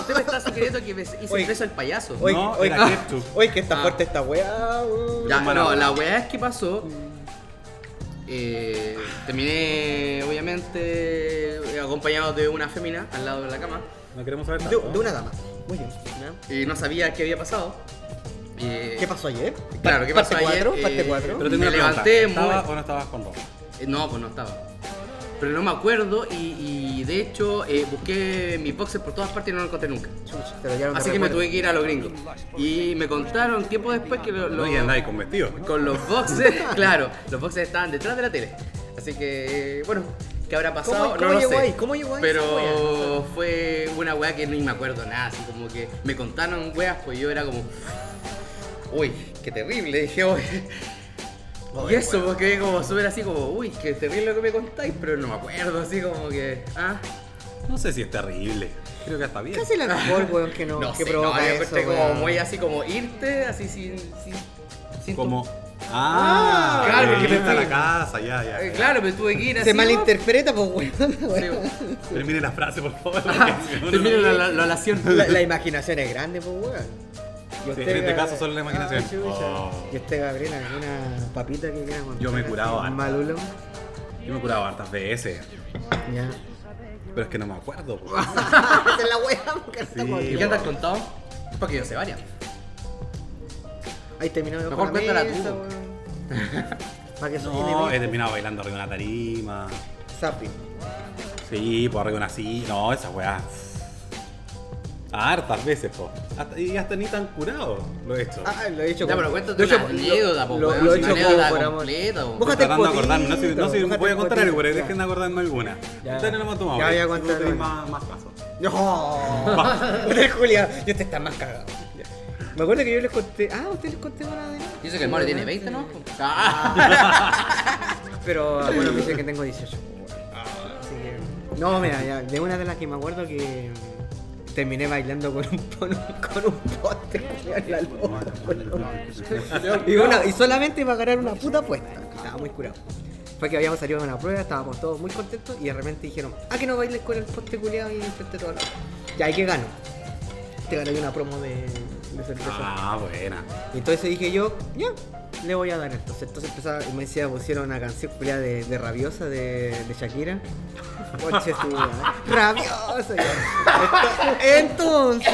Speaker 2: Usted me está sugiriendo que me hice
Speaker 1: Oye.
Speaker 2: preso el payaso.
Speaker 1: Oye,
Speaker 3: No,
Speaker 1: oye,
Speaker 3: era ketchup.
Speaker 1: oye, que está
Speaker 2: Ah.
Speaker 1: fuerte esta hueá. weón.
Speaker 2: Ya,
Speaker 3: Mala
Speaker 2: no,
Speaker 3: wea.
Speaker 2: la weá es que pasó. eh, terminé, obviamente, eh, acompañado de una fémina al lado de la cama.
Speaker 3: No queremos saber
Speaker 1: De,
Speaker 3: tanto.
Speaker 1: de una dama. Muy bien.
Speaker 2: Y no sabía qué había pasado. Eh,
Speaker 1: ¿Qué pasó ayer?
Speaker 2: Claro, ¿qué
Speaker 1: Parte
Speaker 2: pasó ayer?
Speaker 1: cuatro, parte
Speaker 2: Eh,
Speaker 1: cuatro.
Speaker 3: Pero tengo
Speaker 2: Me
Speaker 3: una pregunta.
Speaker 2: levanté muy-
Speaker 3: ¿Estabas o no estabas con ropa?
Speaker 2: eh, No, pues no estaba. Pero no me acuerdo y, y de hecho eh, busqué mi boxer por todas partes y no lo encontré nunca.
Speaker 1: Chucha, pero ya no te
Speaker 2: Así que me
Speaker 1: recuerdo.
Speaker 2: tuve que ir a los gringos. Y me contaron tiempo después que lo- lo-
Speaker 3: No, y andáis con vestido.
Speaker 2: con los boxes, claro, los boxes estaban detrás de la tele. Así que, bueno, ¿qué habrá pasado?
Speaker 1: ¿Cómo-
Speaker 2: no
Speaker 1: cómo
Speaker 2: lo
Speaker 1: llegó
Speaker 2: sé.
Speaker 1: ahí? ¿Cómo llegó ahí esa wea? No
Speaker 2: Pero fue una weá que ni me acuerdo nada, así como que me contaron weas, pues yo era como, uy, qué terrible, dije, uy. Y eso, porque quedé como súper así como, uy, qué terrible lo que me contáis, pero no me acuerdo, así como que, ah.
Speaker 3: No sé si es terrible. Creo que está bien.
Speaker 1: ¿Qué hace el alcohol, weón, que no,
Speaker 2: No,
Speaker 1: que
Speaker 2: sé,
Speaker 1: provoca
Speaker 2: no, yo
Speaker 1: eso,
Speaker 2: encontré como
Speaker 1: weón?
Speaker 2: muy así como irte, así sin... sin, sin tu-
Speaker 3: Como. Ah,
Speaker 2: claro,
Speaker 3: claro,
Speaker 2: porque
Speaker 3: que
Speaker 2: me
Speaker 3: está
Speaker 2: fui.
Speaker 3: la casa, ya, ya.
Speaker 2: Eh,
Speaker 3: ya.
Speaker 2: Claro, pero tuve que ir así.
Speaker 1: Se
Speaker 2: ¿no?
Speaker 1: malinterpreta, pues, weón. la
Speaker 2: Sí,
Speaker 1: weá.
Speaker 2: bueno.
Speaker 3: Termine la frase, por favor. porque si no, no-
Speaker 2: Termina la, la, la oración.
Speaker 1: La, la imaginación es grande, pues, weón. Y
Speaker 3: Sí, en este
Speaker 1: Gab-
Speaker 3: caso solo la imaginación.
Speaker 1: Ah, chucha.
Speaker 3: Oh.
Speaker 1: Y usted, Gabriel, alguna papita que quiera contar
Speaker 3: Yo me he
Speaker 1: así,
Speaker 3: curado
Speaker 1: un
Speaker 3: harto.
Speaker 1: Malulo.
Speaker 3: Yo me he curado hartas veces,
Speaker 1: Ya.
Speaker 3: pero es que no me acuerdo. po.
Speaker 1: Se la weá, porque
Speaker 3: Sí,
Speaker 1: estamos
Speaker 2: ¿Y
Speaker 1: aquí.
Speaker 2: qué te has contado? Porque yo sé varias.
Speaker 1: Ahí terminamos
Speaker 2: Mejor cuéntala tú.
Speaker 1: Para que
Speaker 3: No, he
Speaker 1: suene bien.
Speaker 3: terminado bailando arriba de una tarima.
Speaker 1: Zapi.
Speaker 3: Sí, por arriba de una silla. No, esas weas. Hartas veces, po. Hasta- y hasta ni tan curado lo he hecho.
Speaker 1: Ah, lo he dicho
Speaker 2: Ya, pero cuéntate una anécdota, po,
Speaker 1: Lo
Speaker 2: weón,
Speaker 1: lo he
Speaker 2: si
Speaker 1: hecho
Speaker 2: una anécdota
Speaker 1: como por amor.
Speaker 2: completa, po.
Speaker 1: Mójate el
Speaker 3: tratando de acordarme, no sé,
Speaker 1: potito,
Speaker 3: no sé,
Speaker 1: mójate
Speaker 3: voy a
Speaker 1: el
Speaker 3: contar algo,
Speaker 1: potito,
Speaker 3: pero
Speaker 1: ya.
Speaker 3: dejen de acordarme alguna.
Speaker 1: Ya.
Speaker 3: Ustedes no lo hemos tomado.
Speaker 1: Ya,
Speaker 3: pero
Speaker 1: ya
Speaker 3: tú
Speaker 1: contaron.
Speaker 3: tenés más, más casos.
Speaker 1: No, Ustedes, Julia, yo te está más cagado. Ya. Me acuerdo que yo les conté. Ah, ustedes les conté una de.
Speaker 2: Yo sé que el Mario tiene 20, ¿no?
Speaker 1: Ah, Pero ah, bueno, me dice que tengo 18. Así que- No, mira, ya, de una de las que me acuerdo que mm, terminé bailando con un, con un, con un poste culiao, en la loca, weón. y, una- y solamente iba a ganar una puta apuesta. Estaba muy curado. Fue que habíamos salido de una prueba, estábamos todos muy contentos y de repente dijeron, ah, que no bailes con el poste culiado y frente a toda la. Ya, ¿y que gano? Te gané una promo de, de cerveza.
Speaker 3: Ah, buena.
Speaker 1: Y entonces dije yo, ya, le voy a dar entonces. Entonces empezaba, y me decía, pusieron una canción culiá de, de rabiosa de, de Shakira. Conche tu madre. rabiosa. ya. Entonces,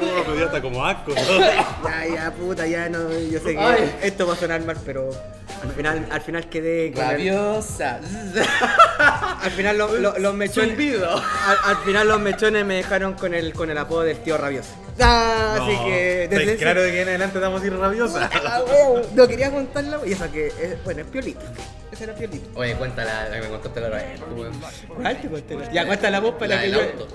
Speaker 3: Oh, pero ya está como asco.
Speaker 1: ya, ya, puta, ya no, yo sé que
Speaker 2: Ay.
Speaker 1: esto va a sonar mal, pero al final, al final quedé con el-
Speaker 2: Rabiosa.
Speaker 1: al final lo- lo- los mechones.
Speaker 2: Zumbido.
Speaker 1: Al, al final los mechones me dejaron con el con el apodo del tío rabioso. Ah, así
Speaker 3: No,
Speaker 1: que
Speaker 3: estáis
Speaker 1: desde ese-
Speaker 3: Claro de que en adelante estamos a ir rabiosa.
Speaker 1: Ah, weón, No quería contarla y esa que es, bueno, es piolita. Esa era piolita.
Speaker 2: Oye, cuéntala, la que me contaste la otra vez. Ah, este
Speaker 1: ¿Cuál te conté? Ya cuéntala vos para
Speaker 2: La
Speaker 1: que
Speaker 2: del
Speaker 1: yo.
Speaker 2: auto.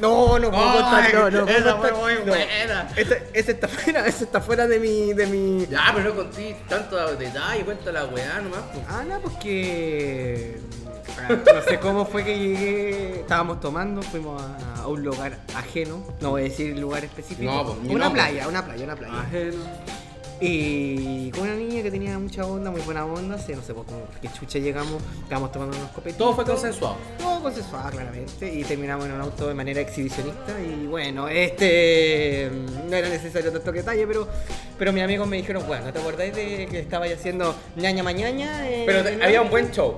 Speaker 1: No, no puedo contar, no, no. puedo
Speaker 2: Esa fue
Speaker 1: contar.
Speaker 2: muy buena.
Speaker 1: Esa- esa está fuera, esa está fuera de mi de mi
Speaker 2: Ya, pero no conté tanto detalle, cuéntala, weá, nomás. po.
Speaker 1: Ah, no, porque. No sé cómo fue que llegué. Estábamos tomando, fuimos a, a un lugar ajeno. No voy a decir lugar específico.
Speaker 2: No, pues, ni
Speaker 1: una
Speaker 2: nombre.
Speaker 1: playa, una playa, una playa.
Speaker 3: Ajeno.
Speaker 1: Y con una niña que tenía mucha onda, muy buena onda. se- no sé por qué chucha llegamos. Estábamos tomando unos copetitos.
Speaker 2: Todo fue consensuado.
Speaker 1: Todo consensuado, claramente. Y terminamos en un auto de manera exhibicionista. Y bueno, este. mm, No era necesario tanto detalle, pero. Pero mis amigos me dijeron, bueno, ¿te acordáis de que estaba ahí haciendo ñaña mañana? eh,
Speaker 2: Pero
Speaker 1: en
Speaker 2: te-
Speaker 1: la
Speaker 2: había un
Speaker 1: noche?"
Speaker 2: buen show.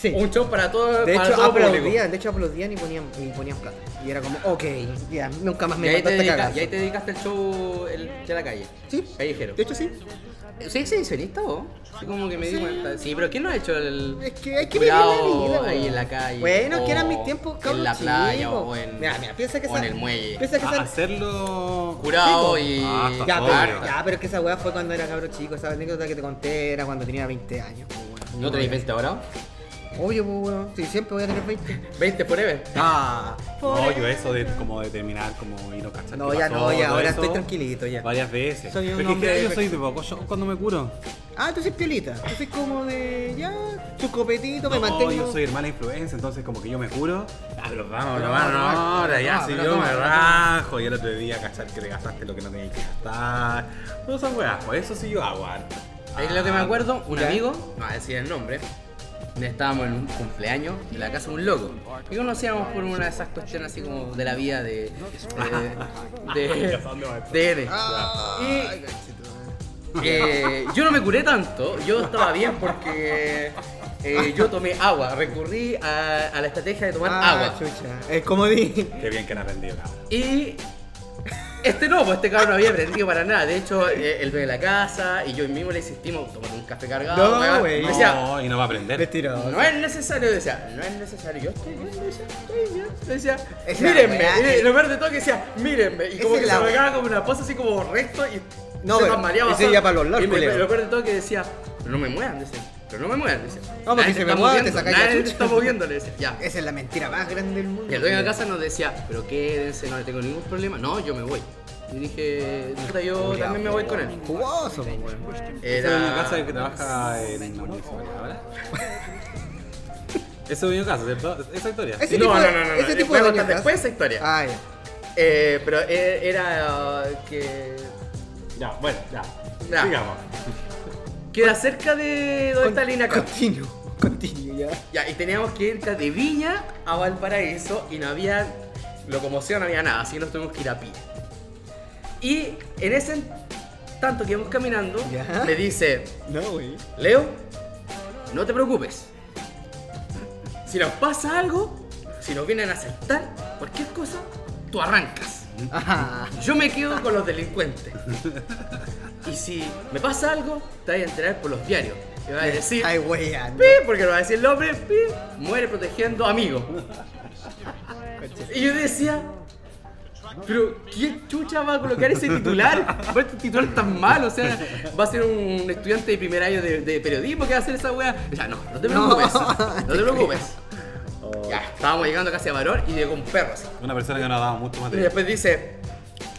Speaker 1: Sí.
Speaker 2: Un show para todo,
Speaker 1: De
Speaker 2: para
Speaker 1: hecho,
Speaker 2: todo público.
Speaker 1: aplaudían, de hecho aplaudían y ponían, y ponían plata. Y era como, ok, ya, nunca más
Speaker 2: Y
Speaker 1: me
Speaker 2: ahí, te
Speaker 1: mandaste
Speaker 2: dedica-
Speaker 1: cagazo.
Speaker 2: y ahí te dedicaste al show el- de la calle.
Speaker 1: Sí,
Speaker 2: Callejero.
Speaker 1: de hecho sí.
Speaker 2: ¿Sí exhibicionista vos? Sí, como que me di
Speaker 1: Sí.
Speaker 2: cuenta. Sí, pero ¿quién no ha hecho el.
Speaker 1: Es que hay que vivir la
Speaker 2: curado
Speaker 1: vida.
Speaker 2: ahí
Speaker 1: weón.
Speaker 2: en la calle.
Speaker 1: Bueno,
Speaker 2: o
Speaker 1: que eran mis tiempos, cabrón.
Speaker 2: En la playa
Speaker 1: chico.
Speaker 2: o en.
Speaker 1: Mira, mira, piensa que
Speaker 2: o en
Speaker 1: esa-
Speaker 2: el muelle. Ah,
Speaker 1: Piensa que
Speaker 3: A-
Speaker 1: esa-
Speaker 3: hacerlo.
Speaker 2: Curado
Speaker 1: Sí,
Speaker 2: y.
Speaker 3: Ah, está
Speaker 1: Ya,
Speaker 3: Obvio.
Speaker 1: pero, ya, pero es que esa weá fue cuando era cabro chico. Esa anécdota que te conté era cuando tenía 20 años. pues, weón.
Speaker 2: ¿No tenéis 20 ahora?
Speaker 1: Obvio, pues, weón. Sí, siempre voy a tener 20.
Speaker 2: 20 forever.
Speaker 1: Ah.
Speaker 3: No, yo eso de como de terminar, como ir a cachar.
Speaker 1: No,
Speaker 3: qué
Speaker 1: ya
Speaker 3: pasó,
Speaker 1: no, ya,
Speaker 3: todo
Speaker 1: ahora
Speaker 3: eso,
Speaker 1: estoy tranquilito ya.
Speaker 3: Varias veces.
Speaker 1: Soy un
Speaker 3: Pero es que
Speaker 1: hombre
Speaker 3: yo
Speaker 1: de-
Speaker 3: soy de poco yo cuando me curo.
Speaker 1: Ah, tú soy piolita. Tú soy como de. Ya, tus copetitos, me
Speaker 3: No,
Speaker 1: mantengo.
Speaker 3: yo soy hermana influencia, entonces como que yo me curo. Ah, pero vamos,
Speaker 1: Pero
Speaker 3: no,
Speaker 1: vamos,
Speaker 3: no,
Speaker 1: vamos,
Speaker 3: ahora ya,
Speaker 1: no,
Speaker 3: si
Speaker 1: pero
Speaker 3: yo
Speaker 1: toma,
Speaker 3: me
Speaker 1: pero
Speaker 3: rajo y el otro día cachar que te gastaste lo que no tenías que gastar. No son weas, pues eso sí yo hago harto.
Speaker 2: Es lo que me acuerdo, un amigo, Ah, no voy a decir el nombre, estábamos en un cumpleaños de la casa de un loco. Y conocíamos por una de esas cuestiones así como de la vida de. de. de. de N.
Speaker 1: Ay,
Speaker 2: Y. eh, yo no me curé tanto, yo estaba bien porque. eh, yo tomé agua, recurrí a, a la estrategia de tomar
Speaker 1: Ah,
Speaker 2: agua.
Speaker 1: chucha. Es como di.
Speaker 3: Ah, Qué bien que la aprendí cabrón.
Speaker 2: Y este no, pues este cabrón no había aprendido para nada. De hecho, eh, él dueño de la casa y yo mismo le insistimos, tomar un café cargado.
Speaker 1: No,
Speaker 2: weón".
Speaker 1: güey.
Speaker 2: Me decía,
Speaker 3: No, y no va a aprender.
Speaker 1: Mentiroso.
Speaker 2: No es necesario, decía, no es necesario. Yo estoy bien, decía, estoy bien. Decía,
Speaker 1: Esa
Speaker 2: mírenme.
Speaker 1: weá,
Speaker 2: y
Speaker 1: eh.
Speaker 2: en lo peor de todo que decía, mírenme. Y como
Speaker 1: Esa
Speaker 2: que
Speaker 1: es
Speaker 2: se
Speaker 1: la
Speaker 2: me quedaba como una pose así como recto y
Speaker 1: No,
Speaker 2: se
Speaker 1: pero
Speaker 2: tambaleaba.
Speaker 1: ese ya para los lados,
Speaker 2: Y me-
Speaker 1: culiao.
Speaker 2: lo peor de todo que decía, pero no me muevan, decía, pero no me muevan, decía.
Speaker 1: No, porque
Speaker 2: Nadie
Speaker 1: si
Speaker 2: te
Speaker 1: me
Speaker 2: está
Speaker 1: muevo, te
Speaker 2: moviendo,
Speaker 1: sacáis la
Speaker 2: nadie te
Speaker 1: chucha.
Speaker 2: está moviendo, le decía, ya.
Speaker 1: Esa es la mentira más grande del mundo.
Speaker 2: Y el dueño de la casa nos decía, pero quédense, no le tengo ningún problema. No, yo me voy. Y dije, puta, yo también me voy con él.
Speaker 1: Jugoso, pues, weón.
Speaker 3: Ese
Speaker 2: Era
Speaker 3: dueño de casa que trabaja en la municipalidad, ¿verdad? Ese dueño de casa, ¿cierto? Esa historia.
Speaker 1: Ese
Speaker 2: no,
Speaker 1: tipo de-
Speaker 2: no, no, no,
Speaker 1: ese
Speaker 2: no,
Speaker 1: tipo
Speaker 2: voy a
Speaker 1: de
Speaker 2: contar
Speaker 1: dueño de
Speaker 2: después
Speaker 1: casa.
Speaker 2: esa historia.
Speaker 1: Ah, ya.
Speaker 2: Eh, pero eh, era eh, que.
Speaker 3: Ya, bueno, ya.
Speaker 2: Ya.
Speaker 3: Digamos.
Speaker 2: Queda cerca de donde está Lina Cam.
Speaker 1: Continuo, continuo, ya.
Speaker 2: Ya, y teníamos que ir de Viña a Valparaíso y no había locomoción, no había nada, así que nos tuvimos que ir a pie. Y en ese tanto que íbamos caminando,
Speaker 1: Ya.
Speaker 2: me dice,
Speaker 1: No, güey.
Speaker 2: Leo, no te preocupes. Si nos pasa algo, si nos vienen a asaltar, cualquier cosa, tú arrancas.
Speaker 1: Ajá.
Speaker 2: Yo me quedo con los delincuentes. Y si me pasa algo, te vas a enterar por los diarios. Te vas a decir,
Speaker 1: Ay, güey, ando.
Speaker 2: pi, porque lo va a decir el hombre, pi, muere protegiendo amigos. Y yo decía, pero ¿quién chucha va a colocar ese titular? ¿Por este titular tan malo? O sea, va a ser un estudiante de primer año de, de periodismo que va a hacer esa wea. Ya, no, no Oh. te preocupes, no te preocupes. Ya, estábamos llegando casi a Varón y llegó un perro así.
Speaker 3: Una persona que no ha dado mucho
Speaker 2: Y
Speaker 3: material.
Speaker 2: después dice,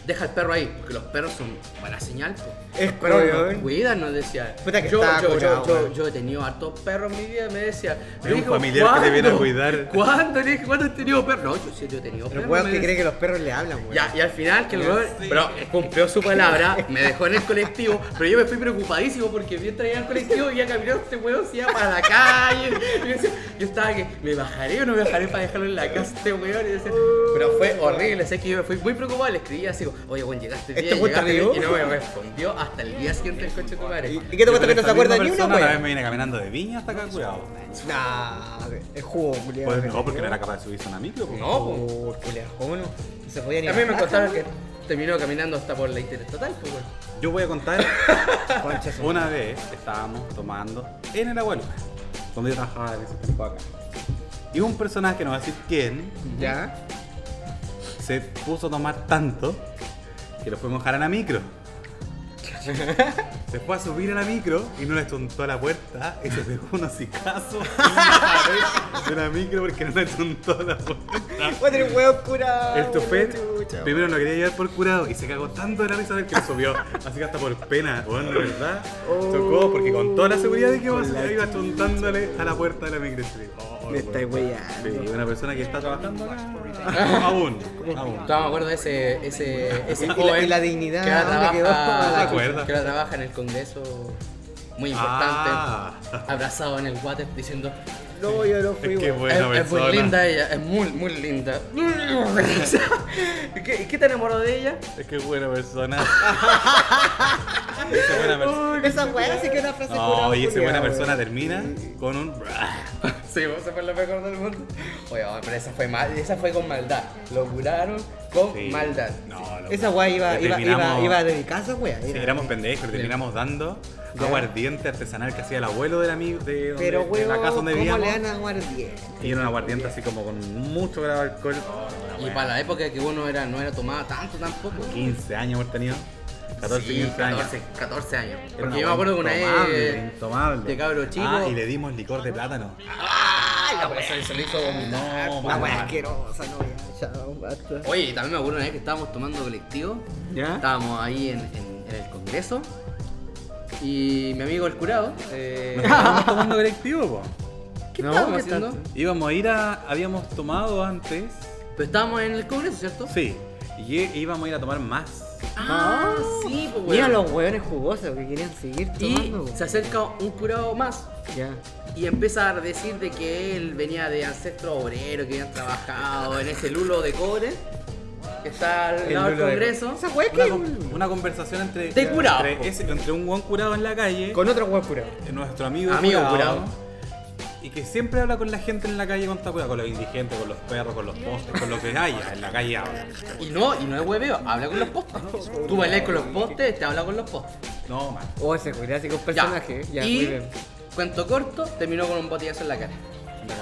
Speaker 2: deja el perro ahí, porque los perros son buena señal. po.
Speaker 1: Es
Speaker 2: Los perros
Speaker 1: weón.
Speaker 2: nos cuidan, nos decía.
Speaker 1: Puta que
Speaker 2: yo,
Speaker 1: estaba
Speaker 2: yo, yo,
Speaker 1: curado,
Speaker 2: yo,
Speaker 1: weón.
Speaker 2: yo he tenido hartos perros en mi vida, me decía.
Speaker 3: Hay
Speaker 2: Le
Speaker 3: un
Speaker 2: dije,
Speaker 3: familiar que te viene a
Speaker 2: "¿Cuándo?
Speaker 3: cuidar".
Speaker 2: ¿Cuándo? Le dije, ¿cuándo has tenido perro? No, yo sí, yo he tenido
Speaker 1: Pero
Speaker 2: perro.
Speaker 1: weón
Speaker 2: me
Speaker 1: que
Speaker 2: decía.
Speaker 1: cree que los perros le hablan, weón.
Speaker 2: Ya, y al final que el
Speaker 1: Ya,
Speaker 2: weón-
Speaker 3: sí.
Speaker 2: pero cumplió su palabra, me dejó en el colectivo, pero yo me fui preocupadísimo porque mientras iba al colectivo ya caminó este weón se iba para la calle. Y yo, decía- yo estaba que, ¿me bajaré o no me bajaré para dejarlo en la casa este weón? Y decía, pero fue horrible, sé que yo me fui muy preocupado, le escribí así, dijo, oye, bueno, llegaste bien,
Speaker 1: ¿Este weón está
Speaker 2: llegaste bien",
Speaker 1: vivo?
Speaker 2: y no me respondió hasta el día siguiente el coche de tu madre.
Speaker 1: ¿Y qué te cuesta que no se acuerda ni pues? una,
Speaker 3: persona la vez
Speaker 1: weón?
Speaker 3: me viene caminando de viña hasta acá, cuidado.
Speaker 1: Nah, el jugo, culiado.
Speaker 3: Pues no, porque no era capaz de subirse a una micro. pues.
Speaker 2: No, pues.
Speaker 1: Oh, culiado, ¿cómo no? No Se podía ni
Speaker 2: A mí me
Speaker 1: bajar,
Speaker 2: contaron que
Speaker 1: weón.
Speaker 2: terminó caminando hasta por la interestatal, pues, weón.
Speaker 3: Yo voy a contar,
Speaker 1: Concha su
Speaker 3: una vez estábamos tomando en el abuelo, donde yo trabajaba en ese tiempo acá. Y un personaje, que no voy a decir quién,
Speaker 1: ¿Ya?
Speaker 3: se puso a tomar tanto que lo fue a mojar a la micro. Se fue a subir a la micro y no le estuntó a la puerta y se pegó unos sicazos de la micro porque no le estuntó a la puerta.
Speaker 1: Otro huevo curado.
Speaker 3: El Tufet
Speaker 1: chucha,
Speaker 3: primero lo quería llevar por curado y se cagó tanto de la risa del que lo subió. Así que hasta por pena, weón, de verdad. Chocó porque con toda la seguridad de que
Speaker 1: Oh.
Speaker 3: iba a
Speaker 1: Con la
Speaker 3: salir, iba chuntándole a la puerta de la micro. Sí. Oh,
Speaker 1: Me estáis
Speaker 3: weón.
Speaker 1: weyando.
Speaker 3: Sí, una persona que está trabajando acá. aún, aún.
Speaker 2: Estaba, me acuerdo de ese, ese, ese
Speaker 1: Y la-
Speaker 2: joven
Speaker 1: y la dignidad,
Speaker 2: que ahora
Speaker 1: ¿dónde
Speaker 2: trabaja,
Speaker 1: quedó?
Speaker 3: No se acuerda.
Speaker 2: que ahora trabaja en el Congreso, muy importante,
Speaker 3: Ah.
Speaker 2: abrazado en el water, diciendo,
Speaker 1: No, yo no fui,
Speaker 3: Es que
Speaker 1: weón.
Speaker 3: buena
Speaker 2: es, es muy
Speaker 3: persona.
Speaker 2: linda ella, es muy, muy linda. ¿Qué, ¿Qué te enamoró de ella?
Speaker 3: Es que es buena persona. Esa buena persona.
Speaker 1: Esa weá sí que es una frase curada.
Speaker 3: No, oye, esa buena
Speaker 1: culiao,
Speaker 3: persona
Speaker 1: weón.
Speaker 3: termina con un.
Speaker 2: Sí, esa fue la mejor del mundo. Oye, oh, pero esa fue, mal, esa fue con maldad, lo curaron con
Speaker 3: Sí.
Speaker 2: maldad.
Speaker 3: No, lo-
Speaker 1: Esa weá iba,
Speaker 3: le
Speaker 1: iba, iba,
Speaker 3: terminamos-
Speaker 1: iba a dedicarse, weá.
Speaker 3: Sí,
Speaker 1: era-
Speaker 3: éramos pendejos, le terminamos dando aguardiente artesanal que hacía el abuelo del amigo de, donde-
Speaker 1: Pero,
Speaker 3: de
Speaker 1: weón,
Speaker 3: la casa
Speaker 1: ¿cómo
Speaker 3: donde
Speaker 1: le
Speaker 3: vivíamos.
Speaker 1: dan a guardián?
Speaker 3: Y era un aguardiente así como con mucho grado de alcohol.
Speaker 2: Y para la época que uno era, no era tomada tanto tampoco.
Speaker 3: 15 años hemos tenido. 14,
Speaker 2: Sí,
Speaker 3: 15 años.
Speaker 2: 14, 14 años.
Speaker 3: Era
Speaker 2: Porque
Speaker 3: una
Speaker 2: yo me acuerdo que una
Speaker 3: intomable,
Speaker 2: vez.
Speaker 3: intomable.
Speaker 2: de cabro chico-
Speaker 3: Ah, y le dimos licor de plátano.
Speaker 2: ¡Ay, la wea! Ah, pues, Se, se lo hizo vomitar.
Speaker 3: No,
Speaker 1: La weá
Speaker 3: mal.
Speaker 1: asquerosa, no, ya, chao, basta.
Speaker 2: Oye, y también me acuerdo una vez que estábamos tomando colectivo.
Speaker 1: ¿Ya?
Speaker 2: Estábamos ahí en, en- en el congreso. Y mi amigo el curado. eh,
Speaker 3: Nos estábamos tomando colectivo, po.
Speaker 2: ¿Qué
Speaker 1: No,
Speaker 2: estábamos
Speaker 1: ¿qué
Speaker 2: haciendo?
Speaker 1: tal?
Speaker 3: Íbamos a ir a. Habíamos tomado antes.
Speaker 2: Pero estábamos en el congreso, ¿cierto?
Speaker 3: Sí, y e- íbamos a ir a tomar más.
Speaker 2: Ah, sí, pues
Speaker 1: Mira
Speaker 2: weón.
Speaker 1: los weones jugosos que querían seguir
Speaker 2: Y
Speaker 1: tomando.
Speaker 2: se acerca un curado más.
Speaker 1: Ya.
Speaker 2: Y empieza a decir de que él venía de ancestro obrero, que habían trabajado en ese lulo de cobre, que está al
Speaker 3: El
Speaker 2: lado del
Speaker 3: lulo de cobre.
Speaker 2: Congreso.
Speaker 1: Esa weá
Speaker 3: Una,
Speaker 1: que.
Speaker 3: con- una conversación entre,
Speaker 2: De curado, po.
Speaker 3: entre, ese- entre un buen curado en la calle,
Speaker 1: Con otro weón curado.
Speaker 3: nuestro amigo,
Speaker 2: Amigo curado.
Speaker 3: y que siempre habla con la gente en la calle con esta curada, con los indigentes, con los perros, con los postes, con lo que haya en la calle habla.
Speaker 2: Y no, y no es hueveo, habla con los postes. Tú bailas con los postes, te habla con los postes.
Speaker 3: No, mal.
Speaker 1: Oh, ese culiao, así que un personaje. Ya, muy
Speaker 2: y
Speaker 1: bien.
Speaker 2: cuento corto, terminó con un botellazo en la cara.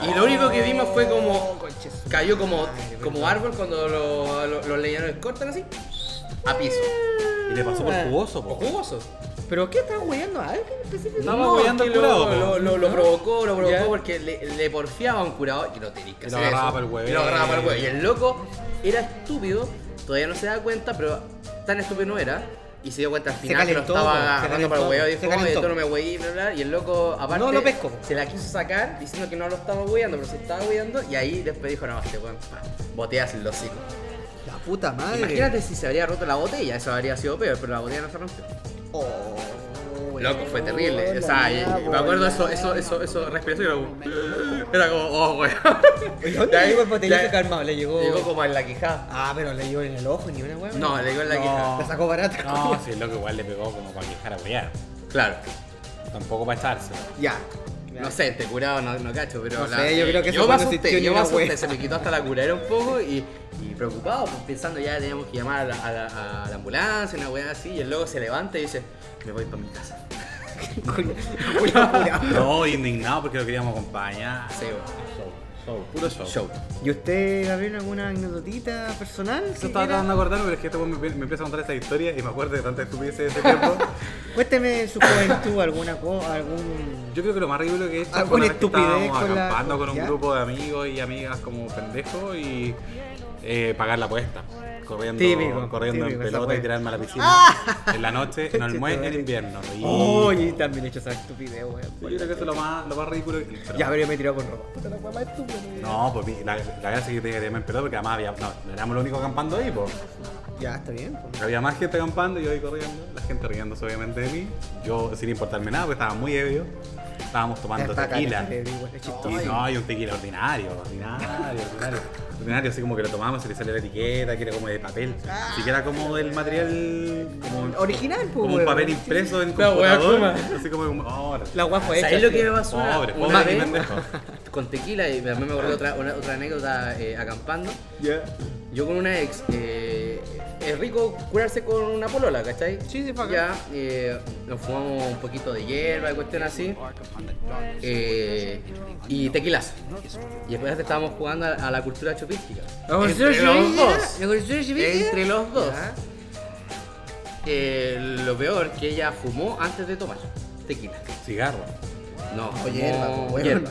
Speaker 3: No.
Speaker 2: Y lo único que vimos fue
Speaker 1: Oh,
Speaker 2: como.
Speaker 1: Conches.
Speaker 2: Cayó como, como árbol cuando lo- lo- los leñadores cortan así. A piso.
Speaker 3: Y le pasó por
Speaker 2: Ah.
Speaker 3: jugoso,
Speaker 2: O
Speaker 3: po.
Speaker 2: jugoso.
Speaker 1: ¿Pero qué estás weyando a alguien específico?
Speaker 3: Estaba
Speaker 2: No,
Speaker 3: hueando
Speaker 2: que
Speaker 3: al
Speaker 2: lo-
Speaker 3: curado, po.
Speaker 2: Lo, lo- lo provocó, lo provocó
Speaker 1: Ya.
Speaker 2: porque le, le porfiaba a un curado y no tenía que
Speaker 3: Y lo
Speaker 2: hacer
Speaker 3: agarraba
Speaker 2: eso.
Speaker 3: pa'l hueveo.
Speaker 2: Y lo agarraba pa'l hueveo. Y el loco era estúpido, todavía no se da cuenta, pero tan estúpido no era. Y se dio cuenta al final
Speaker 1: calentó,
Speaker 2: que lo
Speaker 1: po, se
Speaker 2: estaba agarrando para
Speaker 1: calentó,
Speaker 2: el huevo y
Speaker 1: se
Speaker 2: dijo, oye,
Speaker 1: calentó".
Speaker 2: tú no me hueí, bla, bla. Y el loco, aparte,
Speaker 1: No lo pesco, po.
Speaker 2: se la quiso sacar diciendo que no lo estaba hueando, pero se estaba hueando. Y ahí después dijo, no, este weón, pa, boteas el hocico.
Speaker 1: La puta madre.
Speaker 2: Imagínate si se habría roto la botella, eso habría sido peor, pero la botella no se rompió.
Speaker 1: Oh, weón.
Speaker 2: Loco, fue terrible. O sea,
Speaker 1: La
Speaker 2: y- y me acuerdo eso, eso, eso, eso, respiración era como. Era como, oh, weón.
Speaker 1: ¿Y dónde
Speaker 2: Ya,
Speaker 1: le llegó el botellazo
Speaker 2: ya,
Speaker 1: calmado? ¿Le llegó?
Speaker 2: Llegó como en la quijada.
Speaker 1: Ah, pero le llegó en el ojo, ni una weá.
Speaker 2: No, le llegó en la
Speaker 3: No.
Speaker 2: quijada.
Speaker 1: La sacó barata.
Speaker 3: No, si el loco igual le pegó como para quejar a huear.
Speaker 2: Claro.
Speaker 3: Tampoco para echarse.
Speaker 1: Ya.
Speaker 2: No sé, este curado no, no cacho, pero
Speaker 1: No
Speaker 2: la-
Speaker 1: sé, yo creo que ese
Speaker 2: yo me
Speaker 1: weón no sintió
Speaker 2: asusté,
Speaker 1: ni
Speaker 2: yo me
Speaker 1: una
Speaker 2: asusté,
Speaker 1: wea.
Speaker 2: se me quitó hasta la curera un poco y, y preocupado, pues, pensando ya teníamos que llamar a la, a la- a la ambulancia, una weá así, y el loco se levanta y dice, me voy para mi casa.
Speaker 3: No, indignado porque lo queríamos acompañar.
Speaker 2: Sí, weón.
Speaker 3: Show, show, puro show.
Speaker 2: Show.
Speaker 1: ¿Y usted, Gabriel, alguna anécdotita personal?
Speaker 3: Yo estaba
Speaker 1: siquiera?
Speaker 3: tratando de acordarme, pero es que este weón me, me empieza a contar esa historia y me acuerdo de tanta estupidez de ese tiempo.
Speaker 1: Cuénteme su juventud, alguna cosa, algún...
Speaker 3: Yo creo que lo más ridículo que he hecho
Speaker 1: Alguna
Speaker 3: vez que
Speaker 1: Ah, estupidez
Speaker 3: estábamos
Speaker 1: con la-
Speaker 3: acampando con un
Speaker 1: ¿Ya?
Speaker 3: grupo de amigos y amigas como pendejos y eh, pagar la apuesta. Corriendo,
Speaker 1: Típico,
Speaker 3: corriendo
Speaker 1: típico,
Speaker 3: en
Speaker 1: esa
Speaker 3: pelota
Speaker 1: wea. Ah.
Speaker 3: y tirarme a la piscina. En la noche, en almuerzo, en invierno. Y
Speaker 1: Oh, y también he hecho esa estupidez, weón.
Speaker 3: Yo creo que eso es lo más, lo más ridículo que pero-
Speaker 1: Ya, pero yo me he tirado con ropa. Puta, la weá más estúpida, weón.
Speaker 3: No, pues vi- la, la gracia es que te tirarme en pelota porque además había, no, no éramos los únicos acampando ahí, pues.
Speaker 1: Ya, está bien. pues.
Speaker 3: Había más gente acampando y yo ahí corriendo, la gente riéndose obviamente de mí, yo sin importarme nada porque estaba muy ebrio. estábamos tomando
Speaker 5: Está acá,
Speaker 3: tequila.
Speaker 5: te digo, es chistoso.
Speaker 3: Y no, y un tequila ordinario, ordinario, ordinario. Ordinario, así como que lo tomamos, se le sale la etiqueta, que era como de papel. Siquiera como del material. Como,
Speaker 5: Original, pues,
Speaker 3: Como un
Speaker 5: weón.
Speaker 3: papel impreso en
Speaker 1: La wea
Speaker 3: computador.
Speaker 1: Kuma.
Speaker 3: Así como. oh, un- ahora.
Speaker 1: La guapa fue hecha.
Speaker 2: ¿Sabéis lo que me
Speaker 1: tío.
Speaker 2: pasó? una-
Speaker 3: Pobre,
Speaker 2: una
Speaker 3: pobre
Speaker 2: vez?
Speaker 3: pendejo.
Speaker 2: Con tequila y también me acordé otra, una- otra anécdota eh, acampando. Yo con una ex, eh, es rico curarse con una polola, ¿cachai?
Speaker 1: Sí, sí, pa' acá.
Speaker 2: Ya, eh, nos fumamos un poquito de hierba y cuestión así. Eh, y tequilazo. Y después estábamos jugando a, a la cultura chupística.
Speaker 1: La conocida
Speaker 2: Entre los
Speaker 1: Chivilla,
Speaker 2: dos.
Speaker 1: La conocida Chivilla.
Speaker 2: Entre los dos.
Speaker 1: Ya.
Speaker 2: Eh, lo peor que ella fumó antes de tomar tequila.
Speaker 3: Cigarro.
Speaker 2: No,
Speaker 5: O hierba,
Speaker 2: fumó
Speaker 5: pues, weón.
Speaker 2: hierba.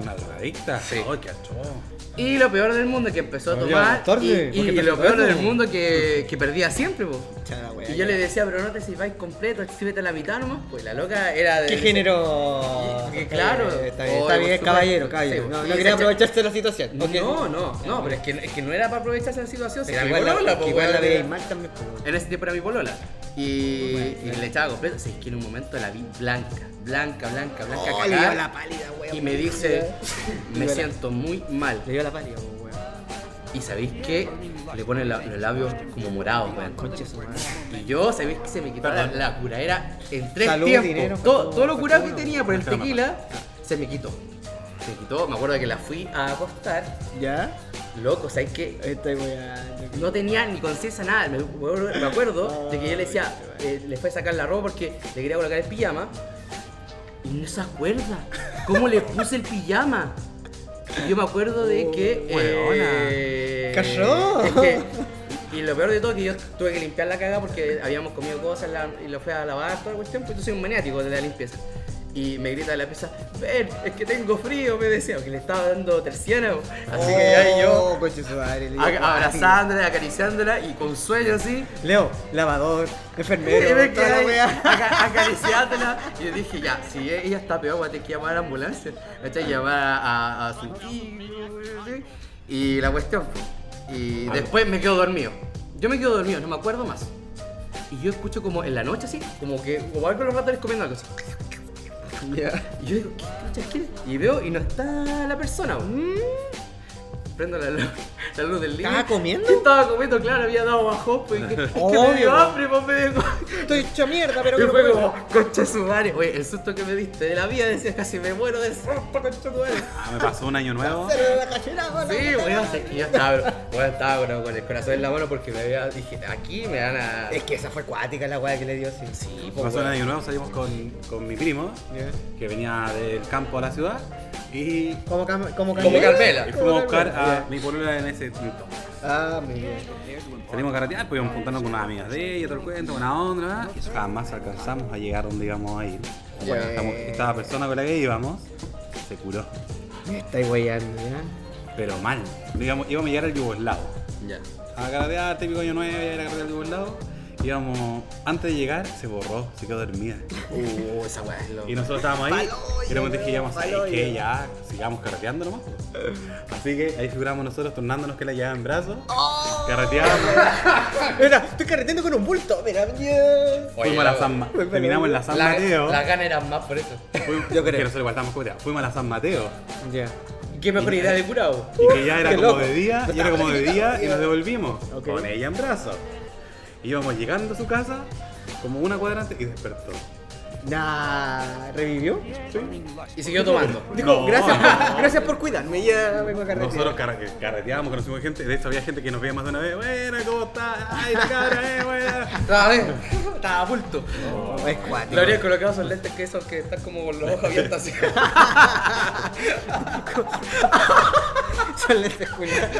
Speaker 3: Una drogadicta. Ay, qué atroz.
Speaker 2: Y lo peor del mundo que empezó a
Speaker 5: Pero ya,
Speaker 2: tomar.
Speaker 5: tarde,
Speaker 2: y
Speaker 5: ¿por
Speaker 2: y
Speaker 5: qué empezó
Speaker 2: lo peor
Speaker 5: tarde?
Speaker 2: del mundo que, que perdía siempre, po.
Speaker 5: Chá, la wea,
Speaker 2: Y yo
Speaker 5: ya.
Speaker 2: le decía, pero no te sirváis completo, sírvete la mitad nomás. Pues la loca era de.
Speaker 5: ¿Qué género? Eh,
Speaker 2: Y- y claro.
Speaker 5: Está bien,
Speaker 2: Oh,
Speaker 5: está bien,
Speaker 2: súper-
Speaker 5: caballero,
Speaker 2: sí,
Speaker 5: caballero. No,
Speaker 2: y
Speaker 5: no
Speaker 2: se
Speaker 5: quería
Speaker 2: echa-
Speaker 5: aprovecharse de la situación.
Speaker 2: No,
Speaker 5: Ok.
Speaker 2: no, no, pero es que, es que no era para aprovecharse de la situación. si
Speaker 5: Es
Speaker 2: Era
Speaker 5: que
Speaker 2: mi
Speaker 5: Igual la-
Speaker 2: polola,
Speaker 5: que
Speaker 2: po,
Speaker 5: igual la
Speaker 2: weón,
Speaker 5: veía
Speaker 2: era-
Speaker 5: mal también, pues, weón.
Speaker 2: En ese tiempo era mi polola. Y, y le echaba completo. Sí, es que en un momento la vi blanca, blanca, blanca, blanca.
Speaker 5: Oh, le
Speaker 2: cagada,
Speaker 5: dio la pálida, weón.
Speaker 2: y me dice, me
Speaker 5: Libera.
Speaker 2: siento muy mal.
Speaker 5: Le dio la pálida, pues, weón.
Speaker 2: Y sabéis que le ponen la- los labios como morados, weón.
Speaker 5: Concha su madre.
Speaker 2: Y yo, ¿sabéis que se me quitó la,
Speaker 3: Perdón.
Speaker 2: la curaera en tres
Speaker 5: Salud,
Speaker 2: tiempos?
Speaker 5: dinero,
Speaker 2: todo,
Speaker 5: salud,
Speaker 2: todo lo curado que
Speaker 5: salud.
Speaker 2: tenía por el
Speaker 3: Enferma.
Speaker 2: tequila se me quitó. Se me quitó, me acuerdo que la fui a acostar.
Speaker 5: ¿Ya?
Speaker 2: Loco, ¿sabes qué?
Speaker 5: Estoy weando.
Speaker 2: No tenía ni conciencia nada. Me acuerdo, me acuerdo de que yo le decía, eh, le fue a sacar la ropa porque le quería colocar el pijama. Y no se acuerda cómo le puse el pijama. Y Yo me acuerdo de que. eh,
Speaker 5: Cayó.
Speaker 2: es que- y lo peor de todo es que yo tuve que limpiar la caga porque habíamos comido cosas la- y lo fui a lavar, toda la cuestión, pues yo soy un maniático de la limpieza. Y me grita de la pieza, ven, es que tengo frío, me decía, porque le estaba dando terciana. po. Así que ya yo
Speaker 5: Oh, Concha su madre. le dio
Speaker 2: Ag-
Speaker 5: pálida.
Speaker 2: abrazándola, acariciándola y con sueño así.
Speaker 5: Leo, lavador, enfermero.
Speaker 2: Y me
Speaker 5: toda la
Speaker 2: quedé
Speaker 5: wea.
Speaker 2: ahí, aca- acariciándola. Y yo dije, ya, si e- ella está peor, voy a tener que llamar a la ambulancia. Voy a tener que llamar a, a- a su tío, ¿sí? Y la cuestión fue. Y después me quedo dormido. Yo me quedo dormido, no me acuerdo más. Y yo escucho como en la noche así, como que como algo los ratones comiendo algo así. Y yo digo, ¿qué chucha quiere? Y veo y no está la persona. bo. Prendo la luz, la luz del día.
Speaker 5: ¿Estaba comiendo?
Speaker 2: Estaba comiendo, claro, había dado bajo. Pues, y que,
Speaker 5: Obvio,
Speaker 2: que me dio
Speaker 5: bo.
Speaker 2: hambre, pues me dio-
Speaker 5: Estoy hecho mierda, pero
Speaker 2: Y
Speaker 5: que
Speaker 2: fue
Speaker 5: puedo.
Speaker 2: como, concha su madre. Oye, el susto que me diste de la vida, decías casi me muero de susto, concha tu madre.
Speaker 3: Ah, me pasó un año nuevo.
Speaker 5: Se me va a caer ahora.
Speaker 2: Sí, weón, sé que yo estaba, weón, estaba bueno, con el corazón en la mano porque me había, dije, aquí me van a.
Speaker 5: Es que esa fue cuática la weá que le dio sí. pues,
Speaker 2: Sí, po,
Speaker 3: Pasó un
Speaker 2: weón.
Speaker 3: año nuevo, salimos con, con mi primo, que venía del campo a la ciudad, y,
Speaker 5: Como cam como
Speaker 2: Como Carmela.
Speaker 3: y fuimos a buscar a mi polola en ese momento.
Speaker 5: Ah, muy bien.
Speaker 3: Salimos a carretear, pues íbamos juntando con unas amigas de ella, todo el cuento, una onda, ¿verdad? Jamás alcanzamos a llegar donde íbamos a ir.
Speaker 2: Bueno.
Speaker 3: Estamos- esta persona con la que íbamos se curó,
Speaker 5: Me estáis weyando, ¿ya?
Speaker 3: pero mal. Íbamos, íbamos a llegar al Yugoslavo.
Speaker 2: Ya.
Speaker 3: A carretear, típico año nuevo, a ir a carretear al Yugoslavo. Íbamos, antes de llegar, se borró, se quedó dormida.
Speaker 2: Uh, esa weá es loca.
Speaker 3: Y nosotros estábamos ahí y nos dije, íbamos a que ya sigamos carreteando nomás. Así que ahí figuramos nosotros tornándonos que la llevaba en brazos,
Speaker 2: Oh.
Speaker 3: carreteábamos,
Speaker 5: Ah, Mira, estoy carreteando con un bulto. Mira, Dios.
Speaker 2: Oye,
Speaker 3: fuimos a la
Speaker 2: la-
Speaker 3: San Ma- terminamos en la San
Speaker 2: La-
Speaker 3: Mateo.
Speaker 2: Las ganas eran más por eso.
Speaker 3: Fuimos-
Speaker 5: Yo creo.
Speaker 3: que nosotros igual estábamos curados. Fuimos a la San Mateo
Speaker 5: Ya.
Speaker 2: ¿Qué mejor idea de curado?
Speaker 3: y que ya era
Speaker 5: qué
Speaker 3: como
Speaker 5: loco.
Speaker 3: de día, y era como de día y nos devolvimos
Speaker 5: Ok.
Speaker 3: con ella en brazos. Íbamos llegando a su casa como una cuadra antes y despertó.
Speaker 5: Nah, ¿revivió?
Speaker 2: Y siguió tomando.
Speaker 5: Digo,
Speaker 3: No,
Speaker 5: gracias,
Speaker 3: no.
Speaker 5: gracias por cuidarme. Ya vengo a carretear.
Speaker 3: Nosotros carre- carreteábamos, conocimos gente, de hecho había gente que nos veía más de una vez, bueno, ¿cómo estás? Ay, la cabra, eh, bueno.
Speaker 2: Estaba bien, estaba bulto.
Speaker 5: Oh, es cuático.
Speaker 2: Lo habría colocado son lentes que esos que están como con los ojos abiertos así.
Speaker 5: Son lentes culiados.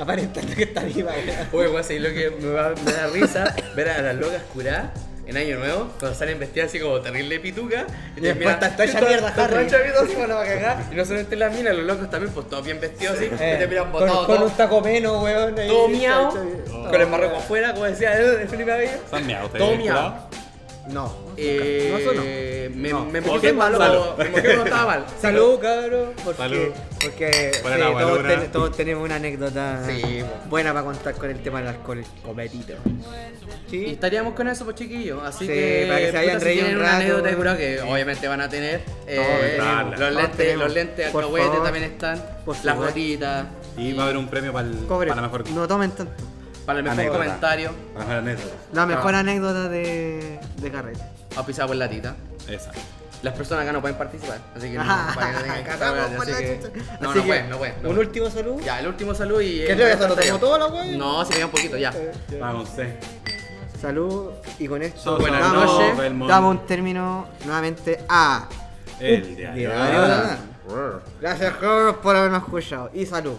Speaker 5: Aparentando que está viva.
Speaker 1: eh.
Speaker 5: ya.
Speaker 2: Oye, weón, ¿sabes lo que me, va- me da risa? Ver a las locas curadas en Año Nuevo, cuando salen vestidas así como terrible pituca.
Speaker 5: Y después está toda hecha mierda,
Speaker 2: está toda
Speaker 5: Harry.
Speaker 2: hecha mierda así para cagar. Y no solamente las minas, los locos también, pues todos bien vestidos así.
Speaker 5: Eh,
Speaker 2: y te miran
Speaker 5: con,
Speaker 2: botado
Speaker 5: con
Speaker 2: todo,
Speaker 5: un taco menos, weón. ahí.
Speaker 2: todo miau,
Speaker 5: Está- está-
Speaker 2: con el marroco afuera, como decía él, de Felipe Abello.
Speaker 3: Están miados,
Speaker 2: Todo
Speaker 3: ¿ustedes,
Speaker 2: miau.
Speaker 3: curados?
Speaker 1: No.
Speaker 2: Eh,
Speaker 1: No, eso no.
Speaker 2: Me,
Speaker 1: No.
Speaker 2: me
Speaker 1: Ok,
Speaker 2: empujé mal,
Speaker 3: Gonzalo.
Speaker 2: o- me empujé cuando estaba mal.
Speaker 1: Salud, cabrón. Porque,
Speaker 3: Salud.
Speaker 1: porque
Speaker 3: Buena
Speaker 1: sí,
Speaker 3: la buena,
Speaker 1: todos,
Speaker 3: buena.
Speaker 1: ten- todos tenemos una anécdota
Speaker 2: Sí,
Speaker 1: buena para contar con el tema del alcohol. Cometito.
Speaker 2: Y
Speaker 1: Sí.
Speaker 2: estaríamos con eso, pues chiquillos. Así
Speaker 1: Sí,
Speaker 2: que.
Speaker 1: para que se hayan
Speaker 2: si
Speaker 1: reído
Speaker 2: tienen
Speaker 1: un
Speaker 2: una
Speaker 1: rato.
Speaker 2: anécdota, seguro que obviamente van a tener. eh,
Speaker 3: claro.
Speaker 2: los,
Speaker 1: Todos
Speaker 2: lentes,
Speaker 1: tenemos.
Speaker 2: los lentes
Speaker 1: Por
Speaker 2: alcahuete
Speaker 1: favor.
Speaker 2: también están.
Speaker 1: Por
Speaker 2: las
Speaker 1: favor.
Speaker 2: gotitas.
Speaker 3: Y va a haber un premio para el
Speaker 1: Cobre.
Speaker 3: para la mejor,
Speaker 1: No tomen tanto.
Speaker 2: Para el mejor
Speaker 3: Anécdota.
Speaker 2: comentario.
Speaker 3: para la mejor anécdota.
Speaker 1: La mejor anécdota de, de carrete.
Speaker 2: Auspiciado por latita.
Speaker 3: Esa.
Speaker 2: Las personas acá no pueden participar. Así que no,
Speaker 1: Ajá.
Speaker 2: para que no tengan que
Speaker 1: Cagamos
Speaker 2: saber,
Speaker 1: con
Speaker 2: así
Speaker 1: la
Speaker 2: que-
Speaker 1: chucha.
Speaker 2: No,
Speaker 1: Así
Speaker 2: no
Speaker 1: que,
Speaker 2: pueden, no pueden. no
Speaker 1: Un
Speaker 2: pueden.
Speaker 1: último saludo.
Speaker 2: Ya, el último saludo y.
Speaker 1: ¿Qué te
Speaker 2: eh,
Speaker 1: lo Eh.
Speaker 2: corta
Speaker 1: tomó
Speaker 2: ya.
Speaker 1: todo la wey?
Speaker 2: No, se queda un poquito, ya.
Speaker 3: Vamos, eh. sí.
Speaker 1: Salud y con esto
Speaker 2: Buenas
Speaker 1: damos,
Speaker 2: noches.
Speaker 3: Belmont.
Speaker 1: damos un término nuevamente a
Speaker 3: El diario.
Speaker 1: Diario. Gracias cabros por habernos escuchado y salud.